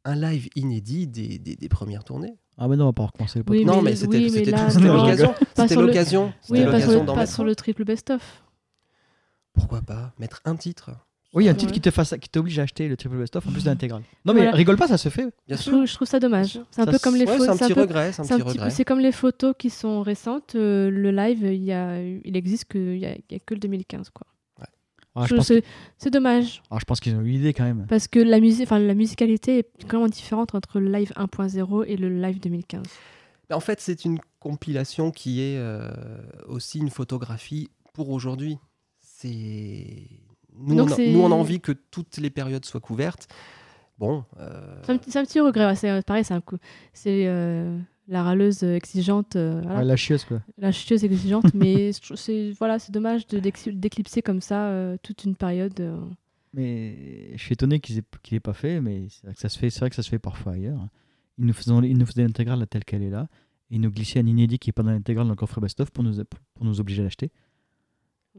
[SPEAKER 3] un live inédit des, des- des premières tournées.
[SPEAKER 1] Ah mais non on va pas recommencer le podcast.
[SPEAKER 4] Oui,
[SPEAKER 3] non,
[SPEAKER 4] mais-
[SPEAKER 3] mais c'était
[SPEAKER 4] oui, mais
[SPEAKER 3] c'était-
[SPEAKER 4] là,
[SPEAKER 3] c'était
[SPEAKER 1] non.
[SPEAKER 3] l'occasion. C'était
[SPEAKER 4] sur le-
[SPEAKER 3] l'occasion.
[SPEAKER 4] Oui,
[SPEAKER 3] C'était
[SPEAKER 4] pas sur
[SPEAKER 3] l'occasion
[SPEAKER 4] le,
[SPEAKER 3] d'en
[SPEAKER 4] pas
[SPEAKER 3] mettre.
[SPEAKER 4] sur le triple best-of.
[SPEAKER 3] Pourquoi pas mettre un titre
[SPEAKER 1] Oui, un titre
[SPEAKER 4] Ouais.
[SPEAKER 1] qui te fasse, qui t'oblige à acheter le triple best-of en plus de l'intégrale. Non, mais
[SPEAKER 4] Ah. Voilà.
[SPEAKER 1] rigole pas, ça se fait.
[SPEAKER 3] Bien
[SPEAKER 4] Je
[SPEAKER 3] sûr.
[SPEAKER 4] trouve, je trouve ça dommage. C'est un
[SPEAKER 1] Ça,
[SPEAKER 4] peu comme les
[SPEAKER 3] Ouais,
[SPEAKER 4] photos.
[SPEAKER 3] c'est un
[SPEAKER 4] c'est un
[SPEAKER 3] petit
[SPEAKER 4] peu-
[SPEAKER 3] regret. C'est un
[SPEAKER 4] C'est un
[SPEAKER 3] petit
[SPEAKER 4] petit peu-
[SPEAKER 3] regret.
[SPEAKER 4] c'est comme les photos qui sont récentes. euh, le live, il, y a, il existe que il y a, il y a que le 2015. Quoi.
[SPEAKER 1] Ah, je
[SPEAKER 4] Je-
[SPEAKER 1] pense,
[SPEAKER 4] c'est, c'est dommage
[SPEAKER 1] ah, je pense qu'ils ont eu l'idée quand même.
[SPEAKER 4] parce que la, musique, enfin, la musicalité est vraiment différente entre le live 1.0 et le live 2015.
[SPEAKER 3] Mais En fait, c'est une compilation qui est euh, aussi une photographie pour aujourd'hui. C'est nous,
[SPEAKER 4] Donc
[SPEAKER 3] on a,
[SPEAKER 4] c'est-
[SPEAKER 3] nous, on a envie que toutes les périodes soient couvertes. Bon, euh,
[SPEAKER 4] C'est, un, petit- c'est un petit regret. ouais, c'est euh, pareil, c'est un coup. C'est euh, la râleuse exigeante, euh, voilà,
[SPEAKER 1] Ouais, Ah, la chieuse quoi.
[SPEAKER 4] la chieuse exigeante, mais je trouve- c'est, voilà, c'est dommage de, d'ex- d'éclipser comme ça euh, toute une période. euh.
[SPEAKER 1] Mais je suis étonné qu'ils aient- qu'il n'ait pas fait, mais c'est vrai que ça se fait, c'est vrai que ça se fait parfois ailleurs. Ils nous faisaient, ils nous faisaient l'intégrale telle qu'elle est là, et ils nous glissaient un inédit qui est pas dans l'intégrale dans le coffret best-of pour nous, pour nous obliger à l'acheter.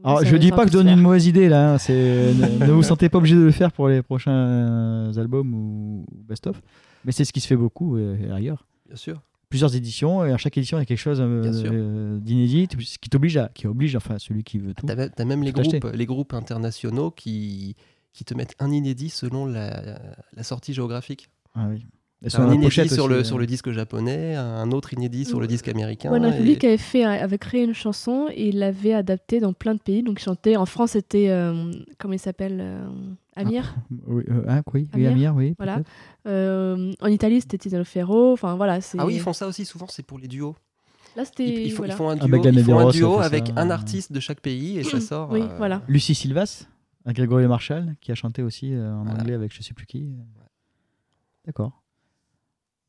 [SPEAKER 1] Alors,
[SPEAKER 4] Ça
[SPEAKER 1] je
[SPEAKER 4] va-
[SPEAKER 1] dis
[SPEAKER 4] ça va
[SPEAKER 1] pas que
[SPEAKER 4] plus
[SPEAKER 1] je donne
[SPEAKER 4] se
[SPEAKER 1] une mauvaise idée là, hein, c'est ne, ne vous sentez pas obligé de le faire pour les prochains euh, albums ou best-of, mais c'est ce qui se fait beaucoup euh, ailleurs.
[SPEAKER 3] Bien sûr.
[SPEAKER 1] Plusieurs éditions, et à chaque édition il y a quelque chose euh,
[SPEAKER 3] Bien sûr.
[SPEAKER 1] euh, d'inédit, ce qui t'oblige à, qui oblige enfin celui qui veut tout.
[SPEAKER 3] Ah, T'as même, t'as même les,
[SPEAKER 1] Tout acheté.
[SPEAKER 3] groupes, les groupes internationaux qui, qui te mettent un inédit selon la, la sortie géographique.
[SPEAKER 1] Ah oui. Et
[SPEAKER 3] un
[SPEAKER 1] la
[SPEAKER 3] inédit
[SPEAKER 1] pochette
[SPEAKER 3] sur,
[SPEAKER 1] aussi,
[SPEAKER 3] le,
[SPEAKER 1] euh,
[SPEAKER 3] sur le disque japonais, un autre inédit sur le disque américain.
[SPEAKER 4] One
[SPEAKER 3] et-
[SPEAKER 4] Republic avait, fait, avait créé une chanson et il l'avait adaptée dans plein de pays. Donc, il chantait. En France, c'était. euh, comment il s'appelle euh, Amir.
[SPEAKER 1] Oui, euh, hein, oui, oui,
[SPEAKER 4] Amir.
[SPEAKER 1] Amir, oui.
[SPEAKER 4] Voilà.
[SPEAKER 1] peut-être.
[SPEAKER 4] Euh, en Italie, c'était Tiziano Ferro. Enfin, voilà. c'est-
[SPEAKER 3] Ah oui, ils font ça aussi souvent, c'est pour les duos.
[SPEAKER 4] Là,
[SPEAKER 3] Ils,
[SPEAKER 4] c'était.
[SPEAKER 3] ils font,
[SPEAKER 4] voilà.
[SPEAKER 3] ils font un
[SPEAKER 1] Ah,
[SPEAKER 3] duo,
[SPEAKER 1] Bagdad
[SPEAKER 3] ils font un
[SPEAKER 1] Medeiros,
[SPEAKER 3] duo
[SPEAKER 1] ça fait
[SPEAKER 3] avec
[SPEAKER 1] ça,
[SPEAKER 3] un
[SPEAKER 1] euh,
[SPEAKER 3] artiste de chaque pays et ça sort.
[SPEAKER 4] Oui,
[SPEAKER 3] euh,
[SPEAKER 4] voilà.
[SPEAKER 1] Lucie Silvas, un Grégory Marshall, qui a chanté aussi euh, en
[SPEAKER 3] Voilà.
[SPEAKER 1] anglais avec je sais plus qui. D'accord.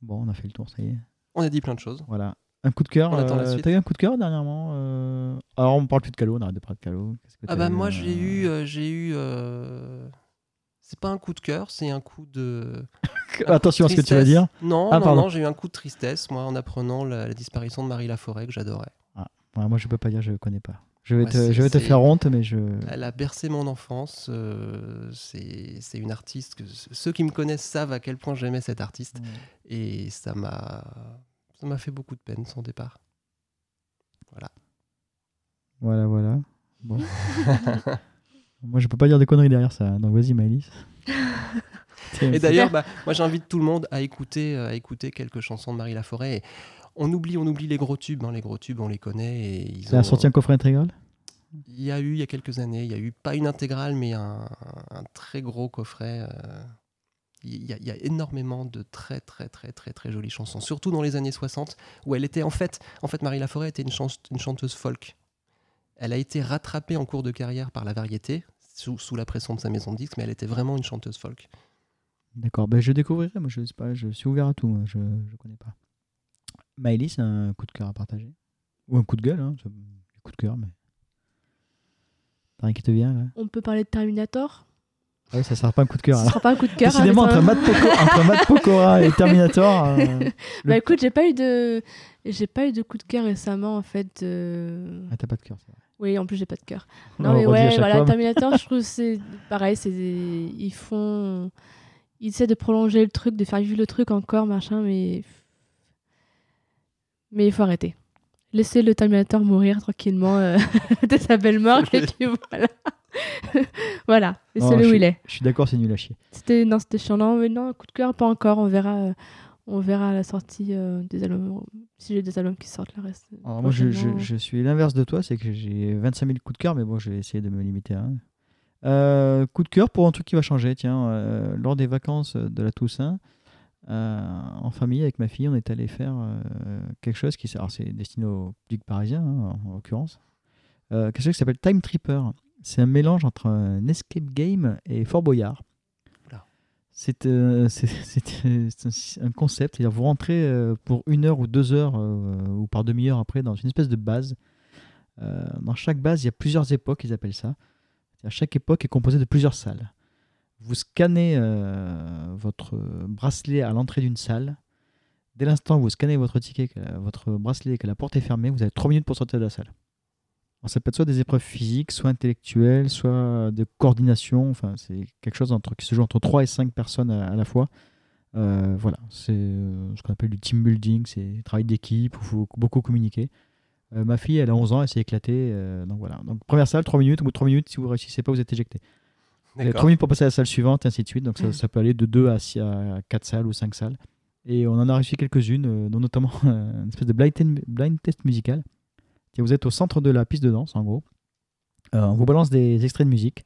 [SPEAKER 1] Bon, on a fait le tour, ça y est.
[SPEAKER 3] On a dit plein de choses.
[SPEAKER 1] Voilà. Un coup de cœur.
[SPEAKER 3] On attend la
[SPEAKER 1] euh,
[SPEAKER 3] suite.
[SPEAKER 1] T'as eu un coup de cœur dernièrement euh, Alors, on parle plus de Calo, on arrête de parler de Calo. Qu'est-ce que
[SPEAKER 3] Ah
[SPEAKER 1] t'as
[SPEAKER 3] bah
[SPEAKER 1] eu,
[SPEAKER 3] moi
[SPEAKER 1] euh,
[SPEAKER 3] j'ai eu euh, j'ai eu euh, c'est pas un coup de cœur, c'est un coup de un
[SPEAKER 1] Attention à
[SPEAKER 3] coup
[SPEAKER 1] ce
[SPEAKER 3] de
[SPEAKER 1] que tu vas dire.
[SPEAKER 3] tristesse. Non,
[SPEAKER 1] Ah,
[SPEAKER 3] non,
[SPEAKER 1] pardon.
[SPEAKER 3] non, j'ai eu un coup de tristesse moi en apprenant la, la disparition de Marie Laforêt que j'adorais.
[SPEAKER 1] Ouais, moi, je peux pas dire, je connais pas. Je vais,
[SPEAKER 3] Ouais,
[SPEAKER 1] te,
[SPEAKER 3] c'est-
[SPEAKER 1] je vais te
[SPEAKER 3] c'est-
[SPEAKER 1] faire honte, mais je.
[SPEAKER 3] Elle a bercé mon enfance, euh, c'est c'est une artiste que ceux qui me connaissent savent à quel point j'aimais cette artiste et ça m'a ça m'a fait beaucoup de peine son départ.
[SPEAKER 1] Voilà, voilà. Bon. moi, je peux pas dire des conneries derrière ça. Donc, vas-y, Maëlys.
[SPEAKER 3] Et d'ailleurs, bah, moi j'invite tout le monde à écouter, euh, à écouter quelques chansons de Marie Laforêt. Et on oublie, on oublie les gros tubes. hein. Les gros tubes, on les connaît. Et ils
[SPEAKER 1] Elle
[SPEAKER 3] ont-
[SPEAKER 1] a sorti un coffret intégral
[SPEAKER 3] Il y a eu, il y a quelques années, il y a eu pas une intégrale, mais un, un très gros coffret. euh, Il y, a, il y a énormément de très, très, très, très, très jolies chansons. Surtout dans les années 60, où elle était en fait, en fait Marie Laforêt était une, chans- une chanteuse folk. Elle a été rattrapée en cours de carrière par la variété, sous, sous la pression de sa maison de disques, mais elle était vraiment une chanteuse folk.
[SPEAKER 1] D'accord, ben, je découvrirai, moi je sais pas, je suis ouvert à tout, moi, je ne connais pas. Maëlys, un coup de cœur à partager Ou un coup de gueule, hein, c'est- du coup de cœur, mais. T'as rien qui te vient là
[SPEAKER 4] On peut parler de Terminator.
[SPEAKER 1] Ah oui, ça sera pas un coup de cœur.
[SPEAKER 4] Ce
[SPEAKER 1] alors.
[SPEAKER 4] sera pas un coup de cœur. hein, mais
[SPEAKER 1] Décidément,
[SPEAKER 4] ça-
[SPEAKER 1] entre Matt, Poco- entre Matt Pokora et Terminator. euh,
[SPEAKER 4] Bah
[SPEAKER 1] Le-
[SPEAKER 4] écoute, j'ai pas eu de j'ai pas eu de coup de cœur récemment en fait. euh,
[SPEAKER 1] Ah, t'as pas de cœur, c'est vrai.
[SPEAKER 4] Oui, en plus j'ai pas de cœur.
[SPEAKER 1] On
[SPEAKER 4] Non
[SPEAKER 1] le
[SPEAKER 4] mais
[SPEAKER 1] redit à
[SPEAKER 4] ouais,
[SPEAKER 1] chaque
[SPEAKER 4] voilà,
[SPEAKER 1] fois, mais-
[SPEAKER 4] Terminator, je trouve que c'est pareil, c'est des- ils font ils essaient de prolonger le truc, de faire vivre le truc encore machin mais mais il faut arrêter. Laissez le Terminator mourir tranquillement euh, de sa belle mort et puis voilà. voilà,
[SPEAKER 1] Non,
[SPEAKER 4] laissez-le où
[SPEAKER 1] je-
[SPEAKER 4] il est.
[SPEAKER 1] Je suis d'accord, c'est nul à chier.
[SPEAKER 4] C'était non, c'était chiant. Non, mais non, coup de cœur, pas encore. On verra, euh, on verra à la sortie euh, des albums. Si j'ai des albums qui sortent, le reste.
[SPEAKER 1] Alors, moi, je, je-
[SPEAKER 4] prochainement.
[SPEAKER 1] je suis l'inverse de toi, c'est que j'ai 25 000 coups de cœur, mais bon, je vais essayer de me limiter à un. Euh, coup de cœur pour un truc qui va changer. Tiens, euh, lors des vacances de la Toussaint, euh, en famille avec ma fille, on est allé faire euh, quelque chose qui, s- alors c'est destiné au public parisien hein, en en l'occurrence, Euh, quelque chose qui s'appelle Time Tripper. C'est un mélange entre un escape game et Fort Boyard.
[SPEAKER 3] Oula.
[SPEAKER 1] C'est euh, c'est- c'est, euh, c'est un un concept, c'est-à-dire vous rentrez euh, pour une heure ou deux heures euh, ou par demi-heure après dans une espèce de base. Euh, dans chaque base, il y a plusieurs époques, ils appellent ça. C'est-à-dire, chaque époque est composée de plusieurs salles. Vous scannez euh, votre bracelet à l'entrée d'une salle. Dès l'instant où vous scannez votre ticket, que la- votre bracelet et que la porte est fermée, vous avez 3 minutes pour sortir de la salle. Alors, ça peut être soit des épreuves physiques, soit intellectuelles, soit de coordination. Enfin, c'est quelque chose entre, qui se joue entre 3 et 5 personnes à, à la fois. Euh, voilà, c'est euh, ce qu'on appelle du team building, c'est du travail d'équipe, il faut beaucoup communiquer. Euh, ma fille, elle a 11 ans, elle s'est éclatée. euh, donc voilà. Donc première salle, 3 minutes. Au bout de 3 minutes, si vous réussissez pas, vous êtes éjecté. Vous avez 3 minutes pour passer à la salle suivante, et ainsi de suite. Donc ça, ça peut aller de 2 à, 4 salles ou 5 salles. Et on en a réussi quelques-unes, euh, dont notamment euh, une espèce de blind, ten- blind test musical. Et vous êtes au centre de la piste de danse, en gros. Euh, on vous balance des extraits de musique.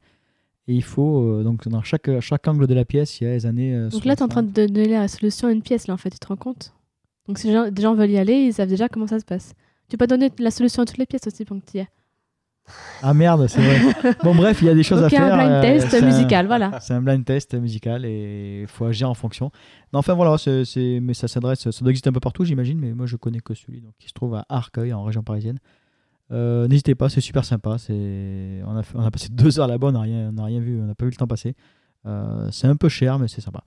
[SPEAKER 1] Et il faut, euh, donc dans chaque, à chaque angle de la pièce, il y a les années. euh,
[SPEAKER 4] Donc là, t'es en
[SPEAKER 1] 60.
[SPEAKER 4] train de donner la solution à une pièce, là, en fait. Tu te rends compte Donc si les gens- des gens veulent y aller, ils savent déjà comment ça se passe. Tu peux pas donner la solution à toutes les pièces aussi pour que tu y ailles.
[SPEAKER 1] Ah merde, c'est vrai. bon, bref, il y a des choses
[SPEAKER 4] Donc il y
[SPEAKER 1] à
[SPEAKER 4] a
[SPEAKER 1] faire.
[SPEAKER 4] un blind
[SPEAKER 1] euh,
[SPEAKER 4] test
[SPEAKER 1] c'est un-
[SPEAKER 4] musical, voilà.
[SPEAKER 1] C'est un blind test musical et il faut agir en fonction. Non, enfin voilà, c'est- c'est- mais ça s'adresse, ça doit exister un peu partout, j'imagine, mais moi je connais que celui donc, qui se trouve à Arcueil, en région parisienne. Euh, N'hésitez pas, c'est super sympa. c'est- On a, fait- on a passé deux heures là-bas, on n'a rien, on n'a rien vu, on n'a pas vu le temps passer. Euh, c'est un peu cher, mais c'est sympa.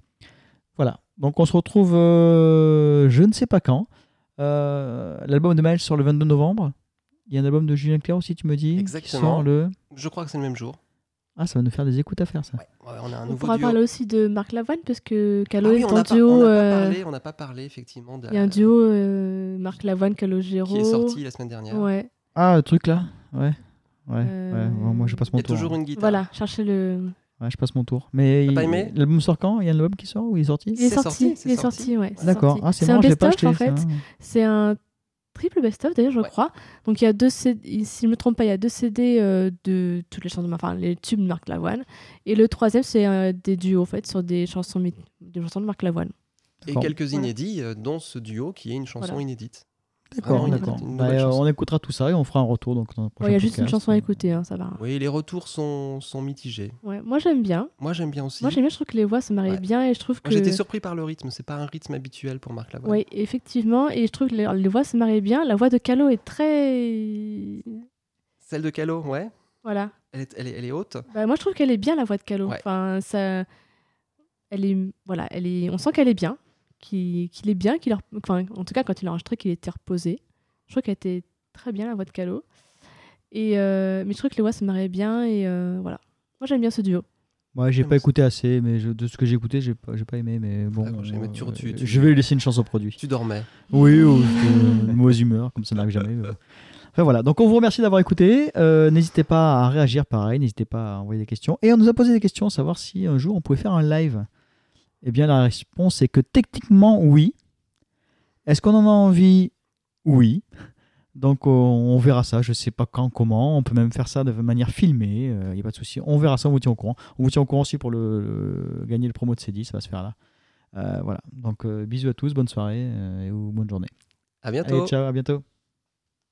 [SPEAKER 1] Voilà, donc on se retrouve euh, je ne sais pas quand. Euh, L'album de Maël sort le 22 novembre. Il y a un album de Julien Clerc aussi, tu me dis qui
[SPEAKER 3] Exactement.
[SPEAKER 1] sort le...
[SPEAKER 3] Je crois que c'est le même jour.
[SPEAKER 1] Ah, ça va nous faire des écoutes à faire, ça.
[SPEAKER 3] Ouais, ouais, on a un
[SPEAKER 4] On
[SPEAKER 3] nouveau
[SPEAKER 4] pourra
[SPEAKER 3] duo.
[SPEAKER 4] parler aussi de Marc Lavoine, parce que
[SPEAKER 3] Ah
[SPEAKER 4] Calo
[SPEAKER 3] oui,
[SPEAKER 4] est
[SPEAKER 3] on n'a
[SPEAKER 4] en
[SPEAKER 3] pas- on
[SPEAKER 4] duo.
[SPEAKER 3] n'a
[SPEAKER 4] euh,
[SPEAKER 3] pas, parlé- on n'a pas parlé effectivement de
[SPEAKER 4] Il y a un duo euh, Marc Lavoine, Calogero.
[SPEAKER 3] qui est sorti la semaine dernière.
[SPEAKER 4] Ouais.
[SPEAKER 1] Ah, le truc là Ouais. Ouais,
[SPEAKER 4] Euh,
[SPEAKER 1] ouais, bon, moi je passe
[SPEAKER 3] Il
[SPEAKER 1] mon
[SPEAKER 3] y a
[SPEAKER 1] tour.
[SPEAKER 3] toujours une guitare.
[SPEAKER 4] Voilà, cherchez le.
[SPEAKER 1] hein. Ouais, je passe mon tour. Mais
[SPEAKER 3] T'as
[SPEAKER 1] il-
[SPEAKER 3] pas aimé
[SPEAKER 1] l'album sort quand Il y a un album qui sort ou il est sorti
[SPEAKER 4] Il est
[SPEAKER 3] C'est
[SPEAKER 4] sorti,
[SPEAKER 3] sorti,
[SPEAKER 4] il est
[SPEAKER 3] c'est
[SPEAKER 4] sorti, ouais. c'est
[SPEAKER 1] D'accord.
[SPEAKER 4] sorti.
[SPEAKER 1] Ah, c'est
[SPEAKER 4] C'est un
[SPEAKER 1] bon, je l'ai pas
[SPEAKER 4] best-of
[SPEAKER 1] acheté.
[SPEAKER 4] en fait.
[SPEAKER 1] ça.
[SPEAKER 4] C'est un triple best-of d'ailleurs, je
[SPEAKER 3] Ouais.
[SPEAKER 4] crois. Donc il y a deux CD, si je me trompe pas, il y a deux CD euh, de toutes les chansons, de- enfin les tubes de Marc Lavoine. Et le troisième, c'est euh, des duos en fait sur des chansons, myth- des chansons de Marc Lavoine.
[SPEAKER 3] Et
[SPEAKER 1] D'accord.
[SPEAKER 3] quelques
[SPEAKER 4] Voilà.
[SPEAKER 3] inédits, euh, dont ce duo qui est une chanson
[SPEAKER 4] Voilà.
[SPEAKER 3] inédite.
[SPEAKER 1] D'accord,
[SPEAKER 3] Vraiment, il est
[SPEAKER 1] d'accord.
[SPEAKER 3] une
[SPEAKER 1] Bah,
[SPEAKER 3] nouvelle
[SPEAKER 1] euh,
[SPEAKER 3] chanson.
[SPEAKER 1] on écoutera tout ça et on fera un retour. Donc, dans le
[SPEAKER 4] Ouais, Il
[SPEAKER 1] prochain
[SPEAKER 4] y a juste une
[SPEAKER 1] podcast.
[SPEAKER 4] chanson à écouter, hein, ça va.
[SPEAKER 3] Oui, les retours sont, sont mitigés.
[SPEAKER 4] Ouais. Moi j'aime bien.
[SPEAKER 3] Moi, j'aime bien aussi.
[SPEAKER 4] Moi
[SPEAKER 3] Moi,
[SPEAKER 4] j'aime bien, je trouve que les voix se marient
[SPEAKER 3] Ouais.
[SPEAKER 4] bien et je trouve que.
[SPEAKER 3] j'étais surpris par le rythme. C'est pas un rythme habituel pour Marc Lavoine.
[SPEAKER 4] Oui, effectivement, et je trouve que les, les voix se marient bien. La voix de Calo est très.
[SPEAKER 3] Celle de Calo, ouais.
[SPEAKER 4] Voilà.
[SPEAKER 3] Elle est, elle est, elle est haute.
[SPEAKER 4] Bah, moi, je trouve qu'elle est bien, la voix de Calo.
[SPEAKER 3] Ouais.
[SPEAKER 4] Enfin, ça... elle est... Voilà, elle est... On sent qu'elle est bien, qu'il qu'il est bien, qu'il a- enfin, en tout cas, quand il l'a enregistré, qu'il était reposé. Je trouve qu'elle était très bien, la voix de Calo. Et, euh, Mais je trouve que les voix se mariaient bien, et euh, voilà. Moi, j'aime bien ce duo.
[SPEAKER 1] Ouais, j'ai
[SPEAKER 3] Ah,
[SPEAKER 1] pas
[SPEAKER 3] mais
[SPEAKER 1] écouté assez, mais je- de ce que j'ai écouté, j'ai pas, j'ai pas aimé. Mais bon,
[SPEAKER 3] D'accord, Ah, j'ai aimé. Tu-
[SPEAKER 1] euh,
[SPEAKER 3] tu- tu-
[SPEAKER 1] je vais lui laisser une chance au produit.
[SPEAKER 3] Tu dormais.
[SPEAKER 1] Oui, ou de mauvaise humeur, comme ça n'arrive jamais. mais bon. Enfin voilà, donc on vous remercie d'avoir écouté. Euh, n'hésitez pas à réagir pareil, n'hésitez pas à envoyer des questions. Et on nous a posé des questions, savoir si un jour on pouvait faire un live. Eh bien la réponse est que techniquement oui. Est-ce qu'on en a envie Oui. Donc on, on verra ça, je sais pas quand, comment. On peut même faire ça de manière filmée, il n'y a pas de souci. On verra ça, on vous tient au courant. On vous tient au courant aussi pour le, le- gagner le promo de CD, ça va se faire là. Euh, voilà, donc euh, bisous à tous, bonne soirée euh, et ou bonne journée.
[SPEAKER 3] À bientôt.
[SPEAKER 1] Allez, ciao, à bientôt.